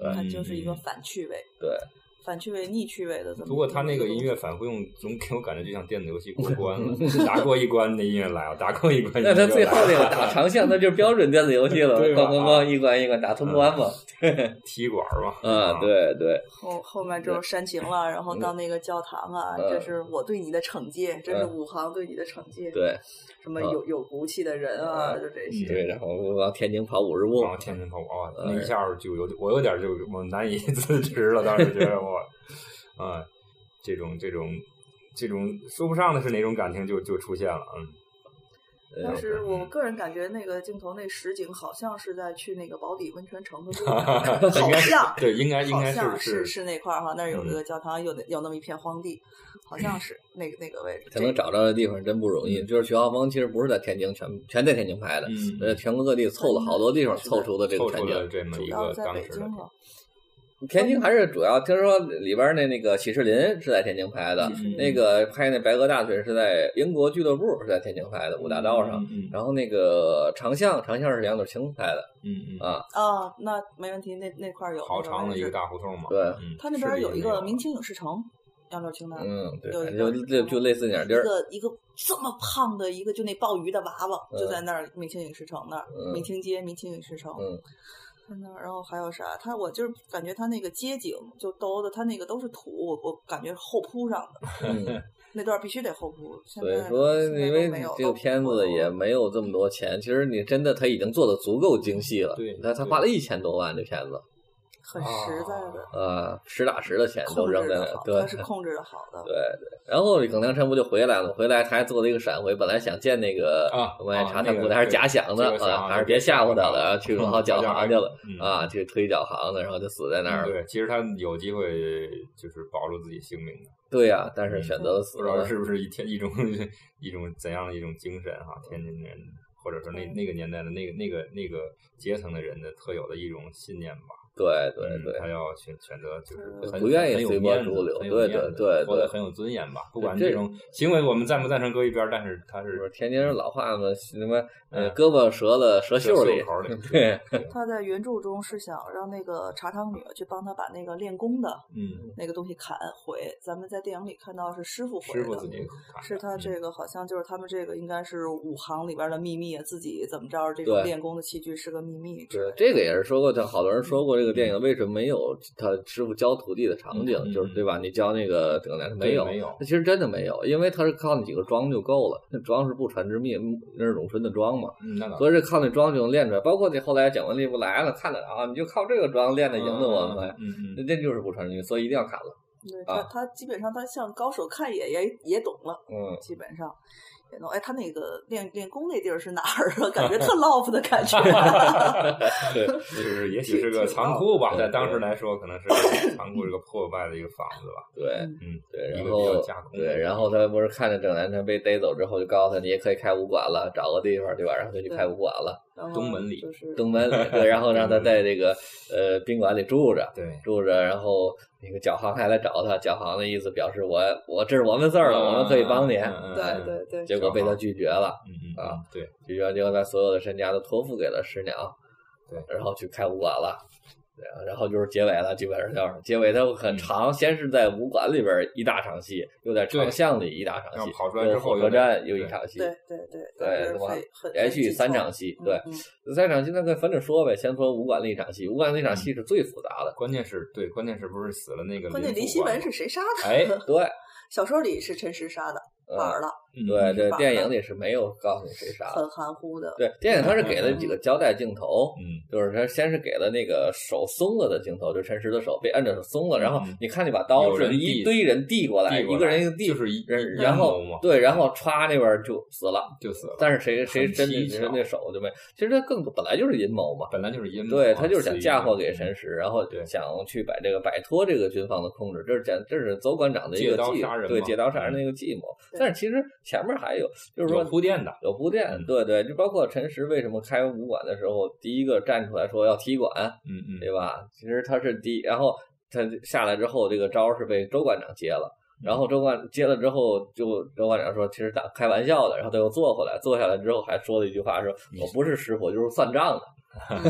S4: 的。
S3: 它就是一
S2: 嗯
S3: 个
S2: 嗯嗯
S3: 反趣味，
S4: 对，
S3: 反趣味、逆趣味的这么。
S2: 不过他那个音乐反复用，总给我感觉就像电子游戏过关
S4: [LAUGHS]
S2: 了，打过一关那音乐来了，打过一关音乐
S4: 那
S2: 来
S4: 他
S2: 了。
S4: 最后那个打长项，那就是标准电子游戏了，
S2: 嗯 [LAUGHS] 对
S4: 咣
S2: 吧
S4: 咣咣一关一关打通关嘛。
S2: 踢馆儿嘛，
S4: 啊，对对，
S3: 后后面就是煽情了，然后到那个教堂啊，
S4: 嗯
S3: 这是我对你的惩戒，这是
S4: 嗯
S3: 武行对你的惩戒。
S4: 对
S2: 嗯
S3: 什么有有骨气的人啊，就这些。
S4: 对，然后往天津跑五十步
S2: 然，后天津跑哇，
S4: 哎
S2: 那一下儿就有我有点儿就我难以 [LAUGHS] 自持了，当时觉得我，啊，这种这种这种说不上的是哪种感情就就出现了，嗯，
S4: 嗯
S3: 但是我个人感觉那个镜头那实景好像是在去那个宝底温泉城的路上，
S2: 应
S3: 好
S2: 该
S3: 像
S2: 对，应该应
S3: 好
S2: 该
S3: 像
S2: 是
S3: 是那块儿哈，那儿有一个教堂，有那有那么一片荒地，好像是那个那个位置。
S4: 才能
S3: 这
S4: 找着的地方真不容易。就是徐浩峰其实不是在天津全全在天津拍的，
S2: 嗯，
S4: 呃，全国各地凑了好多地方
S3: 嗯是的
S4: 凑出的这
S2: 凑
S4: 个全
S2: 出了
S4: 景。
S2: 这么一
S3: 主要
S2: 个
S3: 在
S2: 当
S3: 北
S2: 时的
S3: 京了，
S4: 天
S3: 哦
S4: 津还是主要，听说里边那那个启士林是在天津拍的
S3: 嗯，
S2: 嗯
S4: 那个拍那白鹅大腿是在英国俱乐部是在天津拍的五大道上，，
S2: 嗯
S4: 然后那个长巷长巷是梁子清拍的，
S2: 嗯嗯
S4: 啊
S3: 啊，那没问题，那那块儿有
S4: 呃
S2: 嗯，好
S3: 那
S2: 长的
S3: 位
S2: 一个
S3: 置
S2: 大胡同嘛，
S4: 对
S2: 嗯，
S3: 他那边
S2: 是
S3: 儿
S2: 里
S3: 有一
S2: 面
S3: 个明清影视城，杨柳青那儿。
S4: 嗯，对，
S3: 有
S4: 反
S3: 一
S4: 正
S3: 个
S4: 就就就类似那点
S3: 一
S4: 地儿，
S3: 个一个这么胖的一个，就那鲍鱼的娃娃，
S4: 嗯
S3: 就在那儿明清影视城那儿，
S4: 嗯
S3: 明清街明清影视城，
S4: 嗯
S3: 在那儿。然后还有啥？他我就是感觉他那个街景就都的，他那个都是土，我我感觉是后铺上的
S4: 嗯。
S3: [LAUGHS] 那段必须得后铺。现
S4: 所以
S3: 在
S4: 说，
S3: 现在
S4: 因
S3: 都
S4: 为
S3: 没有
S4: 这个
S3: 都
S4: 片
S3: 都
S4: 子也没有这么多钱，其实你真的他已经做的足够精细了。
S2: 对
S4: 他他
S2: 对
S4: 花了一千多万这片子，
S3: 很实在的，
S4: 呃，实打实的钱都
S3: 控
S4: 扔
S3: 制
S4: 在
S3: 的
S4: 了
S3: 好，，
S4: 对
S3: 他是控制的好的。
S4: 对。然后耿良辰不就回来了？回来他还做了一个闪回，本来想见那个
S2: 啊
S4: 我爱
S2: 啊
S4: 查
S2: 那
S4: 探部
S2: 个
S4: 的，还是
S2: 对
S4: 假想的
S2: 这个
S4: 啊，
S2: 想
S4: 还是
S2: 就
S4: 别
S2: 吓
S4: 吓唬
S2: 唬
S4: 他
S2: 他
S4: 了，
S2: 了
S4: 然后去
S2: 嗯
S4: 好脚
S2: 好像
S4: 行
S2: 还
S4: 去了
S2: 嗯
S4: 啊，去推脚行的，然后就死在那儿
S2: 嗯
S4: 了。
S2: 对，其实他有机会就是保住自己性命的，
S4: 对呀，但是选择了
S2: 嗯
S4: 死
S2: 不知道
S4: 了。
S2: 是不是一天一种 [LAUGHS] 一种怎样的一种精神哈、天津人或者说那
S3: 嗯
S2: 那个年代的那个那个那个阶层的人的特有的一种信念吧。
S4: 对对
S2: 嗯
S4: 对，
S2: 他要选选择就是很
S4: 不愿意
S2: 很有
S4: 随波
S2: 面子
S4: 逐流
S2: 很有
S4: 对
S2: 面
S4: 对
S2: 子
S4: 对
S2: 活得
S4: 对
S2: 很有尊严吧。不管
S4: 这
S2: 这种行为我们赞不赞成搁一边儿，但是他
S4: 就是
S2: 是
S4: 天津人老话嘛，什么呃
S2: 嗯
S4: 胳膊折了折
S2: 袖
S4: 袖里，，
S2: 口里
S4: [LAUGHS] 对，
S3: 他在原著中是想让那个茶汤女去帮他把那个练功的
S4: [LAUGHS]
S2: 嗯，
S3: 那个东西砍毁，咱们在电影里看到是师傅毁的，
S2: 师傅自己砍
S3: 是
S2: 的
S4: 嗯
S3: 他这个好像就是他们这个应该是武行里边的秘密，自己怎么着这
S4: 对
S3: 种练功的器具是个秘密之类
S4: 对
S3: 的，。
S4: 这个也是说过，就好多人说过这个电影为什么没有他师傅教徒弟的场景，
S2: 嗯嗯
S4: 就是对吧？你教那个这个男生没有，
S2: 对没有
S4: 那其实真的没有，因为他是靠那几个桩就够了，那桩是不传之秘，那是咏春的桩嘛，
S2: 嗯，那倒
S4: 所以是靠那桩就能练出来。包括你后来蒋雯丽不来了，看到啊，你就靠这个桩练的赢得我们呗，
S2: 嗯嗯 [LAUGHS]
S4: [LAUGHS] 那
S2: 嗯，
S4: 这就是不传之秘，所以一定要砍了。
S3: 对
S4: 啊
S3: 他他基本上他像高手看也也也懂了，
S4: 嗯，
S3: 基本上也懂。哎，他那个练练功那地儿是哪儿啊？ [LAUGHS] 感觉
S4: [LAUGHS]
S3: 特 loft 的感觉。
S4: 对，
S2: 就是也许是个仓库吧，在当时来说可能是
S4: [LAUGHS]
S2: 个仓库，是个破败的一个房子吧。
S4: 对
S3: 嗯
S2: 嗯，
S4: 对，
S2: 一
S4: 然
S2: 个比
S4: 后
S2: 较架空的
S4: 对，然后他不是看着郑南山被逮走之后，就告诉他你也可以开武馆了，找个地方对吧？然后他就
S3: 对
S4: 开武馆了，
S3: 然后
S2: 东门里
S3: 嗯就是
S4: [LAUGHS] 东门里，对，然后让他在这个呃宾馆里住着。
S2: 对，
S4: 住着，然后那个脚行还来找他，脚行的意思表示我我这是我们事儿了，我们可以帮你。
S2: 嗯
S3: 对对对，
S4: 结果被他拒绝了，
S2: 嗯嗯
S4: 啊
S2: 嗯，对，
S4: 拒绝就把所有的身家都托付给了师娘，
S2: 对，
S4: 然后去开武馆了。对啊然后就是结尾了，基本上就是结尾，它
S2: 嗯
S4: 很长，先是在武馆里边一大场戏，又在长巷里一大场戏，
S2: 然后跑出来之
S4: 又
S2: 后
S4: 火
S2: 又得
S4: 车站又一
S2: 对
S4: 场戏，
S3: 对对对
S4: 对
S3: 就是
S4: 我
S3: 很很
S4: 连续三场
S3: 戏，
S4: 戏，
S3: 嗯
S4: 对，
S3: 嗯
S4: 三场戏那个反正说呗，先说武馆那场戏，武馆那场戏是最复杂的，
S2: 关键是对，关键是不是死了那个
S3: 关键
S2: 林
S3: 林
S2: 副
S3: 希
S2: 官
S3: 文是谁杀的？ [LAUGHS]
S2: 哎，
S4: 对，
S3: 小说里是陈实杀的，板儿
S4: 嗯，
S3: 了，
S2: 嗯
S4: 对对，
S3: 板儿
S4: 电影里是没有告诉你谁杀的，
S3: 很含糊的。
S4: 啊对，电影它是给了几个交代镜头，
S2: 嗯
S4: 就是它先是给了那个手松了的镜头，就陈实的手被摁着手松了，然后
S2: 嗯
S4: 你看那把刀
S2: 有
S4: 是
S2: 人
S4: 一
S2: 递
S4: 堆人递过来，
S2: 递过
S4: 一个人
S2: 来
S4: 一个递，
S2: 就是一
S4: 人
S2: 一
S4: 然后
S2: 阴谋嘛
S4: 对，然后歘那边儿就死了，
S2: 就死了，
S4: 但是谁谁
S2: 很
S4: 真的
S2: 蹊
S4: 就是
S2: 跷
S4: 那手就没，其实它更本来就是阴谋嘛，
S2: 本来就是阴谋嘛，
S4: 对他就是
S2: 嗯死
S4: 想
S2: 于
S4: 嫁
S2: 阴
S4: 祸
S2: 谋
S4: 给神石，然后
S2: 嗯对
S4: 想去摆这个摆脱这个军方的控制，这是讲这是邹馆长的一个
S2: 借刀
S4: 计
S2: 杀人
S4: 对，
S2: 嘛
S4: 借刀杀
S2: 嗯
S4: 人的一个计谋。
S3: 对
S4: 但是其实前面还有，就是说
S2: 有铺垫的，
S4: 有铺垫，
S2: 嗯
S4: 对对，就包括陈实为什么开武馆的时候，第一个站站出来说要踢馆，
S2: 嗯嗯，
S4: 对吧？其实他是第一，然后他下来之后，这个招儿是被周馆长接了。然后周馆接了之后，就周馆长说其实打开玩笑的，然后他又坐回来，坐下来之后还说了一句话，说我不是师傅，我就是算账的，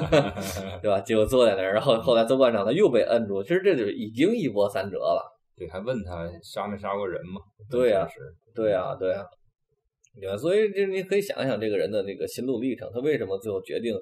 S4: 对吧？结果坐在那儿，然后后来周馆长他又被摁住，其实这就已经一波三折了。
S2: 对，还问他杀没杀过人嘛？
S4: 对呀
S2: 是
S4: 对啊，对啊，对啊，所以这你可以想想这个人的那个心路历程，他为什么最后决定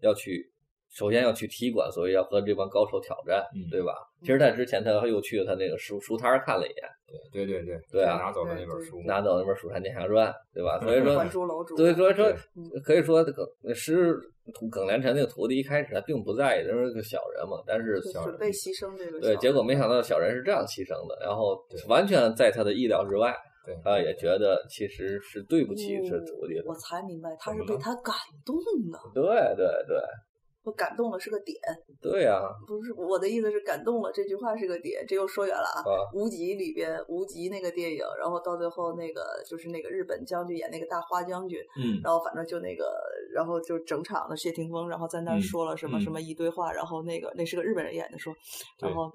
S4: 要去，首先要去踢馆，所以要和这帮高手挑战，
S2: 嗯
S4: 对吧？其实他之前他又去了他那个书书摊儿看了一眼，
S2: 对对对
S4: 对啊
S2: 拿走了那
S3: 对
S2: 本
S3: 对
S2: 书，
S4: 拿走那本《蜀山剑侠传》，对吧？所以
S3: 《
S4: 说
S3: 嗯还，珠楼主》嗯
S4: 对，所以说
S2: 对
S4: 可以说耿师徒耿连臣那个徒弟一开始他并不在意，因为是个小人嘛，但是
S3: 就
S4: 小
S3: 准
S4: 人
S3: 备牺牲这个
S4: 对，
S3: 小
S4: 结果没
S3: 孩
S4: 想到小人是这样牺牲的，然后
S2: 对
S4: 完全在他的意料之外，
S2: 对，嗯
S4: 他也觉得其实是对不起这徒弟的，
S3: 哦我才明白他
S2: 怎
S3: 是
S2: 么
S3: 被
S2: 了
S3: 他感动了，
S4: 对对对
S3: 我感动了是个点，
S4: 对
S2: [LAUGHS]
S4: 呀、
S3: 不是我的意思是感动了这句话是个点，这又说远了啊。
S4: 啊
S3: 无极里边，无极那个电影，然后到最后那个就是那个日本将军演那个大花将军，
S2: 嗯，
S3: 然后反正就那个，然后就整场的谢霆锋，然后在那儿
S2: 嗯
S3: 说了什么
S2: 嗯
S3: 什么一堆话，然后那个那是个日本人演的说，然
S2: 对
S3: 后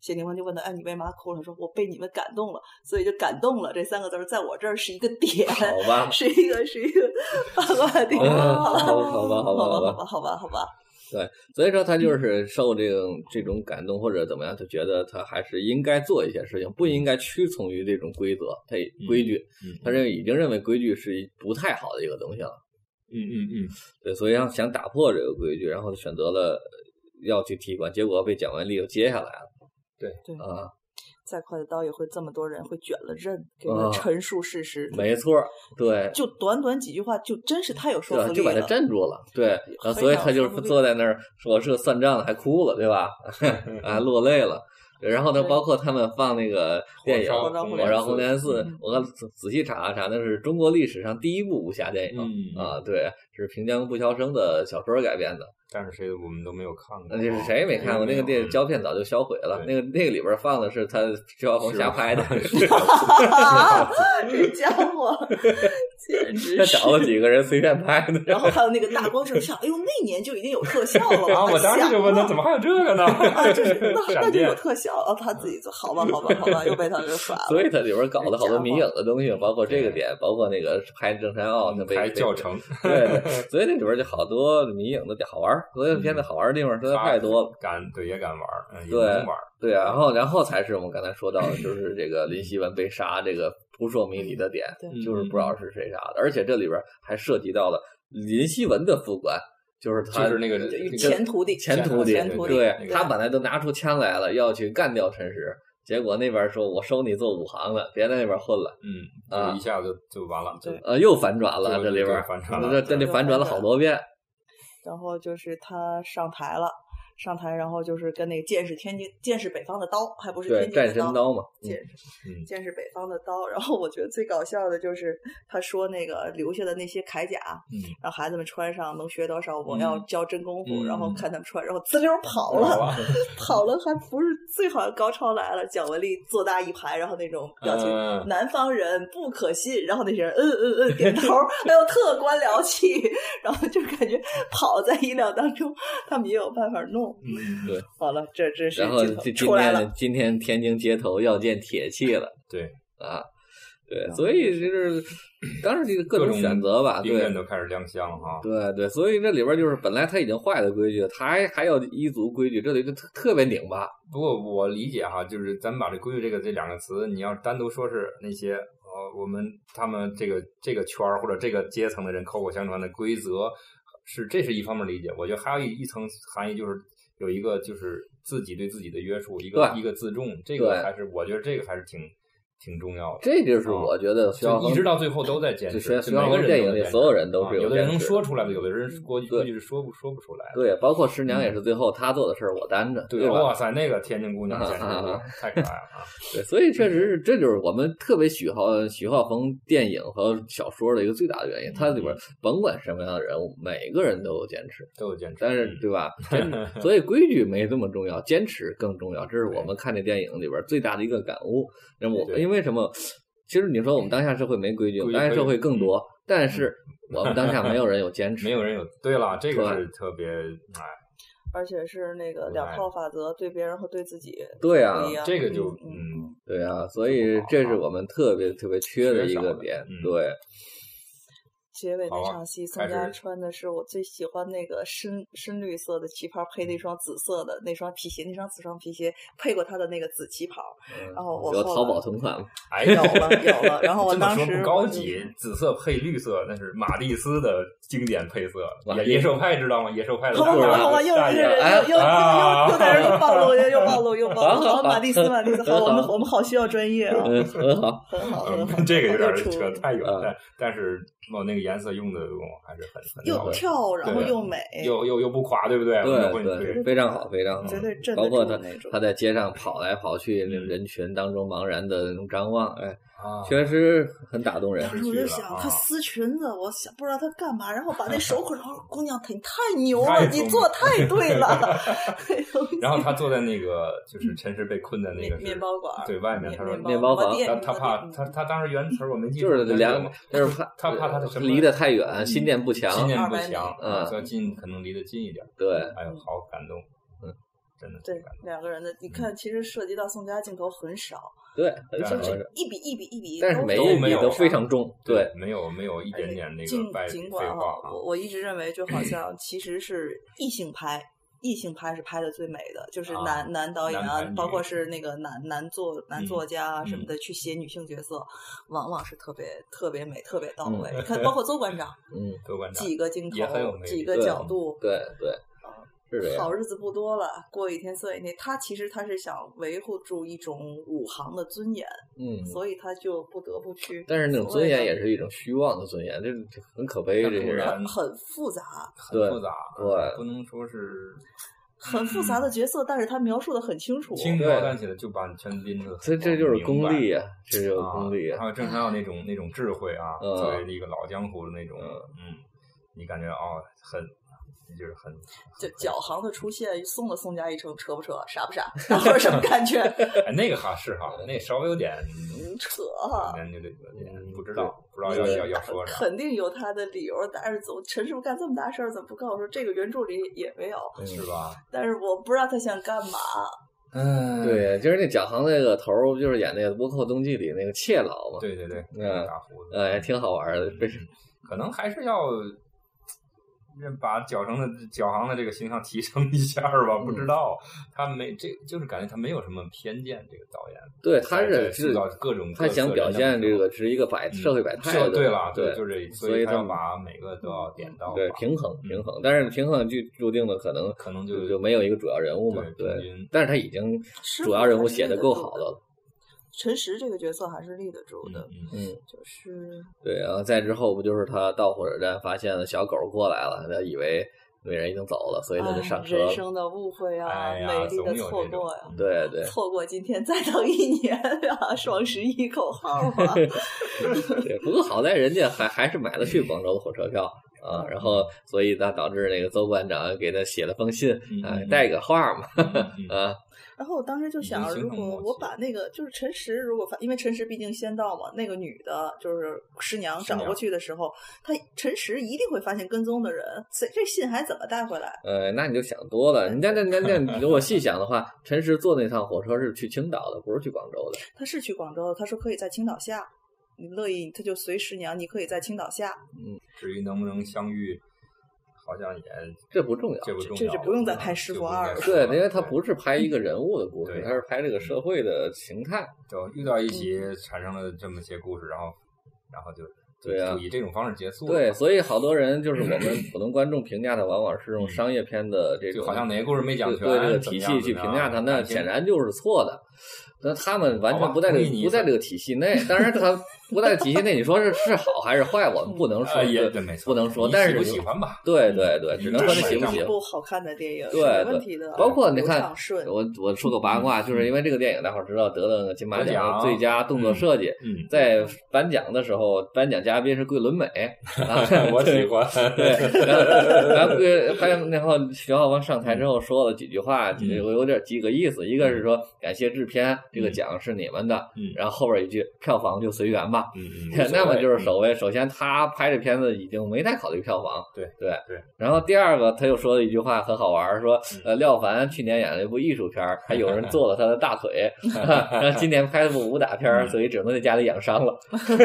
S3: 谢霆锋就问他，哎，你为嘛哭了？他说我被你们感动了，所以就感动了这三个字儿在我这儿是一个点，
S4: 好
S2: [LAUGHS]
S4: 吧，
S3: [LAUGHS]
S4: 啊
S3: 是一个是一个八卦点。 [LAUGHS]
S4: 好
S3: 好
S4: 吧好吧
S3: 吧，
S4: 好吧
S3: 好
S4: 好吧
S3: 吧，好吧，好吧，
S4: 所以说他
S2: 嗯
S4: 就是受这种这种感动或者怎么样，就觉得他还是应该做一些事情，不应该屈从于这种规则、他也
S2: 嗯
S4: 规矩。
S2: 嗯
S4: 他认为已经认为规矩是一不太好的一个东西了，
S2: 嗯嗯嗯，
S4: 对，所以要想打破这个规矩，然后选择了要去踢馆，结果被蒋雯丽又接下来了。
S2: 对
S3: 对
S4: 啊，
S3: 再快的刀也会这么多人会卷了刃，给
S4: 啊
S3: 他陈述事实。
S4: 没错儿，对，
S3: 就短短几句话，就真是太有说
S4: 对啊
S3: 服，力
S4: 就把他
S3: 了。
S4: 镇住了，对，然后
S3: 非
S4: 所以
S3: 常
S4: 他就
S3: 说服力
S4: 坐在那儿说是个算账的，还哭了，对吧？ [LAUGHS] 啊，落泪了。对然后呢，
S3: 对
S4: 包括他们放那个电影
S2: 火烧
S4: 《
S3: 火烧红
S4: 火
S3: 莲
S4: 烧
S3: 寺
S4: 红莲寺》
S3: 嗯
S4: 我刚仔仔细查了查，那是中国历史上第一部武侠电影、
S2: 嗯
S4: 啊，对，是平江不肖生的小说改编的。
S2: 但是谁我们都没有看过，哦
S4: 那
S3: 哦
S4: 就是谁也没看过那个
S3: 嗯
S4: 电影胶片早就销毁了，那
S2: 对
S4: 个那个里边放的是他萧亚鹏
S2: 是
S4: 瞎
S2: 吧
S4: 拍
S3: [LAUGHS]
S4: 的，
S3: 啊，这家伙简直
S4: 他找了
S3: 是！
S4: 几个人随便拍的，
S3: 然后还有那个大光正像，哎呦，那年就已经有特效了。
S2: [LAUGHS] 啊，我当时就问他
S3: 想
S2: 怎么还有这个呢？
S3: [LAUGHS] 啊，这是那
S2: [LAUGHS]
S3: 那
S2: 闪
S3: 就
S2: 电
S3: 有
S4: [LAUGHS]
S3: 特效啊，他自己做好吧，好吧，好吧，又被他给耍了。
S4: 所以它里边搞了好多
S3: 这家伙
S4: 迷影的东西，包括这个点，包括那个拍郑山傲哦他被
S2: 还嗯教，
S4: 被
S2: 程
S4: 对 [LAUGHS] 对，所以那里边就好多迷影的点好玩儿，所以片子好玩儿的地方实在太多了。，
S2: 敢对也敢玩儿，嗯，也
S4: 对
S2: 能玩儿，
S3: [LAUGHS]
S4: 对啊，然后然后才是我们刚才说到的，就是这个林希文被杀这个扑朔迷离的点
S3: 对，
S2: 嗯
S4: 就是不知道是谁杀的，而且这里边还涉及到了林希文的副官，就是他
S2: 就是那个
S3: 就
S2: 这个
S3: 前徒弟，
S4: 前
S2: 徒弟
S4: 弟，
S3: 前徒弟，
S4: 对
S2: 那个
S4: 他本来都拿出枪来了，要去干掉陈实。结果那边说：“我收你做武行的，别在那边混了。”
S2: 嗯，
S4: 啊
S2: 就一下就就完了，嗯就
S3: 对
S4: 呃，又反转了，
S2: 对
S4: 这里边儿
S2: 对反转了
S4: 这这里
S3: 对
S4: 反转了好多遍，
S3: 然后就是他上台了，上台，然后就是跟那个剑士天津剑士北方的刀，还不是
S4: 对
S3: 天，津
S4: 战
S3: 的
S4: 神刀嘛，嗯
S3: 剑
S2: 嗯
S3: 剑是北方的刀，然后我觉得最搞笑的就是他说那个留下的那些铠甲，
S2: 嗯
S3: 让孩子们穿上能学多少，我要
S2: 嗯
S3: 教真功夫，
S2: 嗯
S3: 然后看他们穿，然后滋溜跑
S2: 好
S3: 了，
S2: 了
S3: 跑了还不是最好像高超来了，蒋雯丽坐大一排，然后那种表情，
S2: 嗯
S3: 南方人不可信，然后那些人嗯嗯嗯点头，哎呦特官僚气，然后就感觉跑在意料当中，他们也有办法弄。
S2: 嗯，对
S3: 好了，这真是
S4: 然后
S3: 镜头
S4: 这今
S3: 出来了
S4: 天。今天天津街头要见铁器了
S2: 对，
S4: 啊，对，所以就是当然这个
S2: 嗯各
S4: 各种
S2: 种
S4: 选择吧，
S2: 兵刃
S4: 对。
S2: 都开始亮相了哈，
S4: 对对，所以这里边就是本来他已经坏的规矩，他还还要依足规矩，这里就特特别拧巴。
S2: 不过我理解哈，就是咱们把这“规矩”这个这两个词，你要单独说是那些呃，我们他们这个这个圈儿或者这个阶层的人口口相传的规则，是这是一方面理解。我觉得还有一一层含义就是有一个就是自己对自己的约束，一个
S4: 对
S2: 一个自重，这
S4: 对
S2: 个还是我觉得这个还是挺挺重要的。
S4: 这就是
S2: 哦
S4: 我觉得徐浩
S2: 就
S4: 峰
S2: 一直到最后都在坚
S4: 就
S2: 持，
S4: 徐
S2: 就
S4: 徐
S2: 每
S4: 浩
S2: 个
S4: 峰
S2: 人
S4: 电影
S2: 都在
S4: 里
S2: 坚
S4: 所有
S2: 持
S4: 人都
S2: 啊
S4: 是
S2: 有的人能
S4: 坚持嗯
S2: 说出来的，有的人估计
S4: 对
S2: 估计是说不说不出来的。
S4: 对，包括师娘也是最后她做的事儿我担着，
S2: 嗯对，
S4: 吧
S2: 哇？塞，那个天津姑
S4: [LAUGHS]
S2: 娘简直
S4: 啊啊啊
S2: 太可爱了啊！
S4: 对，所以确实是，这就是我们特别喜好徐浩峰电影和小说的一个最大的原因。它
S2: 嗯
S4: 里边甭管什么样的人物，每个人都有坚持，
S2: 都有坚持，
S4: 但是
S2: 嗯
S4: 对吧？坚
S2: [LAUGHS]
S4: 持所以规矩没这么重要，坚持更重要。这是我们看这电影里边最大的一个感悟。那么我
S2: 对
S4: 因为什么？其实你说我们当下社会没规矩，我们
S2: 规矩
S4: 当下社
S2: 规
S4: 会更多，但是我们当下没有人有坚持，
S2: [LAUGHS] 没有人有。对了，这个
S4: 对
S2: 是特别哎，
S3: 而且是那个
S2: 明
S3: 两
S2: 白
S3: 套法则，对别人和对自己
S4: 对啊
S3: 不一样。
S2: 这个就
S3: 嗯，
S2: 嗯，
S4: 对啊，所以这是我们特别特别缺的一个点，
S2: 缺少的嗯
S4: 对，
S3: 结尾
S2: 好
S3: 那
S2: 啊
S3: 场戏，
S2: 开始
S3: 宋佳穿的是我最喜欢那个深深绿色的旗袍，配
S2: 嗯
S3: 的一双紫色的那双皮鞋，那双紫双皮鞋配过她的那个紫旗袍，然后哦我
S4: 嗯有
S3: 后
S4: 淘
S3: 来
S4: 宝存款嘛，
S2: 哎
S3: 有
S2: 呀，
S3: 了有了。然后我
S2: 这么
S3: 当
S2: 说
S3: 时
S2: 不高
S3: 我就
S2: 级，紫色配绿色，那是马蒂斯的经典配色。
S4: 马
S2: 野
S4: 蒂斯
S2: 野兽派知道吗？野兽派的
S3: 好吧，
S2: 大
S3: 好吧，
S2: 大
S3: 哦又一个
S2: 眼
S3: 人，又又
S2: 啊
S3: 又又在这儿暴露，又又暴露，又暴露。好，马蒂斯，马
S2: [LAUGHS]
S3: 蒂斯，好，我们
S4: 好
S3: 我们好需要专业啊，
S4: 嗯，很好，
S3: 很好，很好。
S2: 嗯，这个有点
S3: 又出
S2: 扯太远
S4: 嗯
S2: 了，但但是我那个颜色用的我还是很很到
S3: 又
S2: 位
S3: 跳，然后
S2: 对啊
S3: 又美，
S2: 又嗯又又不垮，对不对？
S4: 对
S2: 我
S4: 对，非常好，非常好
S3: 绝。对镇
S4: 包
S3: 嗯得
S4: 括
S3: 住
S4: 他
S3: 的那种
S4: 他。在街上跑来跑去，那
S2: 嗯
S4: 人群当中茫然的那种张望，哎，
S2: 啊，
S4: 确实很打动人
S3: 当。时我就
S2: 去了
S3: 想，
S2: 啊
S3: 她撕裙子，我想不知道她干嘛，然后把那手
S2: [LAUGHS]
S3: 捆上。姑娘，你太牛
S2: 太
S3: 了，
S2: 聪明
S3: 你做太对
S2: [LAUGHS]
S3: 了。哎
S2: 然后他坐在那个，就是陈实被困在那
S3: 面
S2: 个是
S3: 面包馆儿，
S2: 对外面，他说
S3: 面
S4: 面包房
S3: 店
S2: 他
S3: 面嗯
S2: 他
S3: 包
S2: 怕
S3: 店
S2: 他他当时原词儿我没记住，
S4: 就是
S2: 但
S4: 两，就是怕
S2: 他怕他的什么
S4: 离得太远，心念不
S2: 信
S4: 强。
S2: 念
S3: 二
S2: 不
S3: 百米
S2: 强，啊
S4: 嗯
S2: 所以近可能离得近一点。
S4: 对，
S2: 哎呦，好感动，嗯，真的
S3: 对两个人的，
S2: 嗯
S3: 你看，其实涉及到宋佳镜头很少，
S4: 对，
S2: 对
S4: 很
S3: 就
S2: 对
S4: 少很
S3: 是
S4: 少
S3: 一笔一笔一笔，
S4: 但是每
S2: 嗯都
S4: 一
S2: 没
S4: 笔
S2: 有
S4: 都非常重。对，，
S2: 没有没有一
S3: 而且
S2: 点点那
S3: 尽
S2: 个外
S3: 尽
S2: 废
S3: 管
S2: 话
S3: 哈，
S2: 啊
S3: 我，我一直认为就好像其实是异性拍，异性拍是拍的最美的，就是
S2: 啊
S3: 男、男导演啊
S2: 男男，女
S3: 包括是那个男男作男作家啊
S2: 嗯
S3: 什么的、去写女性角色，往往是特别特别美、特别到位。你看，包括邹馆长
S4: 嗯，
S2: 都观察
S3: 几个镜
S2: 也很有
S3: 头、
S2: 魅力
S3: 几个
S4: 对
S3: 角度。
S4: 对对，是这样
S3: 啊好。日子不多了，过一天算一天。他其实他是想维护住一种武行的尊严，
S4: 嗯，
S3: 所以他就不得不去。
S4: 但是那种
S3: 所谓
S4: 尊严
S3: 的
S4: 也是一种虚妄的尊严，这这很可悲。这
S2: 但
S4: 些
S2: 不
S4: 人
S2: 然
S3: 很复杂，
S2: 很复杂，
S4: 对
S2: 不能说是
S3: 很复
S2: 嗯
S3: 杂的角色，但是他描述的很清楚。
S2: 轻
S4: 对
S2: 描淡写的就把你全拎出来，
S4: 所以
S3: 哦
S4: 这就是功力啊，这就是
S2: 啊
S4: 功力
S2: 还
S4: 啊。
S3: 嗯
S2: 有郑山耀那种那种智慧啊，
S4: 嗯
S2: 作为一个老江湖的那种，
S4: 嗯
S2: 嗯，你感觉哦，很就是很
S3: [LAUGHS] 就脚行的出现送了宋佳一程，扯不扯？
S2: [LAUGHS]
S3: 傻不傻？大伙儿什么感觉？
S2: 哎，那个哈是哈，那稍微有点，
S3: 嗯扯
S2: 可
S3: 啊，
S2: 能就得有点
S4: 嗯
S2: 不知道，不知 [LAUGHS] 道要
S4: 对
S2: 要要说啥。
S3: 肯定有他的理由。但是总陈师傅干这么大事儿，怎么不告诉我说这个原著里也没有？
S4: 嗯
S2: 是吧？
S3: 但是我不知道他想干嘛。
S2: 嗯，
S4: 对，就是那蒋航那个头儿，就是演那个《倭寇冬季》里那个妾老嘛，
S2: 对对对，
S4: 嗯
S2: 大胡子，嗯
S4: 哎，挺好玩
S3: 嗯
S4: 的。被
S2: 可能还是要嗯把脚上的脚行的这个形象提升一下儿吧，
S4: 嗯
S2: 不知道他没这就是感觉他没有什么偏见，这个导演
S4: 对，
S3: 哎
S4: 他
S2: 在
S4: 是
S2: 塑
S4: 是
S2: 造各种
S4: 他想表现这个是一个百
S2: 嗯
S4: 社会百态的，
S2: 对了，
S4: 对，
S2: 就是这，
S4: 所以
S2: 他
S4: 他
S2: 要
S4: 们
S2: 把每个都要点到吧，
S4: 对平衡
S2: 嗯
S4: 平衡，但是平衡就注定了可能
S2: 可能就
S4: 就就没有一个主要人物嘛，
S2: 对
S4: 对
S2: 平均。
S4: 但是他已经
S3: 师
S4: 主
S3: 傅
S4: 要人
S3: 还
S4: 物
S3: 是
S4: 写
S3: 立
S4: 的
S3: 得
S4: 够
S3: 住
S4: 好
S3: 的
S4: 了，
S3: 陈实这个角色还是立得住
S2: 嗯
S3: 的，
S2: 嗯
S4: 嗯，
S3: 就是
S4: 对，然后再之后不就是他到火车站发现了小狗过来了，他以为美人已经走了，所以他就
S3: 哎
S4: 上车
S3: 人
S4: 了。
S3: 生的误会啊，
S2: 哎呀
S3: 美，丽
S2: 总
S3: 的
S2: 有
S3: 错
S2: 这种嗯
S3: 过呀、，
S4: 对对，
S3: 错过今天，再等一年啊！ [LAUGHS] 双十一口号啊！
S2: [LAUGHS]
S4: 对，不过好在人家还还是买了去广州的火车票啊，然后所以那导致那个邹馆长给他写了封信
S2: 嗯，
S4: 哎，
S2: 嗯
S4: 带个话嘛，
S2: 嗯嗯嗯
S4: 啊，
S3: 然后我当时就
S2: 已经
S3: 想，啊
S2: 形
S3: 如
S2: 成
S3: 果
S2: 默
S3: 我
S2: 契
S3: 把那个就是陈实，如果发，因为陈实毕竟先到嘛，那个女的就是师娘
S2: 师
S3: 找过
S2: 娘
S3: 去的时候，她陈实一定会发现跟踪的人，这这信还怎么带回来？
S4: 呃，那你就想多了。你那那那那，你如果细想的话，陈实坐那趟火车是去青岛的，不是去广州的。
S3: 她是去广州，她说可以在青岛下，你乐意她就随师娘，你可以在青岛下，
S2: [LAUGHS] 至于能不能相遇，好像也
S4: 这不重要
S2: 这不重要，
S3: 这这不用再拍师傅二了
S4: 对，
S2: 对，
S4: 因为他不是拍一个人物的故事
S2: 对，
S4: 他是拍这个社会的形态。
S2: 就遇到一起
S3: 嗯
S2: 产生了这么些故事，然后然后就就
S4: 对啊
S2: 就以这种方式结束了，
S4: 对，所以好多人就是我们普通观众评价的，往往是用商业片的这
S2: 就
S4: 种
S2: 好像哪个故事没讲
S4: 对
S2: 全，
S4: 对这个
S2: 怎么
S4: 体
S2: 样
S4: 系去
S2: 怎
S4: 评
S2: 么样
S4: 价它，那
S2: 感情
S4: 显然就是错的。那他们完
S2: 好
S4: 全
S2: 吧
S4: 不在这
S2: 同意
S4: 个
S2: 你
S4: 不在这个体系内，当然他不在体系内，你说是是好还是坏，我们不能说，
S2: 呃也
S4: 对
S2: 对没错
S4: 不能说。
S2: 你
S4: 但
S2: 喜
S4: 是
S2: 不
S4: 你
S2: 喜欢吧？嗯
S4: 对对对，只能说
S3: 这
S4: 你
S3: 是
S4: 喜
S3: 一
S4: 不
S2: 这
S4: 喜
S3: 整
S4: 欢
S3: 部。好看的电影，
S4: 对
S3: 是没问题的。
S4: 包括你
S3: 流
S4: 看
S3: 畅顺，
S4: 我我说个八卦，就是因为这个电影，大伙儿知道得了金马奖的最佳动作设计，
S2: 嗯，，
S4: 在颁奖的时候，颁奖嘉宾是桂纶镁， [LAUGHS] 啊
S2: 嗯我喜欢。
S4: [LAUGHS] 对，然后然后桂还有然后徐浩光上台之后说了几句话，几
S2: 嗯
S4: 我有点几个意思，一个是说感谢制片，这个奖是你们的，
S2: 嗯
S4: 然后后边一句票房就随缘吧，
S2: 嗯，嗯
S4: [LAUGHS] 那么就是首位，首先他拍这片子已经没太考虑票房，
S2: 对
S4: 对
S2: 对。嗯
S4: 然后第二个，他又说了一句话很好玩儿，说呃，廖凡去年演了一部艺术片儿，还有
S2: [LAUGHS]
S4: 人做了他的大腿，然后今年拍了部武打片儿，
S2: 嗯
S4: 所以只能在家里养伤了，因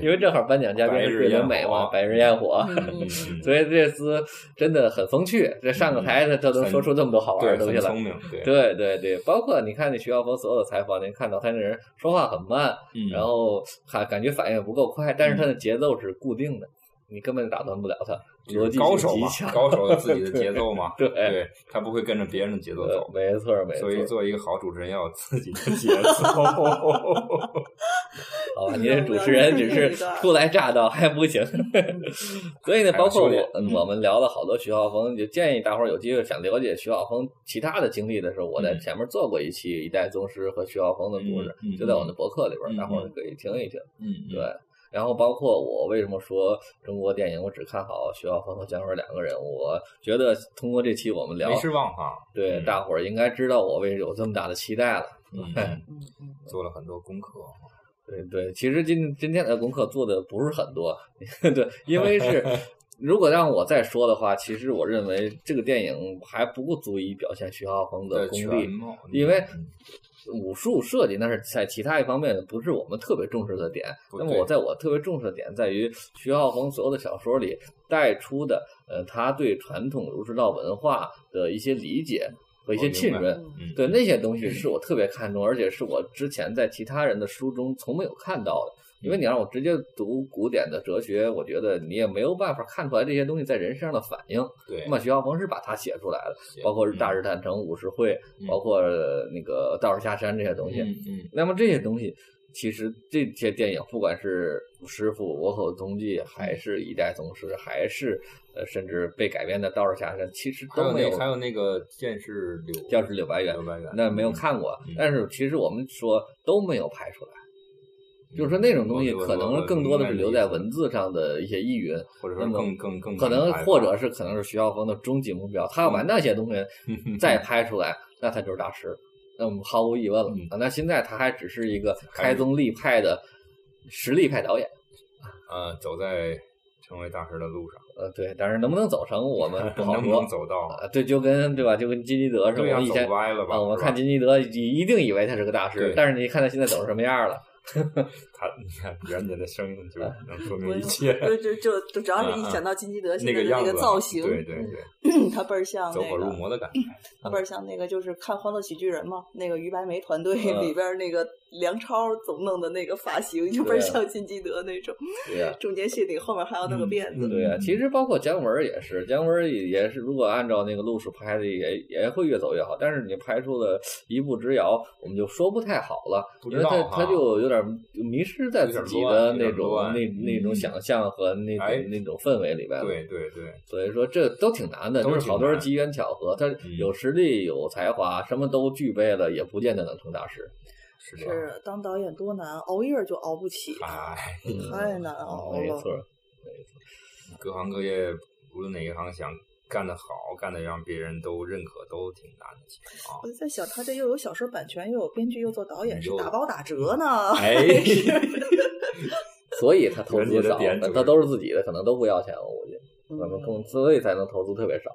S2: 对，
S4: 为正好颁奖嘉宾是桂纶镁嘛，《
S2: 白
S4: 百日焰火》
S3: 嗯嗯
S2: [LAUGHS] 嗯
S3: 嗯
S2: 嗯
S4: 所以这次真的很风趣，这上个台他他能说出这么多好玩儿
S2: 对，
S4: 的东西
S2: 很
S4: 来，
S2: 聪明，对，
S4: 对对对，包括你看那徐浩峰所有的采访，您看到他那人说话很慢，
S2: 嗯
S4: 然后还感觉反应也不够快，但是他的节奏是固定的，你根本打断不了他，
S2: 就
S4: 逻
S2: 是
S4: 辑
S2: 高
S4: 性
S2: 手
S4: 极
S2: 嘛，
S4: 强，
S2: 高手有自己的节奏嘛
S4: [LAUGHS] 对
S2: 对他不会跟着别人的节奏
S4: 呃
S2: 走，
S4: 没错儿没错
S2: 所以
S4: 儿，
S2: 做一个好主持人要有自己的
S4: [LAUGHS]
S2: 节奏。
S4: 好吧，你这主持人只是初来乍到还不行， [LAUGHS] 所以呢，
S2: 还要
S4: 包括
S2: 修炼
S4: 我嗯我们聊了好多徐浩峰，就建议大伙儿有机会想了解徐浩峰其他的经历的时候，我在
S2: 嗯
S4: 前面做过一期一代宗师和徐浩峰的故事
S2: 嗯嗯，
S4: 就在我的博客里边儿，
S2: 嗯
S4: 大伙儿可以听一听。
S2: 嗯，
S4: 对，然后包括我为什么说中国电影，我只看好徐浩峰和姜文两个人。我觉得通过这期我们
S2: [LAUGHS]
S4: 聊
S2: 没，失望哈，
S4: 对
S2: 嗯
S4: 大伙儿应该知道我为什么有这么大的期待了。
S2: 嗯，
S3: 嗯嗯
S2: 做了很多功课，
S4: 对对，其实今今天的功课做的不是很多， [LAUGHS] 对，因
S2: [LAUGHS]
S4: 为是如果让我再说的话，其实我认为这个电影还不足以表现徐浩峰的
S2: 对，
S4: 功
S2: 全
S4: 力。
S2: 貌，
S4: 因为
S2: 嗯
S4: 武术设计那是在其他一方面不是我们特别重视的点。
S2: 不
S4: 那么
S2: 对
S4: 我在我特别重视的点在于徐浩峰所有的小说里带出的，呃，他对传统儒释道文化的一些理解和一些浸
S2: 我明白
S4: 润。
S2: 嗯，
S4: 对那些东西是我特别看重，而且是我之前在其他人的书中从没有看到的。因为你让我直接读古典的哲学，我觉得你也没有办法看出来这些东西在人身上的反应。
S2: 对嗯
S4: 那，么徐浩峰是把它写出来的，
S2: 写
S4: 包括《大日坦诚》《武士会》，
S2: 嗯
S4: 包括呃那个《道士下山》这些东西。
S2: 嗯嗯
S4: 那么这些东西，其实这些电影，不管是《师傅》《我口踪迹》，
S2: 嗯
S4: 还是《一代宗师》，还是呃，甚至被改编的《道士下山》，其实
S2: 还
S4: 都
S2: 有
S4: 没
S2: 那还有那个剑士柳，
S4: 教室柳白猿
S2: 柳白猿，
S4: 那没有
S2: 嗯
S4: 看过
S2: 嗯。
S4: 但是其实我们说都没有拍出来，就是说那种东西
S2: 嗯我
S4: 可
S2: 我
S4: 能
S2: 我
S4: 更多的是
S2: 明白
S4: 留
S2: 你的
S4: 在
S2: 意思
S4: 文字上的一些意蕴，
S2: 或者
S4: 那
S2: 说
S4: 么
S2: 更更更
S4: 可能
S2: 难
S4: 或
S2: 拍吧
S4: 者是可能是徐浩峰的终极目标，他要把
S2: 嗯
S4: 那些东
S2: [LAUGHS]
S4: 西
S2: 嗯
S4: 再拍出来，那他就是大师。嗯，毫无疑问了
S2: 嗯。
S4: 啊那现在他还只是一个
S2: 还是
S4: 开宗立派的实力派导演。
S2: 呃走在成为大师的路上，
S4: 呃，对，但是能不能走成我们不好
S2: [LAUGHS] 能不
S4: 说
S2: 能。走到？
S4: 啊，对，就跟对吧，就跟金基德似的，
S2: 对
S4: 我
S2: 呀，
S4: 们以前
S2: 走歪了吧？
S4: 啊，我们
S2: 是
S4: 看
S2: 吧
S4: 金基德一一定以为他是个大师
S2: 对，
S4: 但是你看他现在走成什么样了，
S2: 他，你看 [LAUGHS] 人家的声音
S4: 啊
S2: 就能说
S3: 我
S2: 明一
S3: [LAUGHS]
S2: 切。
S3: 就就就就主要是一
S2: 嗯嗯
S3: 想到金基德现
S2: 那
S3: 在的
S2: 样
S3: 那
S2: 子
S3: 个
S2: 啊，
S3: 造型，
S2: 对对对，
S3: [CLEARS THROAT] 他倍儿
S4: 嗯
S3: 像
S2: 走
S3: 那
S2: 火入
S3: 个，
S2: 魔的感觉。
S3: 他倍儿像那个，就是看《欢乐喜剧人》嘛，那个于白眉团队
S4: 嗯
S3: 里边那个梁超总弄的那个发型，就倍儿
S4: 对啊
S3: 像金基德那种，
S4: 对啊呀、
S3: 中间谢顶，后面还要弄个
S2: 嗯
S3: 辫子。
S4: 对呀、啊其实包括姜文也是，姜文也是，如果按照那个路数拍的也，也会越走越好。但是你拍出了一步之遥，我们就说不太好了，
S2: 不知
S4: 因为
S2: 道啊
S4: 他
S2: 哈
S4: 他就有点迷失在自己
S2: 有点乱有
S4: 的那
S2: 点
S4: 种
S2: 乱
S4: 那那种
S2: 嗯
S4: 想象和那种、
S2: 哎
S4: 那种氛围里边了。
S2: 对对对，
S4: 所以说这都挺难的，
S2: 都
S4: 就是
S2: 挺
S4: 好多是
S2: 难嗯
S4: 机缘巧合，他有实力、有才华，什么都具备了，也不见得能成大师。
S2: 是
S4: 嗯
S2: 这样。
S3: 是当导演多难，熬夜就熬不起，
S2: 哎，
S3: 太难熬
S4: 嗯没
S3: 了。
S4: 错，
S2: 各行各业，无论哪一行，想干得好，干得让别人都认可，都挺难的。其实啊
S3: 我，就呃在想，他这又有小说版权，又有编剧，又做导
S4: 嗯
S3: 演，
S2: 你
S3: 是
S2: 就
S3: 打包打折呢？
S4: [LAUGHS]
S3: 嗯
S2: 哎
S4: 所以他投
S2: 人
S4: 资
S2: 家的
S4: 少
S2: 点，就
S4: 他
S2: 是
S4: 都是自己的，可能都不要钱，我估计，
S3: 嗯
S4: 可能更所以才能投资特别少。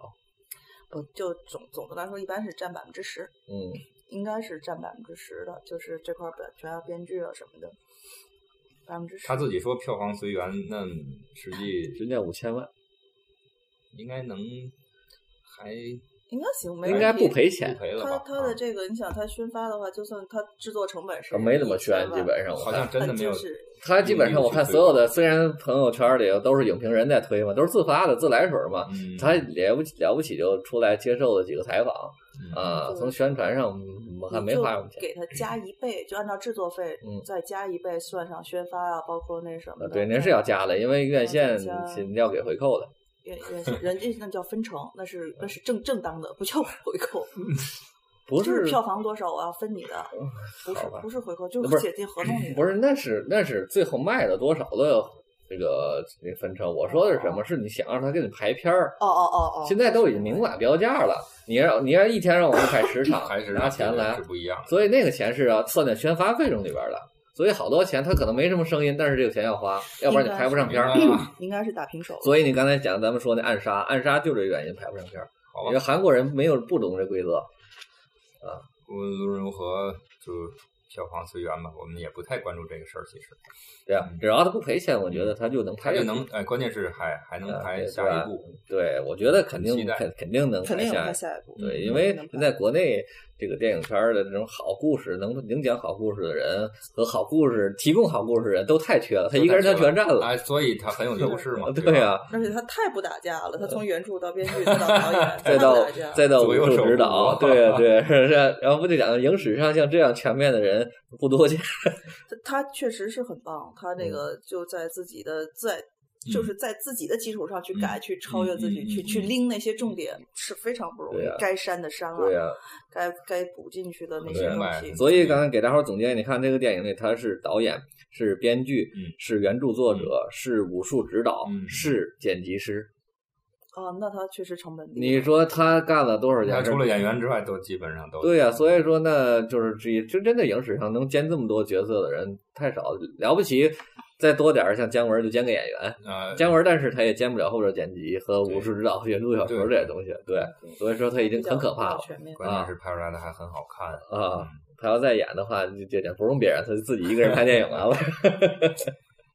S3: 我就总总的来说，一般是占百分之十，
S4: 嗯，
S3: 应该是占百分之十的，就是这块版权啊、编剧啊什么的，百分之十。
S2: 他自己说票房随缘，那实际
S4: 人家五千万，
S2: 应该能还
S3: 应该行，没
S4: 应该
S3: 问题
S4: 不赔钱
S2: 不，赔了
S3: 他
S2: 吧？啊
S3: 他
S4: 啊
S3: 的这个，你想他宣发的话，就算他制作成本是
S4: 没怎么宣
S3: 1000，万
S4: 基本上
S2: 啊
S4: 我
S2: 好
S4: 看
S2: 像真的没有
S3: 就。是
S4: 他基本上我看所有的，虽然朋友圈里都是影评人在推嘛，都是自发的自来水嘛，
S2: 嗯
S4: 他了不起了不起就出来接受了几个采访
S2: 嗯
S4: 啊，
S3: 对
S4: 从宣传上嗯我看没花什么
S3: 你就
S4: 钱。
S3: 给他加一倍，就按照制作费
S4: 嗯
S3: 再加一倍，算上宣发啊，包括那什么
S4: 啊
S3: 的。
S4: 对，您是要加的，因为院线
S3: 加
S4: 是要给回扣的。
S3: 人人人家那叫分成，那是那是正正当的，不叫回扣，
S4: [LAUGHS] 不呃
S3: 就是票房多少我要分你的，不是
S4: 好吧
S3: 不是回扣，
S4: 不
S3: 就是是写进合同里的。
S4: 不是，那是那是最后卖了多少的这个这个分成。我说的是什么？是你想让他给你排片儿，
S3: 哦哦哦哦，
S4: 现在都已经明码标价了。你让你要一天让我们排十
S2: [COUGHS]
S4: 场，
S2: 还是
S4: 拿钱来
S2: 是，不一样。
S4: 所以那个钱是要算在宣发费用里边的。所以好多钱他可能没什么声音，但是这个钱要花，要不然你
S3: 应该
S4: 拍不上片儿。
S2: 明白了
S3: 应该是打平手了。
S4: [COUGHS] 所以你刚才讲咱们说那暗杀，暗杀就这原因拍不上片儿，
S2: 好吧
S4: 因为韩国人没有不懂这规则。
S2: 无论如何，就票房随缘吧，我们也不太关注这个事儿。其实
S4: 对啊
S2: 嗯，
S4: 只要他不赔钱，我觉得他就能
S2: 他
S4: 拍
S2: 就
S4: 得
S2: 能
S4: 起。
S2: 哎，关键是还还能
S4: 啊
S2: 排
S4: 对
S2: 下
S4: 对吧
S2: 一步。
S4: 对，我觉得肯
S2: 很
S4: 定
S2: 期待
S4: 肯肯定能
S3: 肯
S4: 拍
S3: 定有
S4: 下
S3: 他
S4: 来。
S3: 下一步，
S4: 对，
S3: 嗯
S4: 因为
S3: 肯定能拍
S4: 在国内这个电影圈儿的这种好故事，能能讲好故事的人和好故事提供好故事的人都太缺了，他一个人他全占了。
S2: 哎，所以他很有优势嘛。
S4: [LAUGHS] 对
S2: 吧，
S4: 啊，
S3: 而且他太不打架了，他从原著到编
S4: [LAUGHS]
S3: 剧再到导演，太
S4: 再到
S3: 不打架了。
S4: 再到武
S2: 左右
S4: 术
S2: 手
S4: 指
S2: 不
S4: 导，
S2: 磨
S4: 对啊 [LAUGHS] 对，是是。然后不就讲影史上像这样全面的人不多见。
S2: 啊
S3: 他他确实是很棒，他
S4: 嗯
S3: 那个就在自己的在。就是在自己的基础上去改、去超越自己、
S2: 嗯嗯
S3: 去
S2: 嗯
S3: 去
S2: 嗯
S3: 拎那些重点是非常不容易。
S4: 对呀
S3: 该删的删了，
S4: 对呀、哎
S3: 该该补进去的那
S2: 很
S3: 些
S2: 明
S3: 东
S2: 白
S3: 西，
S4: 所以刚才给大伙儿总结，你看这个电影里，他是导演，是编剧，
S2: 嗯
S4: 是原著作者，是武术指导，
S2: 嗯
S4: 是剪辑师。
S3: 啊，那他确实成本低。
S4: 你说他干了多少
S2: 他
S4: 件
S2: 嗯
S4: 事
S2: 除？了演员之外，都基本上都
S4: 对呀、啊所以说呢，就是这就真的影史上能兼这么多角色的人太少了，了不起，再多点儿像姜文就兼个演员，
S2: 呃，
S4: 姜文，但是他也兼不了后边剪辑和武术指导、原著小说这些东西，对，所以说他已经很可怕了
S3: 比较全面。
S2: 关键是拍出来的还很好看。
S4: 啊。他要再演的话，就就不用别人，他就自己一个人拍电影啊 [LAUGHS] 完了。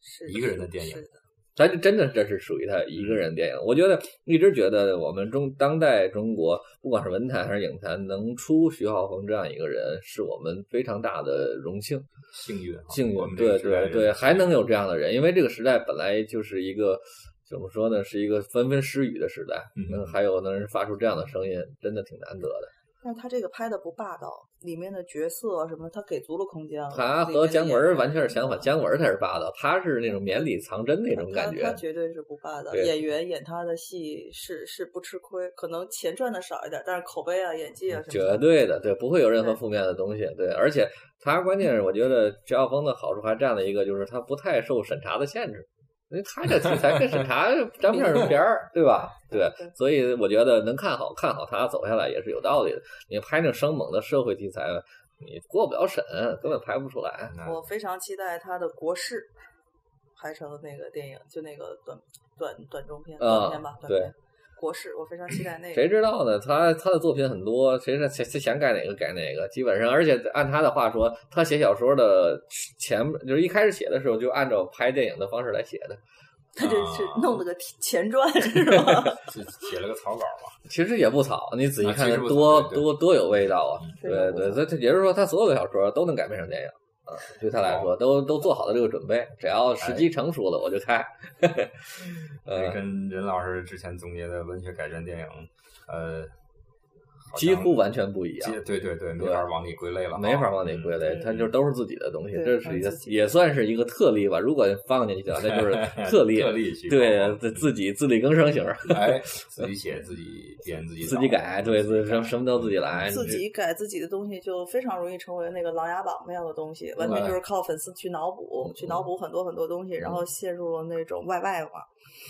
S3: 是
S2: 一个人的电影
S3: 是的
S4: 他就真的这是属于他一个人电影。我觉得一直觉得我们中当代中国，不管是文坛还是影坛，能出徐浩峰这样一个人，是我们非常大的荣幸。
S2: 幸运啊，
S4: 幸
S2: 我
S4: 运，
S2: 们这个
S4: 对
S2: 时代
S4: 对
S2: 人
S4: 对，还能有这样的人，因为这个时代本来就是一个怎么说呢，是一个纷纷失语的时代。
S2: 嗯
S4: 嗯，还有能人发出这样的声音，真的挺难得的。
S3: 但他这个拍的不霸道，里面的角色啊什么，他给足了空间了。里
S4: 他和
S3: 面的
S4: 姜
S3: 演
S4: 文
S3: 员
S4: 完全是相反，
S3: 嗯
S4: 姜文才是霸道，他是那种绵里藏针那种感觉
S3: 啊他他。绝对是不霸道，
S4: 对
S3: 演员演他的戏是是不吃亏，可能钱赚的少一点，但是口碑啊、演技啊什么
S4: 嗯绝
S3: 的，
S4: 对的，对，不会有任何
S3: 对
S4: 负面的东西，对，而且他关键是我觉得徐浩峰的好处还占了一个，就是他不太受审查的限制，因为他这题材跟
S3: [LAUGHS]
S4: 审查沾不上什么边儿，对吧？对
S3: 对，
S4: 所以我觉得能看好看好他走下来也是有道理的。你拍那种生猛的社会题材，你过不了审，根本拍不出来。
S2: 那
S3: 我非常期待他的国事拍成那个电影，就那个短短短中片、
S4: 啊
S3: 短片吧，短
S4: 对嗯
S3: 片。国事，我非常期待那个。
S4: 谁知道呢？他他的作品很多，谁知道谁谁想改哪个改哪个，基本上，而且按他的话说，他写小说的前就是一开始写的时候就按照拍电影的方式来写的。
S3: [LAUGHS] 他这是
S2: 啊
S3: 弄了
S4: [LAUGHS]
S3: 个前传是吧？
S2: 是写了个草稿吧，
S4: 其实也不草，你仔细
S2: 啊
S4: 看
S2: 其实
S4: 看
S2: 不草
S4: 多
S2: 对对
S4: 多多有味道啊！
S3: 非
S4: 对
S3: 常不
S4: 对，
S3: 错
S4: 所以这也就是说，他所有的小说都能改编成电影啊，对他来
S2: 哦
S4: 说都都做好了这个准备，只要时机成熟了我就
S2: 哎
S4: 开。
S2: 这
S4: 呃，
S2: 哎跟任老师之前总结的文学改编电影，呃，好像
S4: 几乎完全不一样
S2: 几，对对对，没
S4: 对
S2: 法往里归类了啊，
S4: 没法往里归类，
S3: 嗯
S4: 它就都是自己的东西，
S3: 对
S4: 这是一个
S3: 嗯自己
S4: 也算是一个特例吧。如果放进去的话，
S2: [LAUGHS]
S4: 那就是特例，
S2: 特例去啊
S4: 对，自自己自力更生型儿，
S2: 哎，嗯
S4: [LAUGHS]
S2: 自己写自己编自己
S4: 自
S2: 导
S4: 己改，对，自什么什么都自己来，
S3: 自
S4: 哎你这
S3: 己改自己的东西，就非常容易成为那个《琅琊榜》那样的东西，完全就是靠粉丝去脑
S4: 嗯
S3: 补，去脑补很多很多东西，然后陷入了那种外外嘛，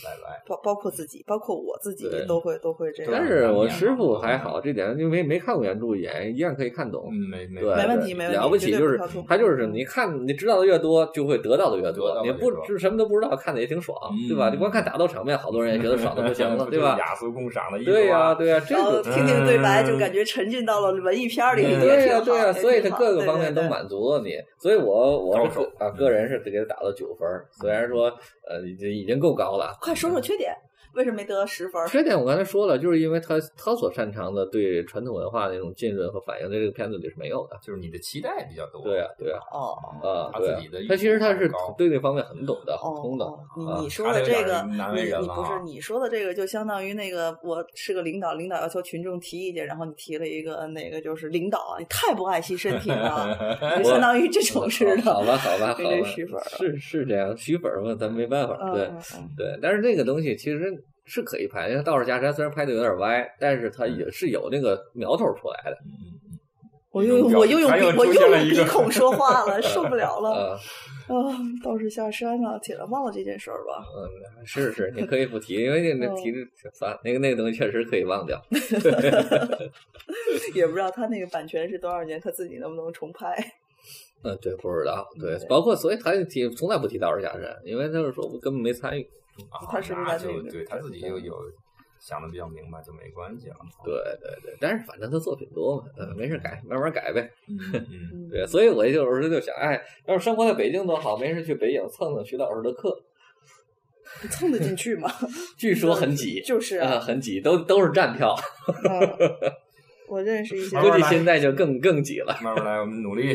S2: 拜拜。
S3: 包包括自己，包括我自己
S4: 对
S3: 都会都会这
S4: 但
S3: 样。
S4: 是我
S3: 嗯
S4: 师傅还好，这点因为没看过原著也一样可以看懂。
S2: 嗯，没没
S4: 对，
S3: 没问
S4: 对
S3: 题没问题
S4: 了不起
S3: 绝
S4: 就
S3: 对
S4: 是
S3: 不跳嗯出
S4: 他就是你看你知道的越多，就会得到的越
S2: 得
S4: 多
S2: 到。的
S4: 你
S2: 越
S4: 不
S2: 多
S4: 是什么都不知道，看的也挺爽，对吧？
S2: 嗯
S4: 你光看打斗场面，好多人也觉得爽的不 [LAUGHS] 行
S2: [LAUGHS]
S4: 了，
S2: 这
S4: 对吧
S2: 是？雅俗共赏的
S5: 啊
S2: 意思
S4: 对呀，
S2: 呀，
S4: 对呀，这
S3: 然后
S4: 个。
S3: 听听对白，
S5: 嗯
S3: 就感觉沉浸到了文艺片儿里，也
S2: 嗯
S4: 对
S3: 挺
S4: 呀、
S3: 好
S4: 对呀、
S3: 也
S4: 所以
S3: 挺
S4: 他
S3: 好
S4: 各个
S3: 对
S4: 方
S3: 对
S4: 面都
S3: 对
S4: 满足了你，所以我我
S2: 高
S4: 是
S2: 手
S4: 啊，
S2: 嗯
S4: 个人是给他打了九分儿，虽然说呃已经已经够高了，
S3: 快说说缺点，为什么没得十分儿？
S4: 这点我刚才说了，就是因为他他所擅长的对传统文化那种浸润和反映，在这个片子里是没有的。
S5: 就是你的期待比较多。
S4: 对啊，对啊，
S3: 哦
S4: 啊，
S5: 他
S4: 对
S5: 自
S4: 啊
S5: 己的欲
S4: 他其实
S5: 望
S4: 他
S5: 太
S4: 是
S5: 高
S4: 对那方面很懂的，很
S3: 哦
S4: 通的。
S3: 哦你
S4: 啊
S3: 你说的这个
S5: 有，点难为
S3: 你
S5: 人
S3: 你
S5: 了
S3: 不是
S5: 哈
S3: 你说的这个，就相当于那个我是个领导，领导要求群众提意见，然后你提了一个那个就是领导啊，你太不爱惜身
S5: [LAUGHS]
S3: 体了，就相当于这种似的。
S4: 好吧，好吧，
S3: 给
S4: 好
S3: 哦啊 [LAUGHS] 这
S4: 吧，
S3: 虚粉儿了啊
S4: 是是这样，虚粉儿嘛，咱没办法，
S3: 嗯
S4: 对、
S3: 嗯嗯
S4: 对。但是那个东西其实是可以拍，因为《道士下山》虽然拍的有点歪，但是
S5: 嗯
S4: 它也是有那个苗头出来的。
S3: 我又用
S5: 表
S3: 我又用
S5: 还
S3: 鼻
S5: 有出
S3: 我又
S5: 现了
S3: 用
S5: 一个
S3: 鼻孔说话了，受不了了
S4: 呃，
S3: 啊！道士下山啊，铁了忘了这件事儿
S4: [LAUGHS]
S3: 吧？
S4: 是是，你可以不提，因为
S3: 哦
S4: 那那提算了，那个那个东西确实可以忘掉。
S3: 也不知道他那个版权是多少年，他自己能不能重拍？
S4: 嗯，对，不知道，对，包括所以他提从来不提《道士下山》，因为他是说我根本没参与。
S5: 啊
S3: 他是不是
S5: 那
S3: 在那
S5: 就
S3: 个
S5: 对他自己又有想的比较明白，就没关系了。
S4: 对对对，但是反正他作品多嘛，嗯，没事改，慢慢改呗。
S5: 嗯，
S3: 嗯
S4: 对，所以我有时候就想，哎，要是生活在北京多好，没事去北影蹭蹭徐老师的课，
S3: 蹭得进去吗？
S4: [LAUGHS] 据说很挤，
S3: [LAUGHS] 就是
S4: 啊、
S3: 啊，
S4: 很挤，都都是站票，
S3: 嗯我认识一些
S5: 慢
S4: 估
S5: 慢
S4: 计
S5: 来
S4: 现在就更更挤了。
S5: 慢慢来，我们努力。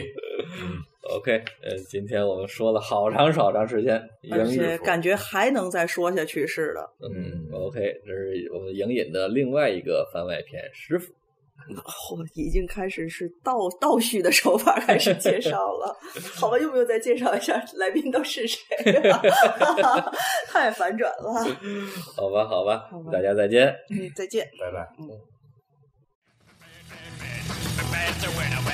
S5: 嗯，
S4: OK，呃，今天我们说了好长好长时间，影
S3: 而
S4: 影
S3: 且感觉还能再说下去似的。
S4: 嗯，OK，这是我们影影的另外一个番外篇《师傅》。
S3: 啊我、已经开始是倒倒叙的手法开始介绍了，好吧，用不用再介绍一下来宾都是谁、啊？ [LAUGHS] 太反转了， [LAUGHS]
S4: 好吧，好吧，
S3: 好吧
S4: 大家再见。
S3: 嗯，再见。
S5: 拜拜。
S6: Better when I'm